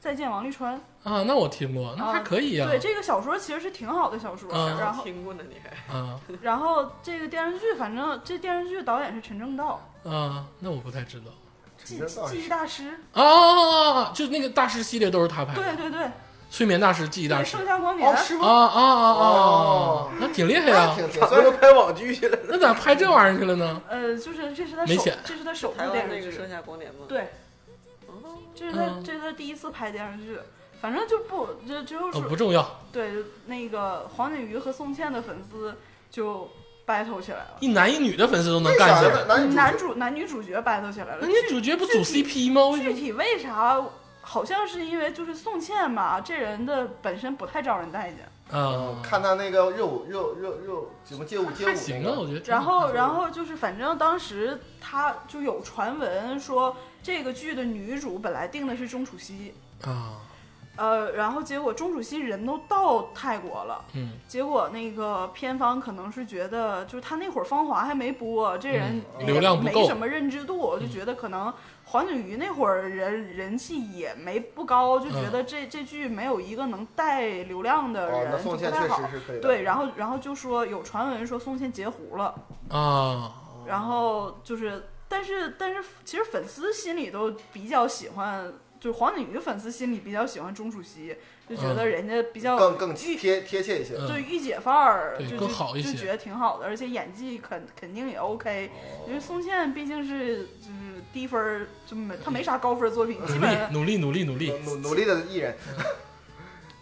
再见王沥川》。
啊，那我听过，那还可以哎啊呀、
对，这个小说其实是挺好的小说，
啊
然后
听过呢，你还
啊
然后这个电视剧，反正这电视剧导演是陈正道，
啊，那我不太知道
记
陈正道
记忆大师。
嗯啊，就那个大师系列都是他拍的，
对对对，
催眠大师、记忆大
对，
师。
盛夏光年
哦，。是
啊
吗？
啊啊啊
哦
啊！那挺厉害
那
呀，
挺挺
咋
算
都
是
拍网剧去了？
那咋拍这玩意儿去了呢？
呃，就是这是他
没
首
钱，
这是他首部
台
电
湾那
视
个《盛
剧，
夏光年》吗？，
对，这是他、
嗯
这是他第一次拍电视剧，反正就不就就是、
哦，不重要，
对那个黄景瑜和宋茜的粉丝就 battle 起来了，
一男一女的粉丝都能
为
干
啥
起
呢？
来。
男女
男主男女主角 battle 起来了
那，女主角不组 CP 吗？为什
具
么？
体为啥？好像是因为就是宋茜吧，这人的本身不太招人待见，
啊，
看他那个热舞热热热什么街舞街舞
还行啊，我觉得挺好看的。
然后，然后就是，反正当时他就有传闻说，这个剧的女主本来定的是钟楚曦，
啊，
呃，然后结果钟楚曦人都到泰国了，
嗯，
结果那个片方可能是觉得，就是他那会儿《芳华》还没播，这人
嗯
也
流量不够嗯
没什么认知度，我就觉得可能黄景瑜那会儿人人气也没不高，
嗯
就觉得这、这剧没有一个能带流量的
哦，那
人，就
宋
不
茜
太
确
好
实。是可以的。
对，然后然后就说有传闻说宋茜截胡了。
啊，
然后就是，但是但是，其实粉丝心里都比较喜欢，就是黄景瑜的粉丝心里比较喜欢钟楚曦，就觉得人家比较
更更贴贴切一些。
就
嗯，
御姐范儿，
对
就
更
就
好一些
就觉得挺好的，而且演技肯肯定也 OK。因为宋茜毕竟是就是低分儿，就没她没啥高分儿作品，基
努
本
力，努力，努力，努力
努努努力的艺人，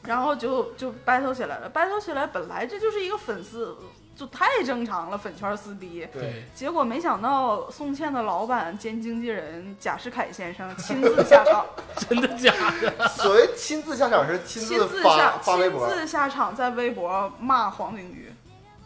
然后就就 battle 起来了，battle 起来本来这就是一个粉丝，就太正常了，粉圈撕逼。
对，
结果没想到宋茜的老板兼经纪人贾士凯先生亲自下场，
真的假的？
所谓亲自下场是 亲
亲
自
自
发
下
发微博
亲自下场在微博骂黄景瑜，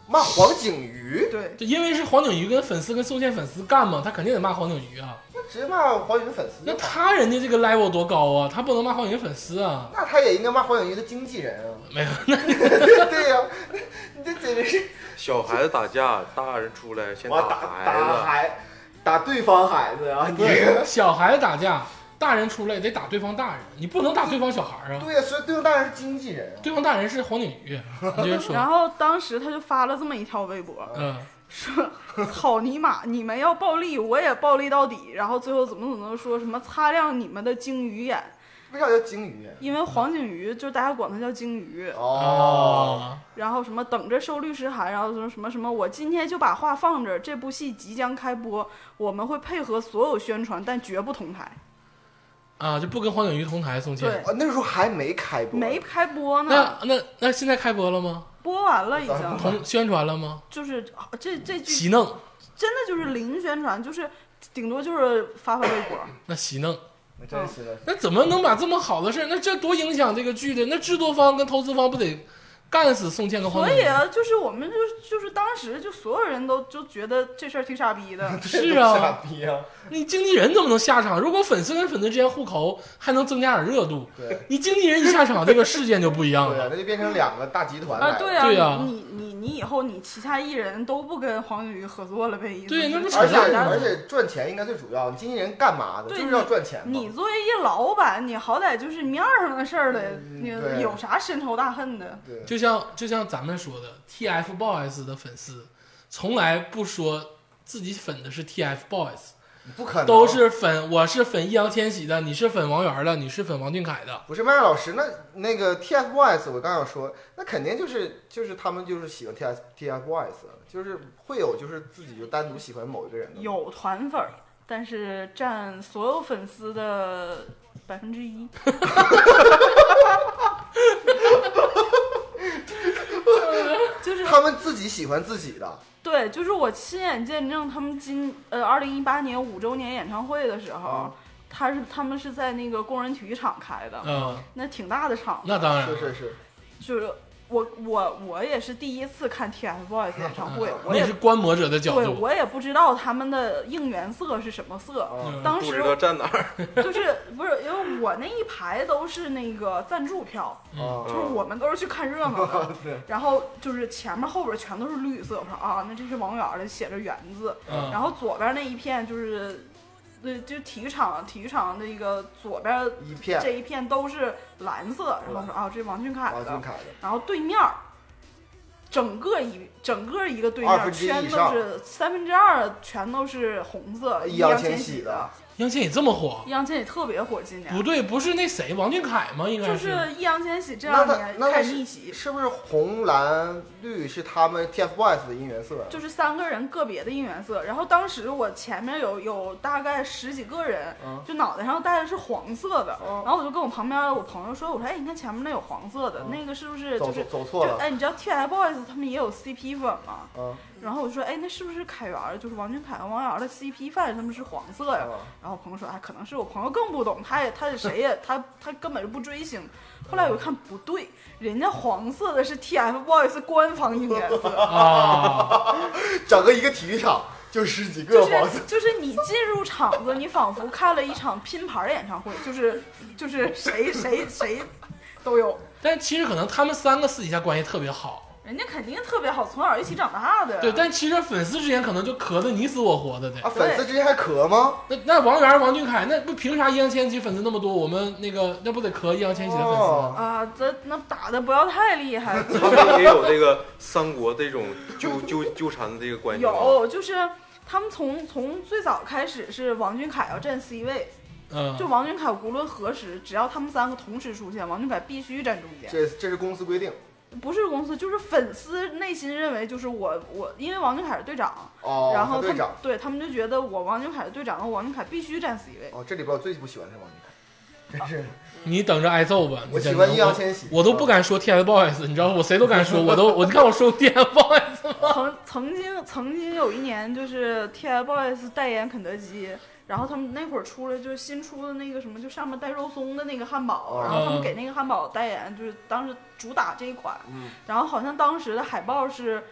骂黄景瑜，
对，
就因为是黄景瑜跟粉丝跟宋茜粉丝干嘛，他肯定得骂黄景瑜啊。
那直接骂黄景瑜粉丝
那
就好。
他人家这个 level 多高啊，他不能骂黄景瑜粉丝啊。
那他也应该骂黄景瑜的经纪人啊，
没有，那
对呀、 你这简直是
小孩子打架，大人出来先
我
打
打打
孩
孩打对方孩子啊，你
不是小孩子打架，大人出来得打对方大人，你不能打对方小孩啊。
对呀、所以对方当然是经纪人啊，
对方大人是黄景瑜，你接着
然
说。
后当时他就发了这么一条微博，
嗯，
说草泥马， 你们要暴力，我也暴力到底。然后最后怎么怎么说什么擦亮你们的鲸鱼眼，
为啥叫鲸鱼？
因为黄景瑜就大家管他叫鲸鱼。
哦，
然后什么等着收律师函，然后什么什么什么，我今天就把话放这儿，这部戏即将开播，我们会配合所有宣传，但绝不同台。
啊，就不跟黄景瑜同台，宋茜
对。
啊，那时候还没开播，
没开播呢
那，那那现在开播了吗？
播完了已
咱
经，
同宣传了吗？
就是哦这这剧
洗弄，
真的就是零宣传，就是顶多就是发发微 博。
那洗弄，
那
嗯
真是的。，
那怎么能把这么好的事儿？那这多影响这个剧的？那制作方跟投资方不得干死宋茜跟黄
所
景
以
瑜？
啊，就是我们就是就是当时就所有人都就觉得这事儿挺傻逼的
这
是
都
啊
傻逼啊！
你经纪人怎么能下场？如果粉丝跟粉丝之间互口，还能增加点热度。
对
你经纪人一下场，这个事件就不一样
对呀、啊
了。
那就变成两个大集团
啊，
来
对
呀、
啊，
对啊
你你你以后你旗下艺人都不跟黄景瑜合作了呗？意思
对
是
那不
而
扯
且
淡
咋
吗
的
而且赚钱应该最主要，经纪人干嘛的？
对
就是要赚钱嘛。
你作为一老板，你好歹就是面儿上的事儿了，
嗯
你
对
有啥深仇大恨的？
对，
就像就像咱们说的，TFBOYS 的粉丝从来不说自己粉的是 TFBOYS，
不可能
都是粉，我是粉易烊千玺的，你是粉王源的，你是粉王俊凯的。
不是麦麦老师，那那个 TFBOYS，我刚想说，那肯定就是就是他们就是喜欢 TF TFBOYS，就是啊会有就是自己就单独喜欢某一个人的吗，
有团粉儿，但是占所有粉丝的百分之一。 就是
他们自己喜欢自己的，
对，就是我亲眼见证他们今呃二零一八年五周年演唱会的时候，
啊
他是他们是在那个工人体育场开的，
嗯，
那挺大的场子，
那当然
是是是，
就是我我我也是第一次看 TFBOYS 演唱会，我
你也
也
是观摩者的角
对
度。
我也不知道他们的应援色是什么色，
啊，
嗯
当
子，不
时
知道站哪儿。
就是 不是因为我那一排都是那个赞助票，
啊
就是我们都是去看热闹的
对，
然后就是前面后边全都是绿色，我说啊，那这是王源儿的，写着“源”字，
嗯
然后左边那一片就是，呃，就体育场体育场那个左边
一片
这一片都是蓝色，然后我说啊，这是王俊凯
王俊
的，
凯的，
然后对面儿。整个一整个一个对
二
面
分之一
全
以
都
上
是三分之二全都是红色，
易
易
烊
烊
千
千
玺
玺
的
的，
易烊千玺这么火，
易烊千玺特别火，今年
不对，不是那谁王俊凯吗？应该
就是 是易烊千玺这
那
两
他
年
那他
开始
是
逆袭，
是不是红蓝绿是他们 TFBOYS 的应援色？
就是三个人个别的应援色。然后当时我前面有有大概十几个人
嗯，
就脑袋上戴的是黄色的，
嗯
然后我就跟我旁边我朋友说，我说哎，你看前面那有黄色的，
嗯
那个是不是
走
就是
错？走错
就
了，
哎，你知道 TFBOYS 他们也有 CP 粉吗？
嗯
然后我就说，哎，那是不是凯源儿就是王俊凯和王源儿的 CP 粉，他们是黄色呀？
啊
然后我朋友说，哎，可能是我朋友更不懂，他也他也谁也他他根本就不追星。后来我一看不对，人家黄色的是 TFBOYS 官方应援色，
啊，
整个一个体育场就十几个
就
黄色
是，就是你进入场子，你仿佛看了一场拼盘演唱会，就是就是谁谁谁都有，
但其实可能他们三个私底下关系特别好。
人家肯定特别好，从小一起长大的。
对，但其实粉丝之间可能就磕的你死我活的的
啊，。粉丝之间还咳吗？
那那王源、王俊凯，那不凭啥易烊千玺粉丝那么多？我们那个那不得磕易烊千玺的粉丝吗？
哦
啊，这那打的不要太厉害，
他们也有这个三国这种纠纠纠缠的这个关系吗？
有，就是他们从从最早开始是王俊凯要占 C 位，
嗯，
就王俊凯无论何时，只要他们三个同时出现，王俊凯必须站中间。
这这是公司规定
不是公司，就是粉丝内心认为，就是我我，因为王俊凯是队长，
哦。
然后
他
他
队
们
长
对他们就觉得我王俊凯是队长，王俊凯必须站 C 位。
哦，这里边我最不喜欢的是王俊凯，真是
你等着挨揍吧！
我
你简
喜
直
欢易烊千玺，
我都不敢说 TFBOYS，你知道我谁都敢说，我都我你看我说 TFBOYS，
曾曾经曾经有一年，就是 TFBOYS 代言肯德基，然后他们那会儿出了就是新出的那个什么，就上面带肉松的那个汉堡，然后他们给那个汉堡代言，就是当时主打这一款，
嗯
然后好像当时的海报是。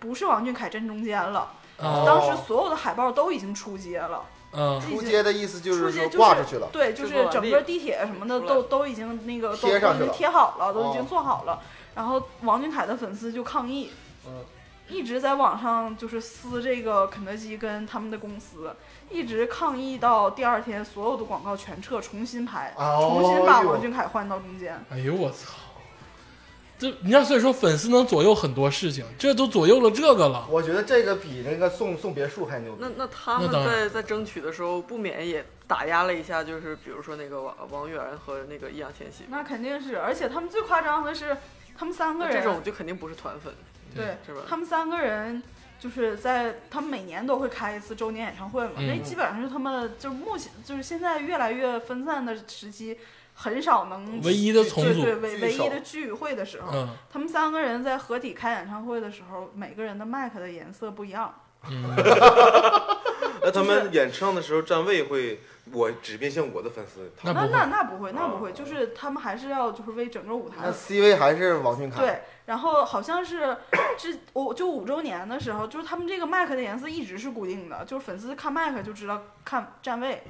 不是王俊凯站中间了，
啊
当时所有的海报都已经出街了，
嗯，
出街的意思就
出
是
街
说
就是
挂出去了，
对，就
制
是
作完
整
毕
个地铁什么的
出来
都都已经那个都
贴上
都
去
已经
了
贴好了，都已
哦
经做好了。然后王俊凯的粉丝就抗议，
嗯
一直在网上就是撕这个肯德基跟他们的公司，一直抗议到第二天，所有的广告全撤，重新排，重新把
哎呦
王俊凯换到中间。
哎呦我操！这你看，所以说粉丝能左右很多事情，这都左右了这个了。
我觉得这个比那个送送别墅还牛逼
那。那他们
那当然
在在争取的时候，不免也打压了一下，就是比如说那个王王源和那个易烊千玺，
那肯定是，而且他们最夸张的是，他们三个
那
人
这种就肯定不是团粉，
对
是吧
他们三个人就是在他们每年都会开一次周年演唱会嘛，
嗯
那基本上是他们就是目前就是现在越来越分散的时期，很少能
唯一的重
对
组
对唯
聚
唯
首
一的聚会的时候，
嗯
他们三个人在合体开演唱会的时候，每个人的麦克的颜色不一样。
嗯，
那他们演唱的时候站位会，我只面向我的粉丝，他
那
们
不
那
会
那那不会，那不会，
啊
就是他们还是要就是为整个舞台
那 C 位还是王
啊
俊凯，
对，然后好像是这我就五周年的时候，就是他们这个麦克的颜色一直是固定的，就是粉丝看麦克就知道看站位。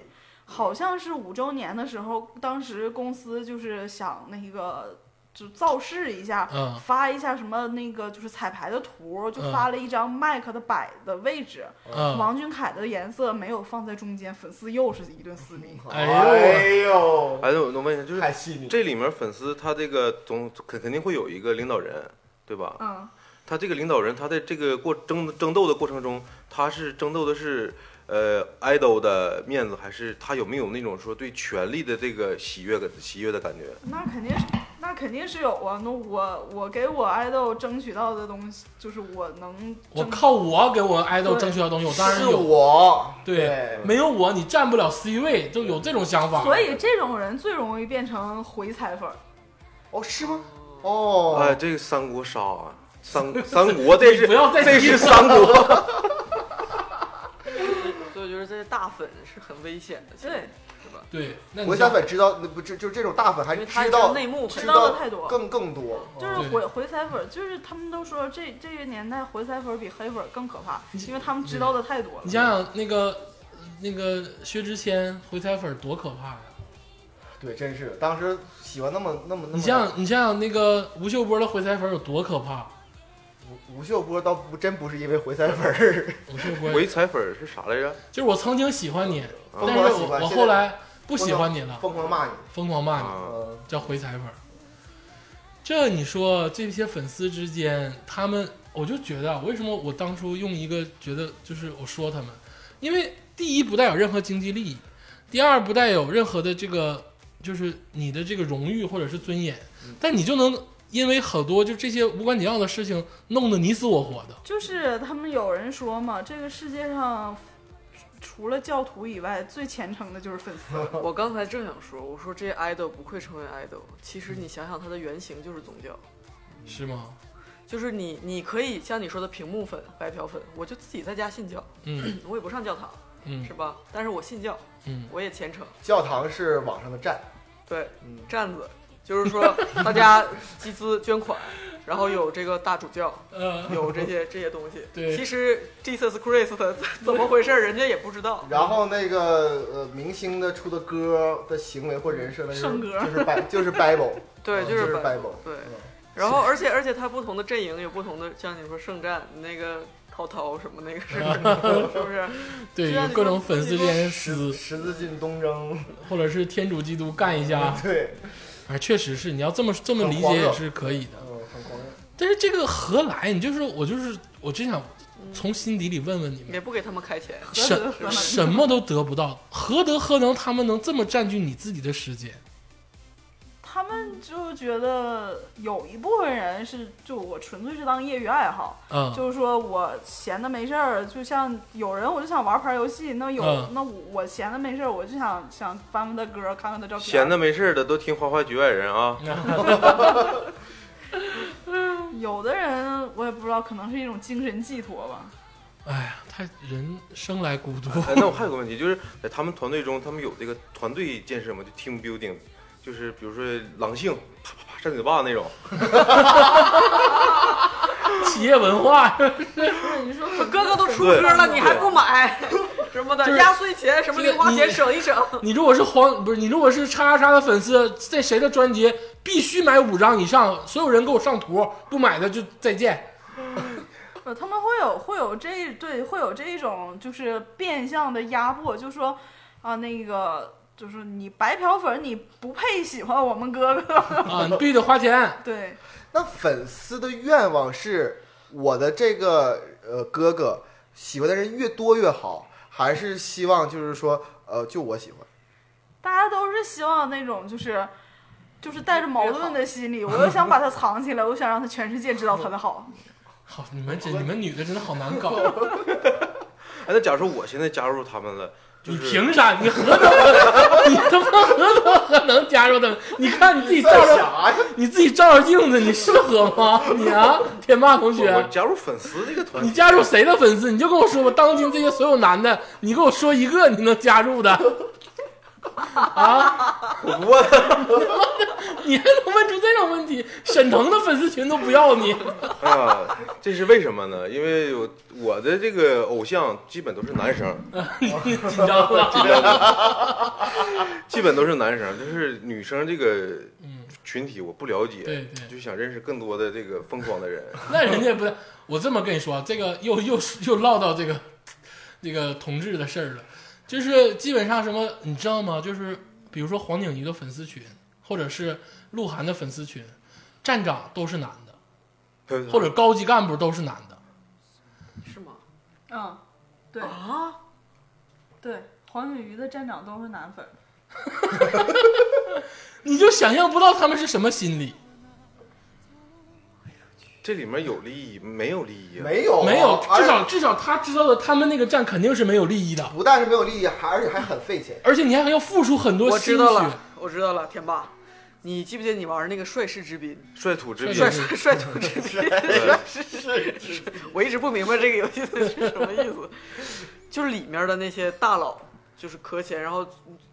好像是五周年的时候，当时公司就是想那个就造势一下，
嗯
发一下什么那个就是彩排的图，就
嗯
发了一张麦克的摆的位置。
嗯，
王俊凯的颜色没有放在中间，粉丝又是一顿撕逼。
哎呦
哎呦，
哎，那我能问一下，就是
太细腻。
这里面粉丝他这个总肯肯定会有一个领导人，对吧？
嗯，
他这个领导人，他在这个过争争斗的过程中，他是争斗的是呃 idol 的面子，还是他有没有那种说对权力的这个喜悦感喜悦的感觉？
那肯定是，那肯定是有啊。那我我给我爱豆争取到的东西，就是我能
我
争。
靠，我给我 idol
对
争取到东西，我当然
是
有。
我，
对，没有我你站不了 C 位，就有这种想法。
所以这种人最容易变成回踩粉儿。
哦，是吗？
哎，
哦，
这个三国杀啊，三 三国这
你
是
不要再提
这是三国，
所以我觉得这些大粉是很危险的，其实
对，
是吧？
对，那你
国家粉知道，那不就就这种大粉还
因为他
知
这
道
内幕很
知
知
道
道
的太多
更更多，
就是
对
回回踩粉儿，就是他们都说这这个年代回踩粉儿比黑粉儿更可怕，因为他们知道的太多了
你。想想那个那个薛之谦回踩粉多可怕呀！
哦对，真是当时喜欢那么那么那么。
你想想，你想想那个吴秀波的回踩粉有多可怕？
吴吴秀波倒不真不是因为回三分儿，
吴秀波
回踩粉儿是啥来着？
就是我曾经喜欢你，但是
疯狂喜
我
欢，
我
现
后
在
来不喜欢你了，
疯狂骂你。
疯狂骂你，
啊，
嗯，
叫回踩粉。这你说这些粉丝之间，他们我就觉得啊，为什么我当初用一个觉得就是我说他们，因为第一不带有任何经济利益，第二不带有任何的这个就是你的这个荣誉或者是尊严，
嗯
但你就能因为很多就这些无关紧要的事情弄得你死我活的。
就是他们有人说嘛，这个世界上除了教徒以外，最虔诚的就是粉丝。
我刚才正想说，我说这些 idol 不愧成为 idol，其实你想想，它的原型就是宗教。嗯
是吗？
就是你，你可以像你说的屏幕粉、白嫖粉，我就自己在家信教，
嗯
我也不上教堂，
嗯
是吧？但是我信教，
嗯，
我也虔诚。
教堂是网上的站，
对，
嗯
站子就是说大家 集资捐款，然后有这个大主教，
呃，
有这些这些东西。
对
其实 Jesus Christ 怎么回事，人家也不知
嗯
道。
然后那个呃明星的出的歌的行为或人设的就是
圣歌
就是拜 就是 Bible，
对，
嗯就
是
是
百
Bible
对，
嗯
然后而且而且它不同的阵营有不同的，像你说圣战那个涛涛什么那个是 不是是不是？
对，
就像
有
你
各
说
种粉丝之间撕，
十字军东征，
或者是天主基督干一
嗯
下，
对，
啊，确实是，你要这么这么理
很
解
狂热
也是可以的。
嗯，很狂热。
但是这个何来？你就是我就是我真想从心底里问问你们，
也不给他们开钱，
什
嗯 何德何能
什么都得不到，何德何能他们能这么占据你自己的时间？
他们就觉得有一部分人是，就我纯粹是当业余爱好，
嗯，
就是说我闲的没事儿，就像有人我就想玩盘游戏，那有、
嗯
那我我闲的没事儿，我就想想翻翻他歌，看看他照
啊
片。
闲的没事儿的都听《花花局外人》 啊，
啊有的人我也不知道，可能是一种精神寄托吧。
哎呀，他人生来孤独，
哎，那我还有个问题，就是在他们团队中，他们有这个团队建设吗？就 team building，就是比如说狼性，啪啪啪扇嘴巴那种。
企业文化，
你说
我哥哥都出歌了，你还 不买什么的，压岁钱什么零花钱省一省。
你如果是黄，不是你如果是叉叉叉的粉丝，在谁的专辑必须买五张以上，所有人给我上图，不买的就再见。
呃，他们会有会有这对会有这一种就是变相的压迫，就说啊那个就是你白嫖粉你不配喜欢我们哥哥，
啊，你必须得花钱。
对，
那粉丝的愿望是我的这个呃哥哥喜欢的人越多越好，还是希望就是说呃就我喜欢？
大家都是希望那种就是。就是带着矛盾的心理，我又想把它藏起来，我想让他全世界知道他的好。
好，你们真你们女的真的好难搞，
哎，那假如说我现在加入他们了，就
你
是
凭啥？你何德何？你他妈何德何能加入他们？你看你自己照照，
干啥呀？
你自己照照镜子，你适合吗？你啊，天霸同
我我
学，
加入粉丝这个团
你，加入谁的粉丝？你就跟我说吧，当今这些所有男的，你给我说一个你能加入的。 啊！
我不问。
你还能问出这种问题？沈腾的粉丝群都不要你。
哎呀，这是为什么呢？因为我我的这个偶像基本都是男生，
紧张了，
基本都是男生，就是女生这个群体我不了解，
对对
就想认识更多的这个疯狂的 人。
那人家不是我这么跟你说，啊这个又又又唠到这个这个同志的事儿了，就是基本上什么你知道吗？就是比如说黄景瑜的粉丝群，或者是鹿晗的粉丝群，站长都是男的，
啊
或者高级干部都是男的。
是吗？
嗯，对
啊，
对，黄景瑜的站长都是男粉，
你就想象不到他们是什么心理，
这里面有利益没有利益啊？
没
哦
有啊，
没有，
而
至少至少他知道的，他们那个站肯定是没有利益的，
不但是没有利益，还而且还很费钱。
而且你还要付出很多
我
心血。
知道了，我知道了，天霸，你记不记得你玩那个率士之滨？
率土之滨，
对
率率率土 之滨，我一直不明白这个游戏的是什么意思，就是里面的那些大佬，就是磕钱，然后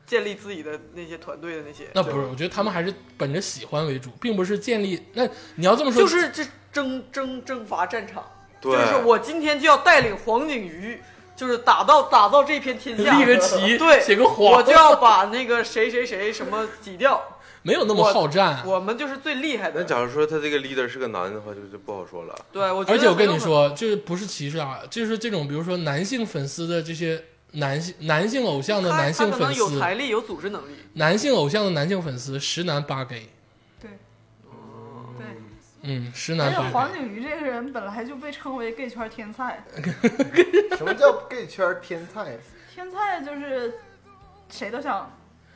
建立自己的那些团队的那些，
那不是，我觉得他们还是本着喜欢为主，并不是建立。那你要这么说，
就是这征征征伐战场，
对
就是我今天就要带领黄景瑜，就是打造打造这片天下，
立个旗
对，
写个谎
我就要把那个谁谁谁什么挤掉，
没有那么好战。
我们就是最厉害
那
的。
假如说他这个 leader 是个男的话，就就不好说了。
对，我觉得
而且我跟
很
你
有
说，就是不是歧视啊，就是这种比如说男性粉丝的这些男性男性偶像
可
的
能，
男性
他他可
粉
能有
丝，
财力，有组织能力。
男性偶像的男性粉丝十男八 gay，
对，对。
嗯，十
而
男
且
八
黄
gay。
景瑜这个人本来就被称为 gay 圈天才，
什么叫 gay 圈天菜？
天菜就是谁都想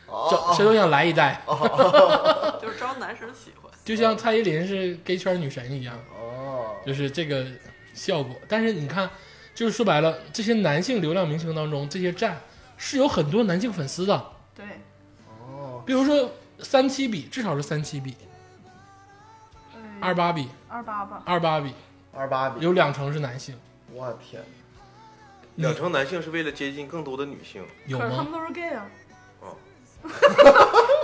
这
哦，
谁都想来一代，
就是招男生喜欢。
就像蔡依林是 gay 圈女神一样，
哦，
就是这个效果。但是你看，就是说白了，这些男性流量明星当中，这些站是有很多男性粉丝的。
对，
哦，
比如说三七比，至少是三七比，
呃
二八比，
二八吧，
二八比，
二八比，
有两成是男性，
我天，
两成男性是为了接近更多的女 性，
有
可是他们
吗？
都是 gay 啊，
哦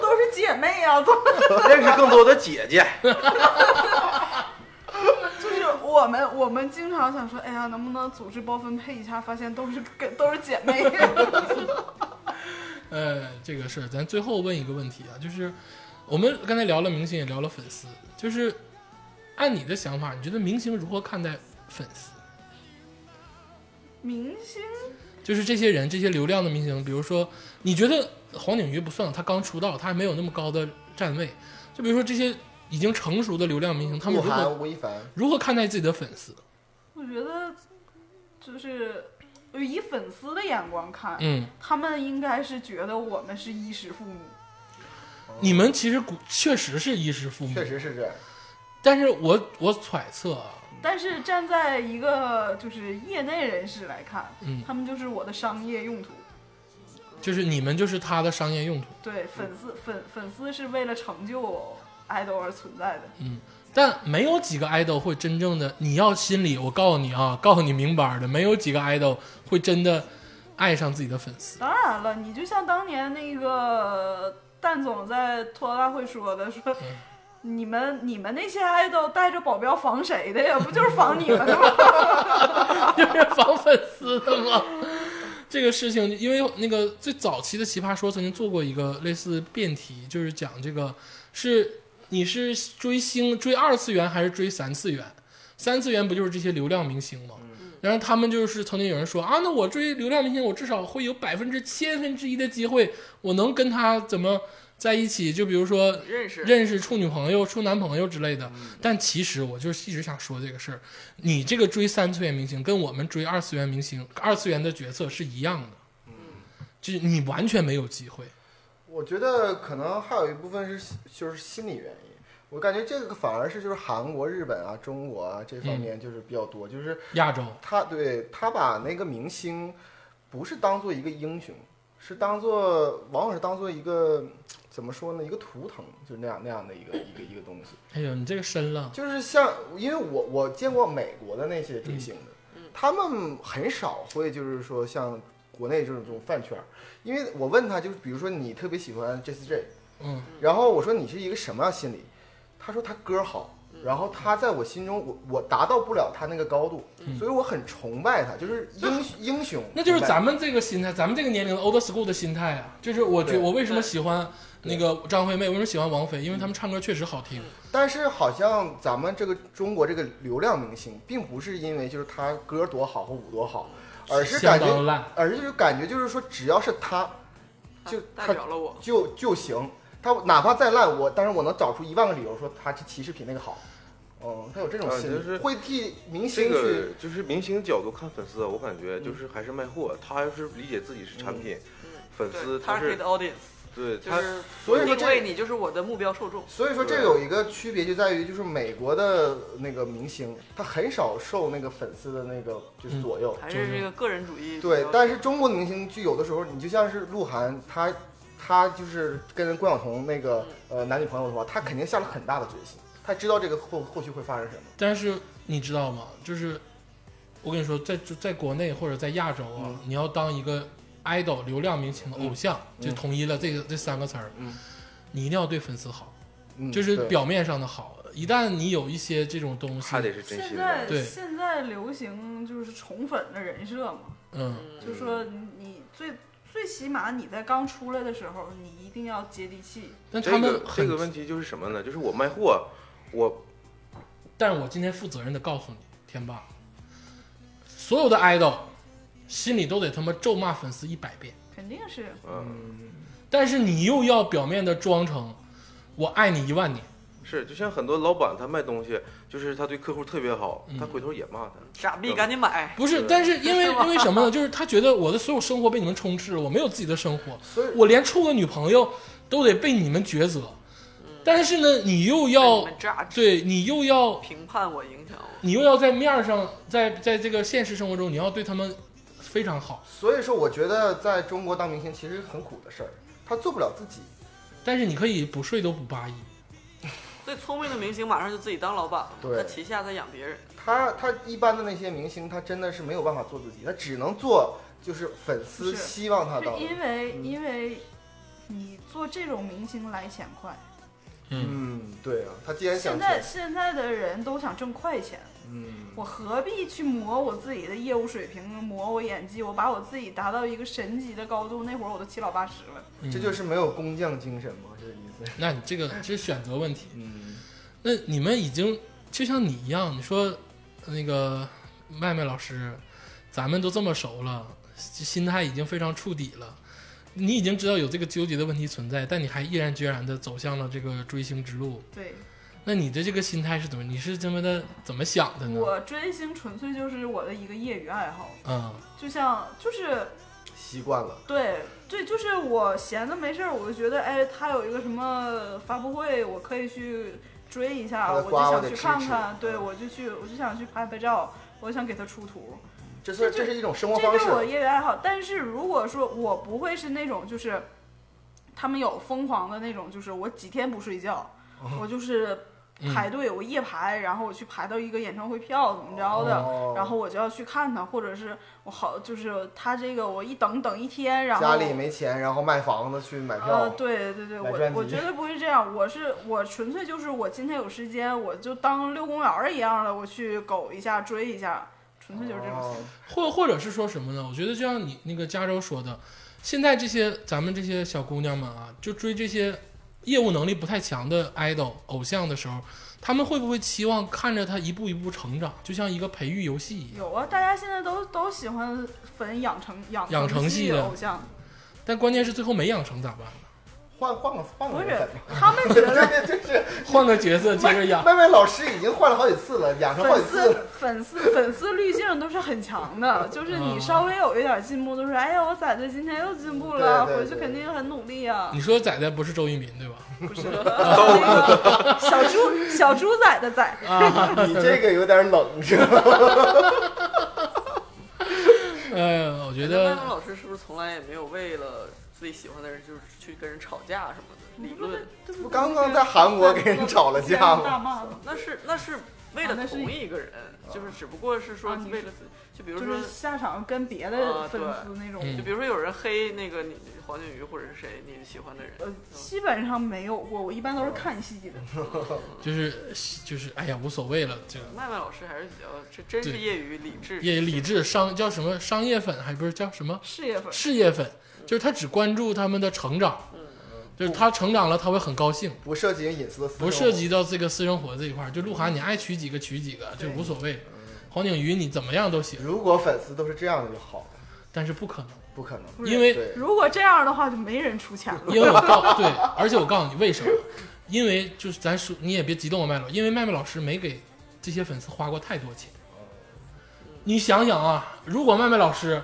都是姐妹啊，怎么
认识更多的姐姐。
就是我们我们经常想说，哎呀，能不能组织包分配一下？发现都是 gay，都是姐妹，
呃，这个事儿，咱最后问一个问题啊，就是我们刚才聊了明星，也聊了粉丝，就是按你的想法，你觉得明星如何看待粉丝？
明星
就是这些人，这些流量的明星，比如说，你觉得黄景瑜不算，他刚出道，他还没有那么高的站位。就比如说这些已经成熟的流量明星，他们
鹿
如何
晗、吴亦凡，
如何看待自己的粉丝？
我觉得就是以粉丝的眼光看，
嗯，
他们应该是觉得我们是衣食父母，
你们其实古确实是衣食父母，
确实是这样。
但是我我揣测啊，
但是站在一个就是业内人士来看，
嗯
他们就是我的商业用途。
就是你们就是他的商业用途，
对，粉丝粉粉丝是为了成就 idol 而存在的。
但没有几个 idol 会真正的，你要心里，我告诉你啊，告诉你明白儿的，没有几个 idol 会真的爱上自己的粉丝。
当然了，你就像当年那个蛋总在吐槽大会说的，说你们你们那些 idol 带着保镖防谁的呀？不就是防你们的吗？
就是防粉丝的吗？这个事情，因为那个最早期的《奇葩说》曾经做过一个类似辩题，就是讲这个是你是追星追二次元还是追三次元？三次元不就是这些流量明星吗？
嗯
然后他们就是曾经有人说啊，那我追流量明星，我至少会有百分之千分之一的机会，我能跟他怎么在一起？就比如说
认识
认识处女朋友、处男朋友之类的。但其实我就是一直想说这个事儿，你这个追三次元明星跟我们追二次元明星、二次元的角色是一样的，
嗯
就是你完全没有机会。
我觉得可能还有一部分是心就是心理原因，我感觉这个反而是就是韩国、日本啊、中国啊这方面就是比较多，就是
亚洲，
他对他把那个明星不是当做一个英雄，是当做往往是当做一个怎么说呢，一个图腾，就是那样那样的一个一个一个东西。
哎呦，你这个深了，
就是像，因为我我见过美国的那些追星
嗯
的，他们很少会就是说像国内这种这种饭圈儿，因为我问他就是比如说你特别喜欢 J C J，
嗯，
然后我说你是一个什么样心理，他说他歌好。
嗯
然后他在我心中，我我达到不了他那个高度，所以我很崇拜他，就是英英雄。
嗯那就是
崇拜
咱们这个心态，咱们这个年龄的 old school 的心态啊，就是我觉
对
我为什么喜欢那个张惠妹，为什么喜欢王菲，
嗯
因为他们唱歌确实好听。
但是好像咱们这个中国这个流量明星，并不是因为就是他歌多好或舞多好，而是
相
感
当
觉，
烂
而是就是感觉就是说，只要是他，就
代
他
表啊了我，
就就行。他哪怕再烂，我但是我能找出一万个理由说他是其实比那个好。嗯，他有这种
啊
心
就是
理，会替明
这
星去、
个就是明星角度看粉丝啊，我感觉就是还是卖货，他要是理解自己是产品，粉丝
对
他是
target audience
对
就
他
是
所以说
定
这
位你就是我的目标受众。
所以说，这
对
有一个区别就在于，就是美国的那个明星，他很少受那个粉丝的那个
嗯
就是左右。
还是这个个人主义比较。
对，但是中国的明星就有的时候，你就像是鹿晗，他他就是跟关晓彤那个
嗯
呃男女朋友的话，他肯定下了很大的决心，他知道这个后后续会发生什么。
但是你知道吗？就是我跟你说，在就在国内或者在亚洲啊，
嗯
你要当一个 idol 流量明星的偶像，
嗯
就统一了这个这三个词儿，
嗯
你一定要对粉丝好，
嗯，
就是
对
表面上的好。一旦你有一些这种东西
还，得是真
现
心
在
的。
对
现在流行就是宠粉的人设嘛，
嗯，
就说你最最起码你在刚出来的时候，你一定要接地气。
但
这
他们
个这
很，
个问题就是什么呢？就是我卖货，我
但是我今天负责任的告诉你，天霸，所有的 idol 心里都得他妈咒骂粉丝一百遍，
肯定是，
嗯
但是你又要表面的装成我爱你一万年，
是，就像很多老板他卖东西，就是他对客户特别好，他回头也骂他。
傻逼，赶紧买。
不是，但是因 为因为什么呢？就是他觉得我的所有生活被你们充斥，我没有自己的生活，
所以
我连处个女朋友都得被你们抉择。但是呢，你又
嗯被你
要
们榨汁
对你又要
评判我，影响我。
你又要在面儿上，在在这个现实生活中，你要对他们非常好。
所以说，我觉得在中国当明星其实很苦的事儿，他做不了自己。
但是你可以不睡都不八一，
最聪明的明星马上就自己当老板了，
对
他旗下再养别人。
他他一般的那些明星，他真的是没有办法做自己，他只能做就是粉丝
是
希望他
是
到的。
因为因为你做这种明星来钱快。
嗯，对啊，他既然想
现
钱
在，现在的人都想挣快钱，
嗯，
我何必去磨我自己的业务水平，啊磨我演技？我把我自己达到一个神级的高度，那会儿我都七老八十了。
这就是没有工匠精神嘛，这个意思。
嗯那你这个这是选择问题。
嗯，
那你们已经就像你一样，你说那个麦麦老师，咱们都这么熟了，心心态已经非常触底了。你已经知道有这个纠结的问题存在，但你还毅然决然的走向了这个追星之路。
对
那你的这个心态是怎么？你是这么的怎么想
嗯
的呢？
我追星纯粹就是我的一个业余爱好，
嗯
就像就是
习惯了，
对对，就是我闲的没事儿，我就觉得哎，他有一个什么发布会，我可以去追一下，
他的嗯
我就
瓜我
想
得
去
吃
看
吃
看。对，我就去，我就想去拍拍照，我想给他出图。
这算
这就
这是一种生活
这
方
是我
式。
业余爱好。但是如果说我不会是那种就是，他们有疯狂的那种，就是我几天不睡觉，
哦
我就是排队，我夜排，然后我去排到一个演唱会票怎么着的，
哦
然后我就要去看他，或者是我好就是他这个我一等等一天，然后
家里没钱，然后卖房子去买票，
呃，对对对，
买
我
专
我
辑
绝对不会这样，我是我纯粹就是我今天有时间，我就当遛公园儿一样的，我去狗一下追一下，纯粹就是这种心
哦
态。
或或者是说什么呢？我觉得就像你那个加州说的，现在这些咱们这些小姑娘们啊，就追这些业务能力不太强的 idol 偶像的时候，他们会不会期望看着他一步一步成长，就像一个培育游戏一样？
有啊，大家现在都都喜欢粉养成养
养成系
系
的
偶像，
但关键是最后没养成咋办？
换换个换
不
个
是
人。
他们觉
对
得
对，这是
换个角色接着
麦
养。
麦麦老师已经换了好几次了，养成好
粉
几次
丝
了。
粉丝粉丝滤镜都是很强的，就是
嗯
你稍微有一点进步，都是哎呀，我崽子今天又进步
对
了，
对
回去
对嗯
肯定很努力 啊。
你说仔仔不是周渝民对吧？
不是那个小猪小猪仔的仔，
啊
你这个有点冷，是吧？
呃，我觉
那
得
麦麦老师是不是从来也没有为了自己喜欢的人，就是去跟人吵架什么的理论？
不刚刚在韩国给人吵了架
大
吗？
骂吗？
那是那是为
啊那
了
是
同一个人，
啊
就是只不过是说
啊你
为了自己，就比如
就
说
是下场跟别的粉丝那
啊
种，
对
就比如说有人黑那个你黄景瑜或者是谁你喜欢的人，
呃，基本上没有过，我一般都是看戏的。
嗯就是就是，哎呀，无所谓了，就
麦麦老师还是比较这真是
对
业余理智，
也理智商叫什么商业粉，还不是叫什么
事业粉，
事业粉，就是他只关注他们的成长，嗯就是他成长了，他会很高兴。
不涉及隐私的私生活
不涉及到这个私生活这一块儿，就鹿晗，你爱娶几个娶几个，就
对
无所谓。黄景瑜你怎么样都行，
如果粉丝都是这样的就好了，
但是不可能，
不可能。
不是
因为
对，
如果这样的话，就没人出钱了。
因为我告对，而且我告诉你为什么，因为就是咱说你也别激动啊，麦老，因为麦麦老师没给这些粉丝花过太多钱。你想想啊，如果麦麦老师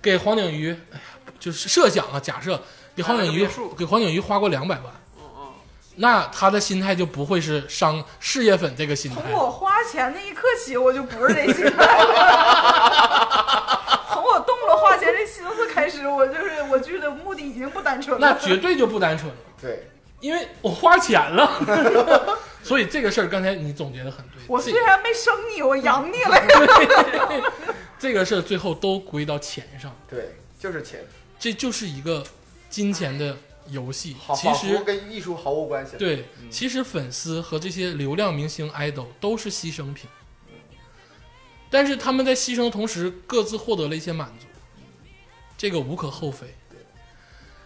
给黄景瑜，哎呀，就是设想啊，假设给黄景
买了
瑜
个别墅
给黄景瑜花过两百万，
嗯嗯，
那他的心态就不会是商事业粉这个心态。
从我花钱那一刻起，我就不是这心态了。从我动了花钱这心思开始，我就是我去的目的已经不单纯了。
那绝对就不单纯了。
对，
因为我花钱了， 所以这个事儿刚才你总结的很对。
我
这
虽然没生你，我养你了呀。
这个事儿最后都归到钱上，
对，就是钱，
这就是一个金钱的游戏
好，。
其
仿佛
实
跟艺术毫无关系。，
对，
嗯
其实粉丝和这些流量明星 idol 都是牺牲品，
嗯
但是他们在牺牲的同时，各自获得了一些满足，这个无可厚非。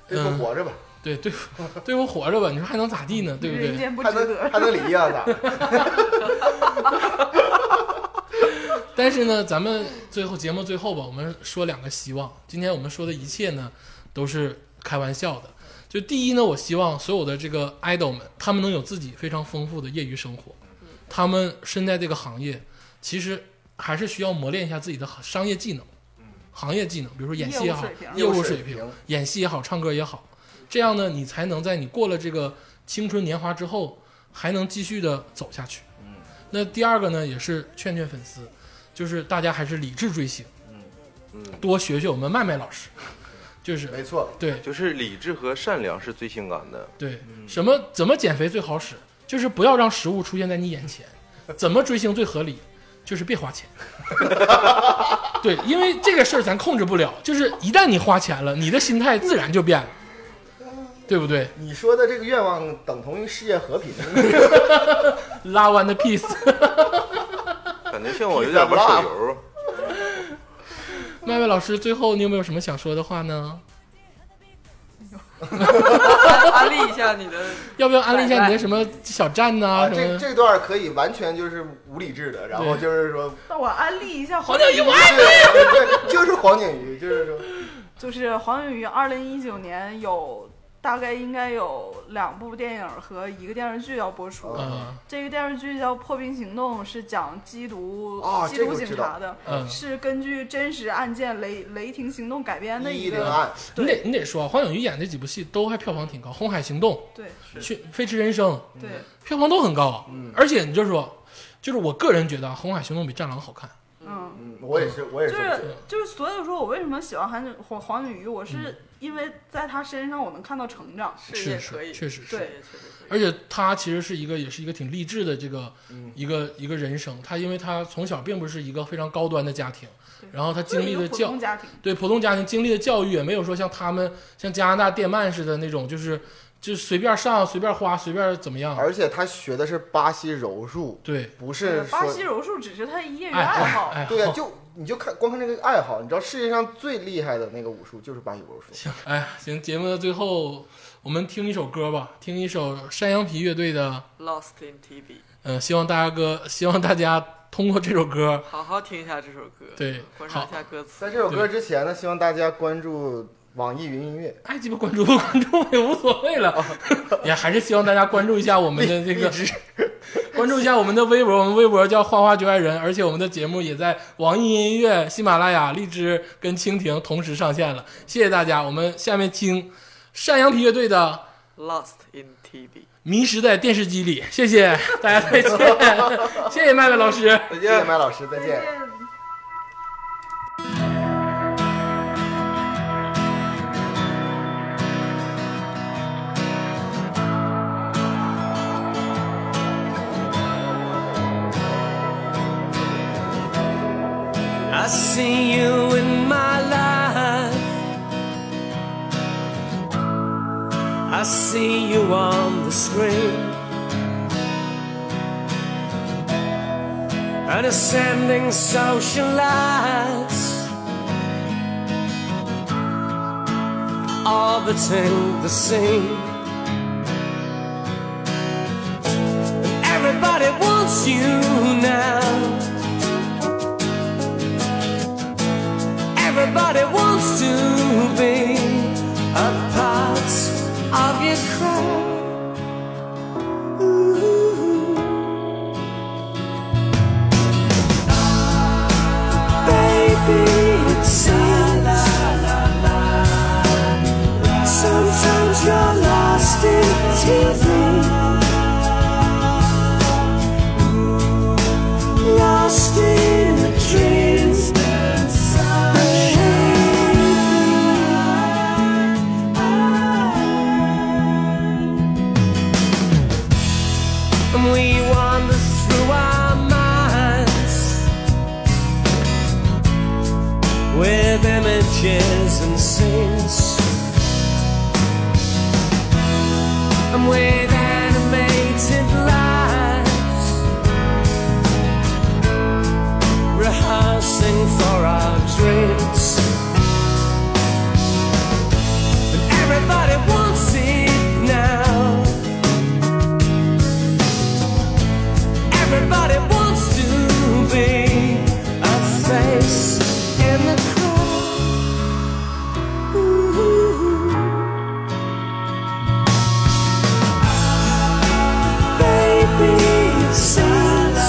对付
嗯
活着吧，
对 对付，对付活着吧，你说还能咋地呢？对不
人
对？
间不值
还能
得。
还能离呀？咋的？
但是呢，咱们最后节目最后吧，我们说两个希望。今天我们说的一切呢，都是开玩笑的。就第一呢，我希望所有的这个 idol 们，他们能有自己非常丰富的业余生活。他们身在这个行业，其实还是需要磨练一下自己的商业技能、行业技能，比如说演戏也好业
业务水、平
务
水
水
平
平、演戏也好、唱歌也好，这样呢，你才能在你过了这个青春年华之后，还能继续的走下去。那第二个呢，也是劝劝粉丝，就是大家还是理智追星，嗯嗯，多学学我们麦麦老师，就是
没错，
对
就是理智和善良是最性感的。
对，什么怎么减肥最好使，就是不要让食物出现在你眼前，怎么追星最合理，就是别花钱。 对，因为这个事儿咱控制不了，就是一旦你花钱了，你的心态自然就变了，对不对
你说的这个愿望等同于世界和平，
拉 o n piece。
感觉像我有点玩手游，
麦麦老师，最后你有没有什么想说的话呢？
安利一下你的，
要不要安利一下你的什么小站呐、
啊，
什
这
么？
这段可以完全就是无理智的，然后
对
就是说，
那我安利一下
黄
黄
景瑜，
景瑜，
我爱你。
啊
对，就是黄景瑜，就是说，
就是黄景瑜，二零一九年有大概应该有两部电影和一个电视剧要播出。
嗯
这个电视剧叫《破冰行动》，是讲缉毒、
啊
缉
这个
毒
我
警
知道
察的，
嗯
是根据真实案件雷《雷霆行动》改编的
一
一
一零
个。
案，
你得你得说啊，黄景瑜演这几部戏都还票房挺高，《红海行动
对》
《去飞驰人生》
对，
票房都很高，啊
嗯
而且你就说，就是我个人觉得啊，《红海行动》比《战狼》好看，
嗯，
嗯，我也是，我也
就是
这么觉嗯得，
是就是，所以说我为什么喜欢韩景黄黄景瑜，我是因为在他身上我能看到成长。
事
是
业可以
是，，确实是
对。
事业确实可以。
而且他其实是一个，也是一个挺励志的这个、
嗯
一个一个人生。他因为他从小并不是一个非常高端的家庭，然后他
就
经
是一
历
个
的
普
教
通家庭，
对普通家庭经历的教育也没有说像他们像加拿大电鳗似的那种，就是就随便上随便花随便怎么样。
而且他学的是巴西柔术，
对，
不是说哎
巴西柔术只是他业余
爱
爱好。啊
爱
对呀，
好。
就你就看光看这个爱好，你知道世界上最厉害的那个武术就是巴西柔 术，
哎，行，节目的最后我们听一首歌吧，听一首山羊皮乐队的，
Lost in TV，
嗯、希望大家哥，希望大家通过这首歌，
好好听一下这首歌，
对
观察
好
一下歌词。
在这首歌之前呢，希望大家关注网易云音乐、
爱哎鸡巴关注不关注也无所谓了， 也还是希望大家关注一下我们的这个，关注一下我们的微博，我们微博叫花花局外人，而且我们的节目也在网易音乐、喜马拉雅、荔枝跟蜻蜓同时上线了，谢谢大家，我们下面听山羊皮乐队的
Lost in
《
TV。
迷失在电视机里》，谢谢大家再见，谢谢麦麦老师。
再
谢谢
见。
麦老师，再见。
I see you in my life. I see you on the screen. And ascending social lights orbiting the scene. Everybody wants you now. Everybody wants to be a part of your crowd. Ooh. Baby, it seems sometimes you're lost in TV. Lost in the dreams and we wander through our minds with images and scenes, and with animated lives rehearsing for our dreams. And everybody wants it now. Everybody wants to be a face in the crowd. Ooh. Baby, it seems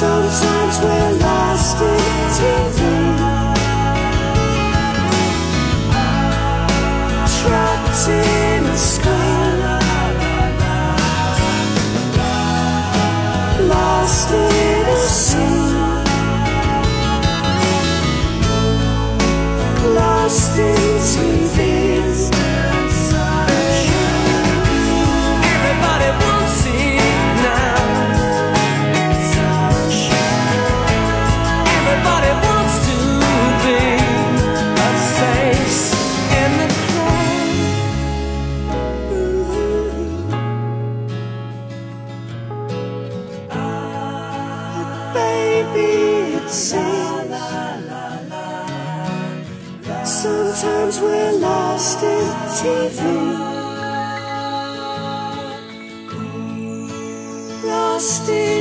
Sometimes we're lost in TV. Trapped in a sky. Lost in a sea. Lost in TV. Everybody wants it now. Everybody wants to be a face in the crowd. Baby, it seems sometimes we're lost in TV. Lost in